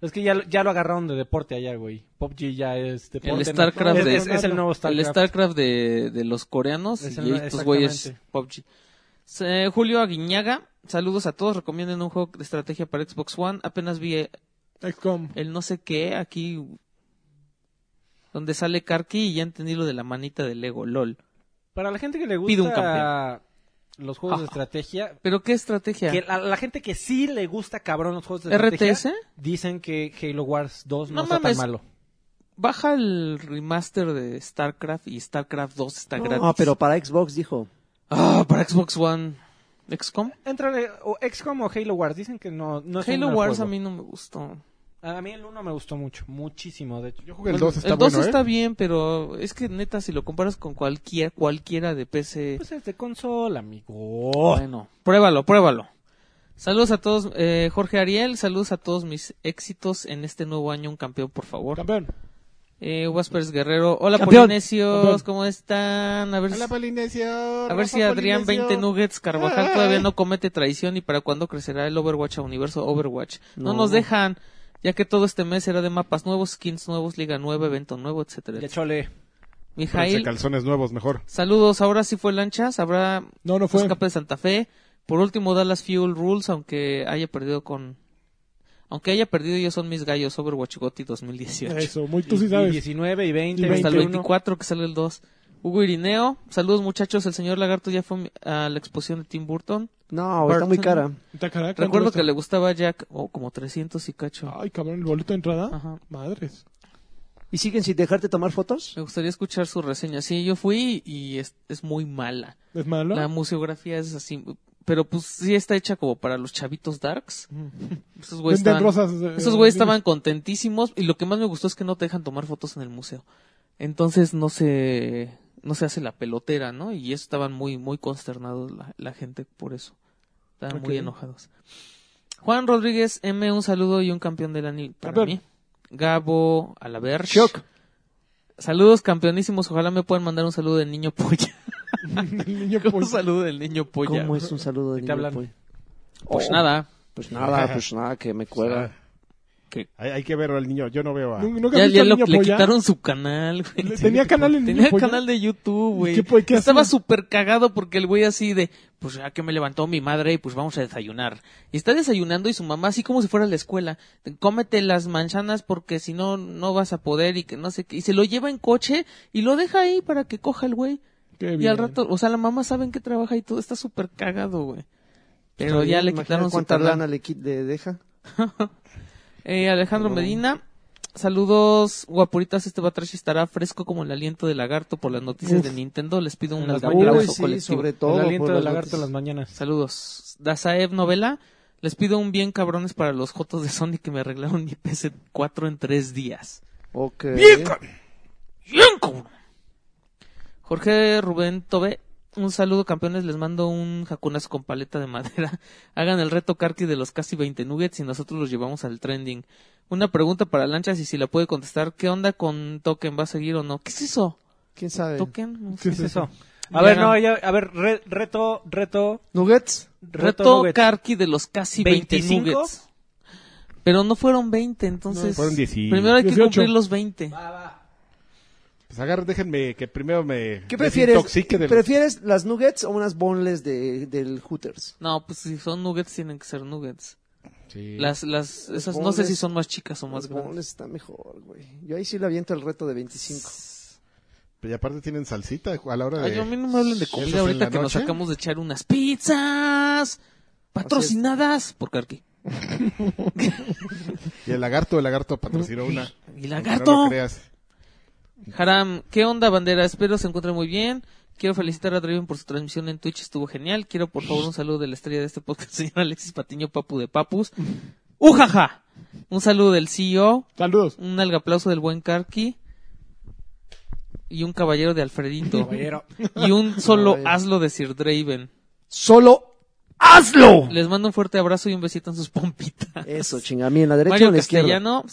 G: Es que ya, lo- ya lo agarraron de deporte allá, güey. PUBG ya es deporte.
C: El StarCraft
G: es,
C: de-
G: es- es el nuevo StarCraft.
C: El StarCraft de, de los coreanos
G: Es
C: y
G: el-
C: estos güeyes PUBG. Eh, Julio Aguiñaga, saludos a todos. Recomienden un juego de estrategia para Xbox One. Apenas vi eh,
A: XCOM.
C: el no sé qué aquí donde sale Karki y ya entendí lo de la manita de Lego, lol.
G: Para la gente que le
C: Pido un Ah.
G: gusta los juegos de estrategia,
C: ¿Pero qué estrategia?
G: que la, la gente que sí le gusta cabrón los juegos de estrategia,
C: ¿RTS?
G: dicen que Halo Wars 2 no,
C: No
G: está
C: mames.
G: tan malo.
C: Baja el remaster de StarCraft y StarCraft 2 está gratis.
G: ah,
B: No, pero para Xbox dijo.
C: Ah, para Xbox One. ¿XCOM?
G: Entrale, o XCOM o Halo Wars, dicen que no, no es un
C: Halo
G: mal
C: Wars a
G: juego.
C: mí no me gustó.
G: A mí el 1 me gustó mucho, muchísimo, de hecho.
E: Yo jugué el 2, está
C: el 2
E: bueno,
C: está
E: ¿eh?
C: bien, pero es que neta, si lo comparas con cualquier, cualquiera de PC,
G: Pues es de consola, amigo.
C: bueno, pruébalo, pruébalo. Saludos a todos, eh, Jorge Ariel, saludos a todos mis éxitos en este nuevo año, un campeón, por favor.
A: Campeón.
C: Eh, Waspers Guerrero, hola
B: Campeón.
C: Polinesios,
A: Campeón.
C: ¿cómo están? A ver,
E: Hola,
C: si-
E: Polinesio.
C: a ver si Adrián 20 Nuggets Carvajal
E: Ah.
C: todavía no comete traición y para cuándo crecerá el Overwatch a universo Overwatch. No,
B: No.
C: nos dejan, ya que todo este mes será de mapas nuevos, skins nuevos, liga nueva, evento nuevo, etcétera.
G: Ya chole.
C: Mijail,
E: calzones nuevos, mejor.
C: Saludos, ahora sí fue lanchas, habrá
A: No, no fue.
C: escape de Santa Fe. Por último, Dallas Fuel Rules, aunque haya perdido con... Aunque haya perdido, ellos son mis gallos, Overwatch Gotti 2018.
A: Eso, muy tú
G: Y-
A: sí
G: y
A: sabes.
G: 19 y 20,
A: Y
G: y
A: 20.
C: Hasta el
G: 21.
C: 24, que sale el 2. Hugo Irineo, saludos muchachos, el señor Lagarto ya fue a la exposición de Tim Burton.
B: No, está muy cara.
A: Está cara, ¿cuánto
C: Recuerdo
A: cuesta?
C: que le gustaba a Jack, oh, como 300 y cacho.
A: Ay, cabrón, el boleto de entrada.
C: Ajá.
A: Madres.
B: ¿Y siguen sin dejarte tomar fotos?
C: Me gustaría escuchar su reseña. Sí, yo fui y es, es muy mala.
A: ¿Es malo?
C: La museografía es así, pero pues sí está hecha como para los chavitos darks. Esos güeyes
A: Venden
C: estaban,
A: rosas, eh,
C: esos güeyes
A: dime.
C: estaban contentísimos y lo que más me gustó es que no te dejan tomar fotos en el museo. Entonces no se no se hace la pelotera, ¿no? Y eso estaban muy muy consternados la, la gente por eso. Estaban muy
A: Ok.
C: enojados. Juan Rodríguez M, un saludo y un campeón del anime para
A: Campeón.
C: mí. Gabo Alaber.
B: Shock.
C: Saludos campeonísimos, ojalá me puedan mandar un saludo del niño polla.
A: El (laughs) niño
C: un
A: pollo.
C: saludo del niño polla.
B: ¿Cómo es un saludo de
G: te
B: niño,
G: hablan?
B: pues?
C: Pues
B: Oh,
C: nada.
B: Pues nada, pues nada, que me cuelga.
E: Hay, hay que verlo al niño, yo no veo a...
A: ¿Nunca has
C: Ya,
A: visto
C: ya
A: al
C: lo-
A: niño
C: le
A: polla?
C: quitaron su canal, güey.
A: Le- Tenía canal en
C: Tenía
A: niño polla.
C: canal de YouTube, güey.
A: ¿Qué po- qué
C: Estaba
A: hacía?
C: súper cagado porque el güey así de, pues ya que me levantó mi madre y pues vamos a desayunar. Y está desayunando y su mamá así como si fuera a la escuela. Cómete las manzanas porque si no, no vas a poder y que no sé qué. Y se lo lleva en coche y lo deja ahí para que coja el güey.
A: Qué
C: Y
A: bien.
C: al rato, o sea, la mamá sabe en qué trabaja y todo. Está súper cagado, güey.
B: Está
C: Pero ya
B: bien,
C: le
B: imagina
C: quitaron su
B: cuánta
C: canal.
B: lana le, quit- le deja.
C: Eh, Alejandro Medina. Saludos, guapuritas. Este batrash estará fresco como el aliento de lagarto por las noticias
B: Uf.
C: de Nintendo. Les pido un
G: En las
C: abrazo
B: Uy,
G: mañanas.
B: sí,
C: colectivo.
B: sobre
G: El
B: todo.
G: aliento
B: por
G: del
B: las
G: lagarto en las
B: noticias.
G: (laughs) mañanas.
C: Saludos. Dazaev Novela. Les pido un bien cabrones para los jotos de Sony que me arreglaron mi PS4 en tres días.
B: Ok.
C: ¡Bien, cabrón! Jorge Rubén Tobe. Un saludo, campeones. Les mando un jacunas con paleta de madera. (laughs) Hagan el reto Karki de los casi 20 nuggets y nosotros los llevamos al trending. Una pregunta para Lanchas y si la puede contestar. ¿Qué onda con Token? ¿Va a seguir o no? ¿Qué es eso?
B: ¿Quién sabe?
C: ¿Token?
A: Sí,
G: ¿Qué es
A: sí,
G: eso?
C: Ya.
G: A ver, no, ya, a ver, re- reto, reto,
B: ¿Nuggets?
G: reto,
C: Reto
G: Nugget.
C: Karki de los casi 20
G: ¿25?
C: nuggets. Pero no fueron 20, entonces.
E: No, fueron 18.
C: Primero hay que
A: 18.
C: cumplir los 20.
G: Va, va.
D: Pues agarren, déjenme que primero me
B: ¿Qué prefieres?
D: desintoxique de los-
B: ¿Prefieres las nuggets o unas boneless de, del Hooters?
C: No, pues si son nuggets, tienen que ser nuggets.
D: Sí.
C: Las, las,
B: Los
C: esas no sé si
B: boneless-
C: son más chicas o más
B: Las
C: grandes.
B: boneless está mejor, güey. Yo ahí sí le aviento el reto de
C: (laughs)
B: 25.
D: Y aparte tienen salsita a la hora de...
C: Ay, a mí no me hablen de
D: ¿Esas en
C: comida
D: la
C: ahorita que nos
D: noche?
C: acabamos de echar unas pizzas patrocinadas por Karki.
D: Y el lagarto, el lagarto patrocinó una.
C: Y
D: aunque
C: lagarto.
D: No lo creas.
C: Haram, ¿qué onda, bandera? Espero se encuentre muy bien. Quiero felicitar a Draven por su transmisión en Twitch, estuvo genial. Quiero, por favor, un saludo de la estrella de este podcast, (laughs) señor Alexis Patiño, papu de papus. ¡Ujaja! Un saludo del CEO,
A: Saludos.
C: un algaplauso del buen Karki y un caballero de Alfredito.
D: (laughs)
B: (laughs)
C: Y un solo hazlo de Sir Draven.
B: ¡Solo hazlo!
C: Les mando un fuerte abrazo y un besito en sus pompitas. (laughs)
B: Eso, chinga, a mí en la derecha o
C: Mario
B: en la izquierda.
C: Castellano,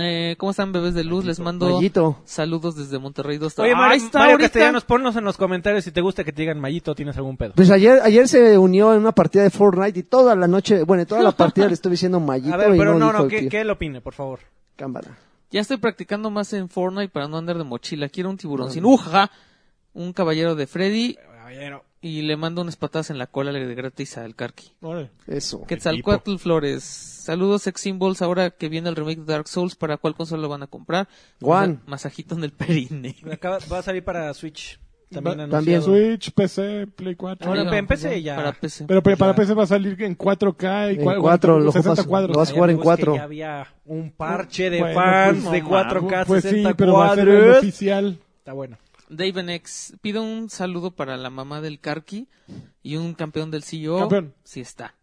C: eh, ¿cómo están, bebés de luz? Les mando
B: Mallito.
C: saludos desde Monterrey. Dos
G: Oye,
C: ¡Ah,
G: Mario,
C: ahí está
G: Mario
C: ahorita!
G: Castellanos, ponnos en los comentarios si te gusta que te digan Mayito, tienes algún pedo.
B: Pues ayer, ayer se unió en una partida de Fortnite y toda la noche, bueno, toda la partida le estuve diciendo mallito
C: (laughs)
G: A ver,
B: y
G: pero
B: no,
G: no,
B: dijo
G: no,
B: el
G: que,
B: tío.
G: que él opine, por favor.
B: Cámara.
C: Ya estoy practicando más en Fortnite para no andar de mochila. Quiero un tiburón sin uja, un caballero de Freddy
G: Caballero.
C: y le mando unas patadas en la cola de gratis al Karki.
A: Órale.
B: Eso.
C: Quetzalcoatl Flores. Saludos, Sex Symbols. Ahora que viene el remake de Dark Souls, ¿para cuál consola lo van a comprar?
B: One.
C: Masajito en el perine.
G: Acaba- va a salir para Switch. También
A: Va-
B: también.
G: anunciado.
A: Switch, PC, Play 4.
G: Ahora,
C: Digo,
G: en PC ya.
C: Para PC.
A: Pero para, para
G: Ya.
A: PC va a salir en 4K y
B: En
A: cua-
B: 4, lo
A: 60
B: ocupas-
A: cuadros.
B: lo vas a jugar en
G: Amigos, que
B: cuatro.
G: Ya había un parche de
A: Bueno,
G: fans
A: pues,
G: de
A: no
G: 4K
A: Pues sí,
G: 60
A: pero va a ser el
G: cuadros.
A: oficial.
G: Está bueno.
C: Daven X, pido un saludo para la mamá del Karki y un campeón del CEO.
A: Campeón.
C: Sí está.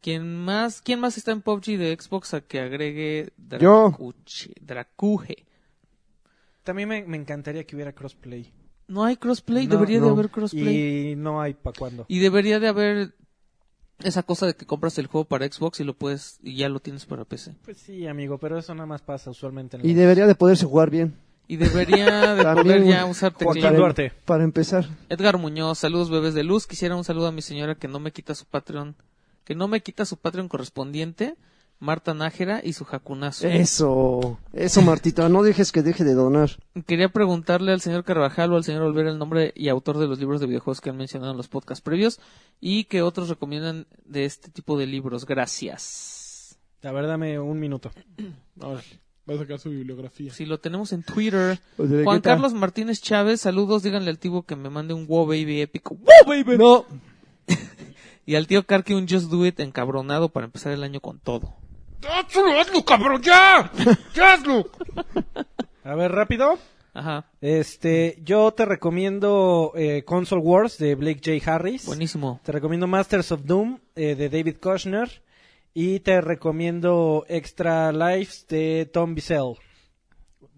C: ¿Quién más, ¿Quién más está en PUBG de Xbox a que agregue
B: Yo.
C: Dracuche- Dracuje?
G: También me, me encantaría que hubiera crossplay.
C: No hay crossplay,
G: No,
C: debería de
G: no.
C: haber crossplay.
G: Y no hay para cuándo.
C: Y... debería de haber esa cosa de que compras el juego para Xbox y lo puedes y ya lo tienes para PC.
G: Pues sí, amigo, pero eso nada más pasa usualmente en
B: Y
G: los-
B: debería de poderse jugar bien.
C: Y debería de
B: También,
C: poder ya
B: güey.
C: usar
G: Joaquín
C: teclado.
G: Duarte.
B: Para empezar.
C: Edgar Muñoz, saludos bebés de luz. Quisiera un saludo a mi señora que no me quita su Patreon, que no me quita su Patreon correspondiente, Marta Nájera y su jacunazo.
B: Eso. Eso, Martita. No dejes que deje de donar.
C: Quería preguntarle al señor Carvajal o al señor Olvera el nombre y autor de los libros de videojuegos que han mencionado en los podcasts previos y que otros recomiendan de este tipo de libros. Gracias.
G: A ver, dame un minuto.
A: Órale. Va a sacar su bibliografía.
C: Si lo tenemos en Twitter.
B: Pues, ¿de
C: Juan
B: qué tal?
C: Carlos Martínez Chávez, saludos, díganle al tío que me mande un wow baby épico.
B: No.
C: (laughs) Y al tío Karki un Just Do It encabronado para empezar el año con todo.
A: ¡Hazlo, hazlo, cabrón! ¡Ya! ¡Ya hazlo!
G: A ver, rápido.
C: Ajá.
G: Este, yo te recomiendo eh, Console Wars de Blake J. Harris.
C: Buenísimo.
G: Te recomiendo Masters of Doom eh, de David Kushner. Y te recomiendo Extra Lives de Tom Bissell.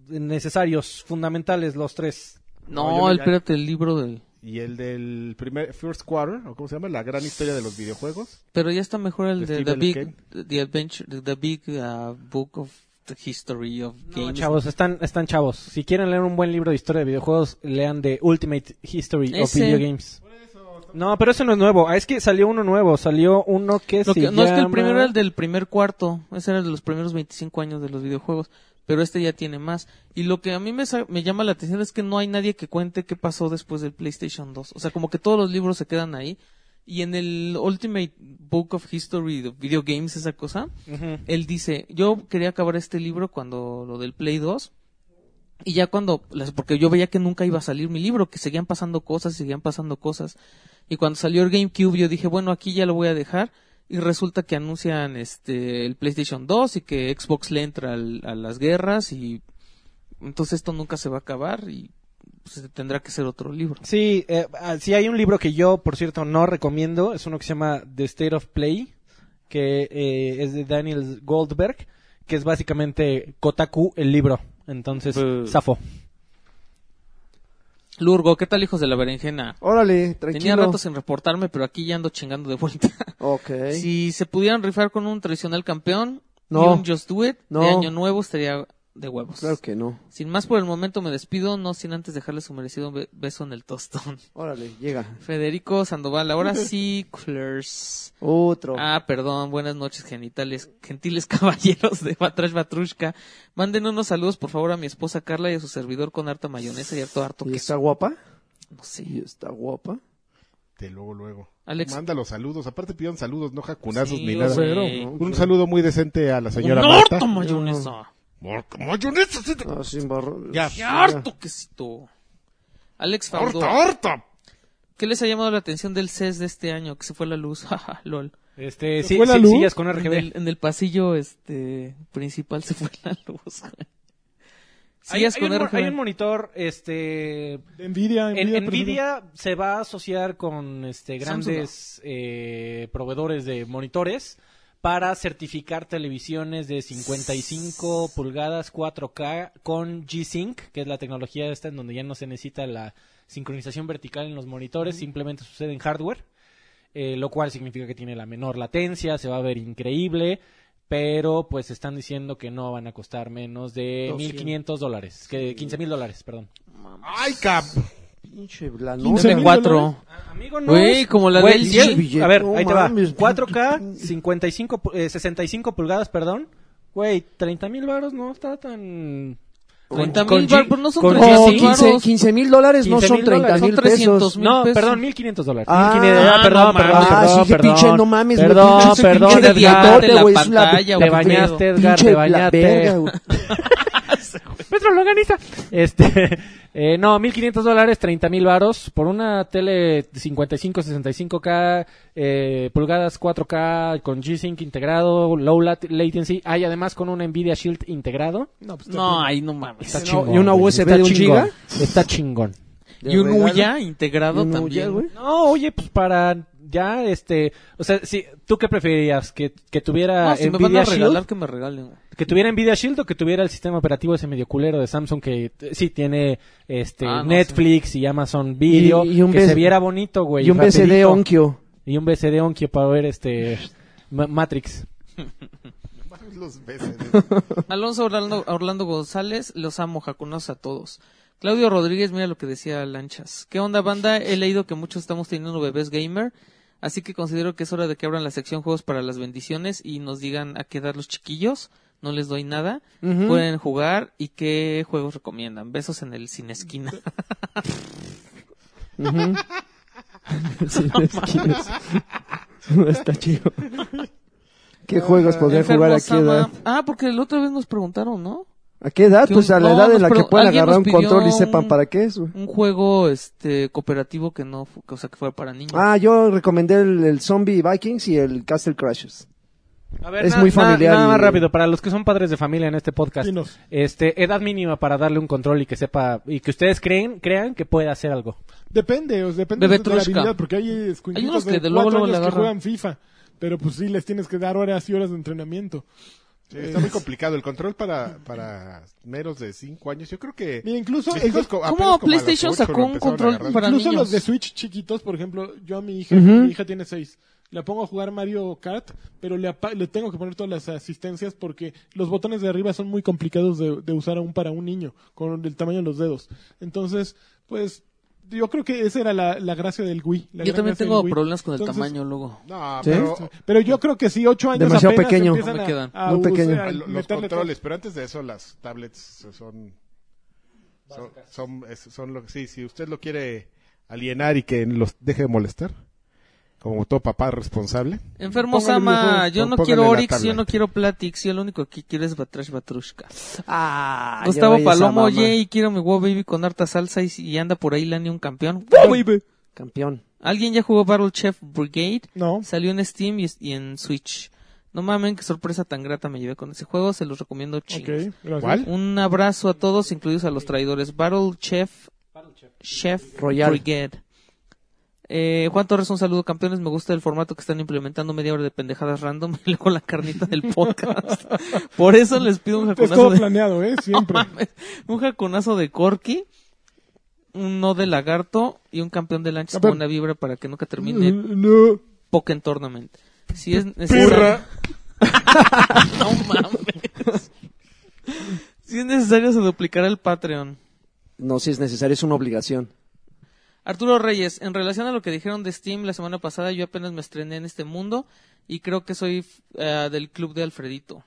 G: Necesarios, fundamentales los tres.
D: No, yo
C: No,
D: me-
C: el- espérate, el libro del...
D: Y el del primer First Quarter, o cómo se llama, la gran historia de los videojuegos.
C: Pero ya está mejor el de
D: ¿De
C: The
D: Stephen
C: Big, the Adventure, the, the Big uh, Book of the History of Games.
G: chavos, están, están chavos. Si quieren leer un buen libro de historia de videojuegos, lean The Ultimate History of
C: Ese.
G: Video Games. No, pero ese no es nuevo. Ah, Es que salió uno nuevo. Salió uno que
C: Lo
G: se
C: que- no es que el
G: llama-
C: primero era el del primer cuarto, ese era de los primeros 25 años de los videojuegos, pero este ya tiene más. Y lo que a mí me, sa- me llama la atención es que no hay nadie que cuente qué pasó después del PlayStation 2. O sea, como que todos los libros se quedan ahí. Y en el Ultimate Book of History, de Video Games, esa cosa,
G: Ujú.
C: él dice, yo quería acabar este libro cuando lo del Play 2 y ya cuando, las- porque yo veía que nunca iba a salir mi libro, que seguían pasando cosas, seguían pasando cosas y cuando salió el GameCube yo dije, bueno, aquí ya lo voy a dejar y resulta que anuncian este el PlayStation 2 y que Xbox le entra al- a las guerras y entonces esto nunca se va a acabar y pues, tendrá que ser otro libro.
G: Sí, eh, ah, sí hay un libro que yo, por cierto, no recomiendo. Es uno que se llama The State of Play, que eh, es de Daniel Goldberg, que es básicamente Kotaku el libro. Entonces,
C: Buh.
G: zafo.
C: Lurgo, ¿qué tal hijos de la berenjena?
B: Órale,
C: Tenía
B: tranquilo.
C: rato sin reportarme, pero aquí ya ando chingando de vuelta. (laughs)
B: Ok.
C: Si se pudieran rifar con un tradicional campeón
B: No.
C: y un Just Do It
B: No.
C: de año nuevo estaría de huevos.
B: Claro que no.
C: Sin más por el momento me despido, no sin antes dejarle su merecido be- beso en el tostón. (laughs)
B: Órale, llega.
C: Federico Sandoval,
B: (laughs)
C: ahora sí, Clers.
B: Otro.
C: Ah, perdón, buenas noches, genitales, gentiles (laughs) caballeros de Batrash Batrushka. Manden unos saludos, por favor, a mi esposa Carla y a su servidor con harta mayonesa y harto harto
B: ¿Y
C: queso.
B: está guapa?
C: No sé.
B: ¿Y está guapa?
D: De luego, luego.
C: Alex.
D: Manda los saludos. Aparte pidan saludos, no jacunazos
C: Sí,
D: ni
C: o
D: nada.
C: sea,
D: Un saludo muy decente a la señora
C: ¡Un
D: Marta.
C: harto mayonesa!
D: Marta, mayonesa, sí te-
B: Ah, sin barro.
D: Ya.
C: ¡Qué harto quesito! Alex Faudó.
D: ¡Harta, harta!
C: ¿Qué les ha llamado la atención del CES de este año? Que se fue la luz. (laughs) Jaja, lol.
G: Este,
A: ¿Se
G: sí,
A: fue la
G: sí,
A: luz?
G: sillas con RGB.
C: En el, en el pasillo este principal se fue la luz. güey.
G: Hay,
C: Sillas
G: hay
C: con
G: un, mo-
C: RGB.
G: hay un monitor, este...
A: De Nvidia, Nvidia,
G: En,
A: por ejemplo.
G: Nvidia se va a asociar con este, grandes eh, proveedores de monitores para certificar televisiones de 55 pulgadas 4K con G-Sync, que es la tecnología esta en donde ya no se necesita la sincronización vertical en los monitores, simplemente sucede en hardware, eh, lo cual significa que tiene la menor latencia, se va a ver increíble, pero pues están diciendo que no van a costar menos de 1.500 dólares, que 15.000 dólares, perdón.
D: ¡Ay, cap!
B: Pinche la
A: ¿Quince
B: nota.
A: mil dólares? cuatro.
G: Amigo, no.
C: Güey, como la
G: Güey,
C: del
G: diez-
C: sí.
B: billete,
G: A ver,
B: no
G: ahí te va.
B: mames.
G: 4K, 55, pu- eh, 65 pulgadas, perdón. Güey, 30 mil baros no está tan...
C: 30,000
G: con G-
C: bar- pues no son
G: con
C: 30,000
B: No,
C: sí,
G: G-Sync.
C: baros.
B: 15, 15 mil dólares no
G: 15
B: son
G: mil
B: 30
G: dólares,
C: son
B: mil pesos.
C: 300 mil
G: No,
C: pesos.
G: perdón, 1500 dólares.
B: Ah,
G: 1500, ah,
C: no
G: perdón,
C: mames.
G: perdón,
B: Ah, sí,
G: perdón,
B: que
G: perdón.
B: pinche no mames, güey,
G: Perdón,
B: pinche ese
G: perdón,
B: pinche
G: Edgar,
B: diadote,
C: de la
B: güey, es la-
C: pantalla,
G: Te
C: güey.
G: bañaste, Edgar,
B: pinche
G: te
B: la verga,
G: bañaste.
B: güey.
G: Petro Longaniza. Este, (laughs) eh, no, 1500 dólares, 30 mil varos por una tele 55, 65K, eh, pulgadas 4K con G-Sync integrado, low lat- latency. Hay además con un Nvidia Shield integrado.
A: No, pues,
C: No, ahí no mames.
G: Está
B: Y una-
G: chingón.
B: y una
G: güey,
B: USB
G: está
B: de un
G: chingón. Está chingón.
C: (laughs) Y un
B: regalo.
C: Uya integrado
B: Y un
C: también.
B: Uya, güey.
G: No, oye, pues para ya, este, o sea, si, ¿tú qué preferirías? ¿Que, que tuviera
C: No, si me van
G: Nvidia
C: a
G: Shield?
C: regalar que me regalen. güey.
G: ¿Que tuviera Nvidia Shield o que tuviera el sistema operativo ese medio culero de Samsung que t- sí tiene este
C: Ah, no,
G: Netflix y Amazon Video?
B: Y- y un
G: que
B: B-
G: se viera bonito, güey.
B: Y un
G: rapidito.
B: BCD Onkyo.
G: Y un BCD Onkyo para ver este Ma- Matrix.
D: Los (laughs) besos.
C: Alonso Orlando, Orlando González, los amo, jacunos a todos. Claudio Rodríguez, mira lo que decía Lanchas. ¿Qué onda, banda? He leído que muchos estamos teniendo bebés gamer, así que considero que es hora de que abran la sección juegos para las bendiciones y nos digan a qué dar los chiquillos. No les doy nada. (laughs) Pueden jugar y qué juegos recomiendan. Besos en el sin esquina.
B: Sí, es que es- (laughs) Está chido. ¿Qué juegos (laughs) podría
C: Enfermo
B: jugar aquí?
C: Sama.
B: edad?
C: Ah, que la otra vez nos preguntaron, ¿no?
B: ¿A qué edad?
C: Que
B: Pues
C: un-
B: a la
C: no,
B: edad
C: nos
B: en la que
C: pregun-
B: puedan
C: alguien
B: agarrar
C: nos
B: un control y
C: pidió
B: sepan
C: un-
B: para qué es, güey.
C: Un juego este cooperativo que no, fu- que, o sea, que fuera para niños.
B: Ah, yo recomendé el, el Zombie Vikings y el Castle Crashers.
G: A ver,
B: Es
G: na-
B: muy
G: na-
B: familiar
G: nada
B: y-
G: más rápido, para los que son padres de familia en este podcast.
A: Dinos.
G: Este, edad mínima para darle un control y que sepa, y que ustedes creen, crean que puede hacer algo.
A: Depende, o sea, depende
C: Bebé
A: de la
C: Trushka.
A: habilidad, porque hay
C: Hay unos
A: escuinquitos
C: que
A: de
C: de luego,
A: cuatro
C: luego le
A: años que
C: agarran.
A: juegan FIFA, pero pues sí, les tienes que dar horas y horas de entrenamiento.
D: Está muy complicado. El control para, para meros de 5 años, yo creo que...
A: Mira, incluso,
D: Mis hijos
A: incluso,
D: co- apenas
C: ¿Cómo
D: como a los
C: PlayStation
D: ocho lo
C: sacó un
D: empezaron a
C: control
D: agarrar.
C: para niños?
A: los de Switch chiquitos, por ejemplo, yo a mi hija, mi hija tiene seis, la pongo a jugar Mario Kart, pero le, apa- le tengo que poner todas las asistencias porque los botones de arriba son muy complicados de, de usar aún para un niño, con el tamaño de los dedos. Entonces, pues, yo creo que esa era la, la gracia del Wii. la
C: Yo
A: gran
C: también
A: gracia
C: tengo
A: del Wii.
C: problemas con el
A: Entonces,
C: tamaño luego.
D: No,
B: ¿Sí?
D: pero...
A: Pero yo creo que sí, ocho años
B: Demasiado
A: apenas
B: pequeño.
A: empiezan
C: No me
A: a-
C: quedan.
A: a
B: Muy
A: usar-
B: pequeño.
A: a
D: Ah, Los
A: meterle todo.
D: controles, pero antes de eso las tablets son son, son, es- son lo que sí, si usted lo quiere alienar y que los deje de molestar, como todo papá responsable.
C: Enfermo
D: póngale
C: Sama,
D: videojuegos,
C: yo no
D: póngale
C: quiero
D: la
C: Orix,
D: tablet.
C: yo no quiero Platix, yo lo único que quiero es Batrash Batrushka.
B: Ah,
C: Gustavo Palomo, oye, y quiero mi Wow Baby con harta salsa y, y anda por ahí Lani un campeón.
A: Ah,
B: Campeón.
C: ¿Alguien ya jugó Battle Chef Brigade?
A: No.
C: Salió en Steam y, y en Switch. No mamen, qué sorpresa tan grata me llevé con ese juego, se los recomiendo
A: Ok,
C: chingos.
A: gracias.
D: ¿Cuál?
C: Un abrazo a todos, incluidos a los traidores. Battle Chef, Chef
B: Royal.
C: Brigade. Eh, Juan Torres, un saludo, campeones. Me gusta el formato que están implementando, media hora de pendejadas random (laughs) y luego la carnita del podcast. Por eso les pido
A: Es
C: un jaconazo
A: todo
C: de,
A: planeado, ¿eh?
C: (laughs)
A: Siempre.
C: un jaconazo de Corky, un no de lagarto y un campeón de lanchas con
A: Campeón.
C: una vibra para que nunca termine
A: no.
C: Pokémon Tournament. Si
G: (laughs)
C: es necesario.
D: Pirra.
C: No mames. Si es necesario se duplicará el Patreon.
B: No, si es necesario, es una obligación.
C: Arturo Reyes, en relación a lo que dijeron de Steam la semana pasada, yo apenas me estrené en este mundo y creo que soy eh, del club de Alfredito,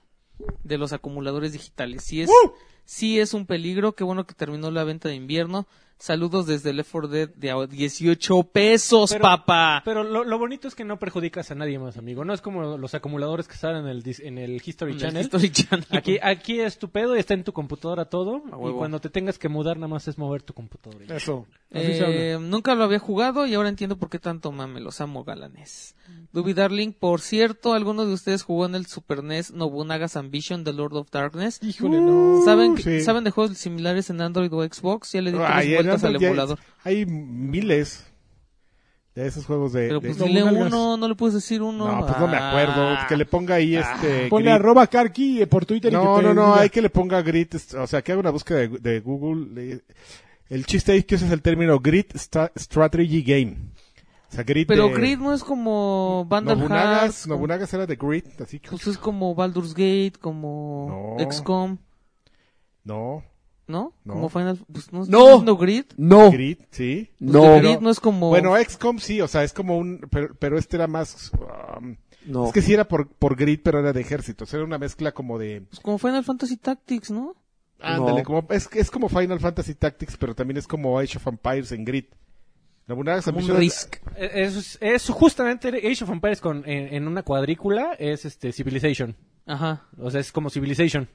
C: de los acumuladores digitales. Si es,
G: ¡Uh!
C: sí es un peligro, qué bueno que terminó la venta de invierno. Saludos desde Left 4 Dead de a 18 pesos,
G: Pero-
C: papá.
G: Pero lo, lo bonito es que no perjudicas a nadie más, amigo. No es como los acumuladores que salen en el, dis- en el History
C: En el
G: Channel.
C: History Channel.
G: (laughs) Aquí, aquí es tu pedo, está en tu computadora todo.
C: A
G: Y
C: huevo.
G: cuando te tengas que mudar, nada más es mover tu computadora. y ya.
A: Eso. Así se habla.
C: Eh, nunca lo había jugado y ahora entiendo por qué tanto mame. Los amo, galanes. Duby Darling, por cierto, ¿alguno de ustedes jugó en el Super NES Nobunaga's Ambition The Lord of Darkness?
A: Híjole, no.
C: Mm, ¿Saben, que-
D: sí.
C: ¿Saben de juegos similares en Android o Xbox? Ya le di tres
D: Ay, en
C: vueltas al
D: Android ya-
C: emulador.
D: Hay miles de esos juegos de.
C: Pero
D: de-
C: pues
A: no,
C: dile
A: nalgas.
C: uno, no le puedes decir uno.
D: no, pues no me acuerdo.
C: Ah.
D: Que le ponga ahí este.
A: Ponle
D: grit.
A: arroba Karki eh, por Twitter y
D: No,
A: que te
D: no, no,
A: diga.
D: hay que le ponga grit, est- o sea, que haga una búsqueda de, de Google. eh, El chiste es que ese es el término grit sta- strategy game. O sea, grit
C: Pero
D: de-
C: Grid no es como Vandal Hearts.
D: Nobunagas,
C: como-
D: Nobunagas era de grit, así que
C: Pues es como Baldur's Gate, como
D: No.
C: XCOM,
D: no,
C: ¿no?
D: No.
C: Como Final... Pues no,
B: No.
C: no. Grid. Pues,
B: No,
D: grit, sí.
B: no,
C: Grid no es como...
D: Bueno, XCOM sí, o sea, es como un pero, pero este era más um,
B: no.
D: es que sí era por por grit, pero era de ejércitos, era una mezcla como de
C: Pues como Final Fantasy Tactics, ¿no?
D: ándale,
B: No.
D: como es es como Final Fantasy Tactics, pero también es como Age of Empires en grit. Nobunagas
C: Como un
D: Ambition-
C: Risk.
G: Eh, Es, es justamente Age of Empires con, en, en una cuadrícula. Es este Civilization.
C: Ajá.
G: O sea, es como Civilization.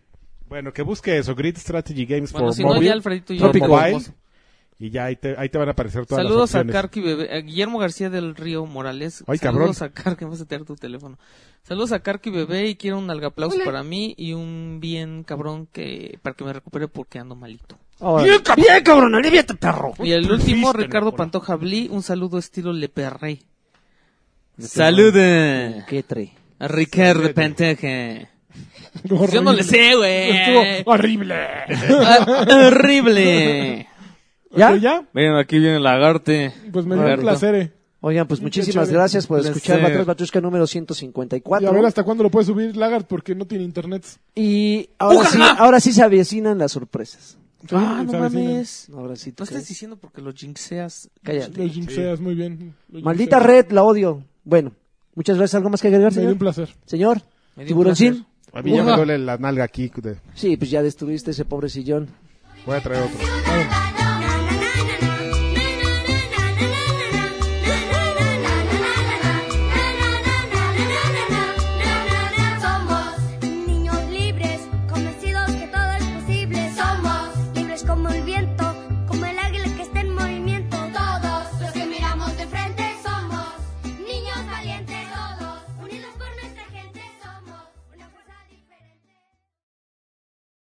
D: Bueno, que busque eso, Grid Strategy Games
C: Bueno,
D: for
C: si no,
D: Mobile.
C: ya Alfredito y yo.
D: Trópico.
C: lo
D: Mobile,
C: busco.
D: Y ya ahí te, ahí te van a aparecer todas
C: Saludos
D: las
C: a
D: opciones.
C: Carqui Bebé, a Guillermo García del Río Morales.
D: Ay,
C: Saludos a Carqui, vamos a tener tu teléfono. Saludos a Carqui Bebé y quiero un algaplauso para mí y un bien cabrón que para que me recupere porque ando malito.
B: Bien, cab- bien, cabrón, aliviate, perro.
C: Y el último, Ricardo Pantoja Bli, un saludo estilo Le Perré. Saluden
B: Qué tre.
C: a Ricardo Pantoja.
A: Horrible.
C: Yo no le sé, güey.
A: Estuvo horrible.
C: Ah, Horrible.
A: ¿Ya?
B: ¿Ya?
A: ¿Ya?
C: Miren, aquí viene el lagarte.
A: Pues me dio un
C: Roberto.
A: placer. eh.
B: Oigan, pues muchísimas
A: chévere.
B: gracias por
C: Placer.
B: escuchar Batrás Batrushka
A: Y a
B: número
A: ver
B: 154.
A: hasta cuándo lo puede subir Lagart porque no tiene internet.
B: Y ahora sí, ahora sí se avecinan las sorpresas.
C: Ah,
A: Sí,
C: no
A: se avecina.
C: mames.
B: Ahora sí, ¿tú
C: No estés
B: crees?
C: diciendo porque lo jinxeas.
B: Cállate.
A: Los jinxeas, muy bien. Los
B: Maldita
A: jinxeas.
B: red, la odio. Bueno, muchas gracias. ¿Algo más que agregar,
A: Me dio un
B: señor?
A: placer.
B: Señor,
C: Me dio un
B: tiburoncín.
D: A mí ya me
C: Ujú.
D: duele la nalga aquí. de-
B: Sí, pues ya destruiste ese pobre sillón.
D: Voy a traer otro.
F: Ciudadano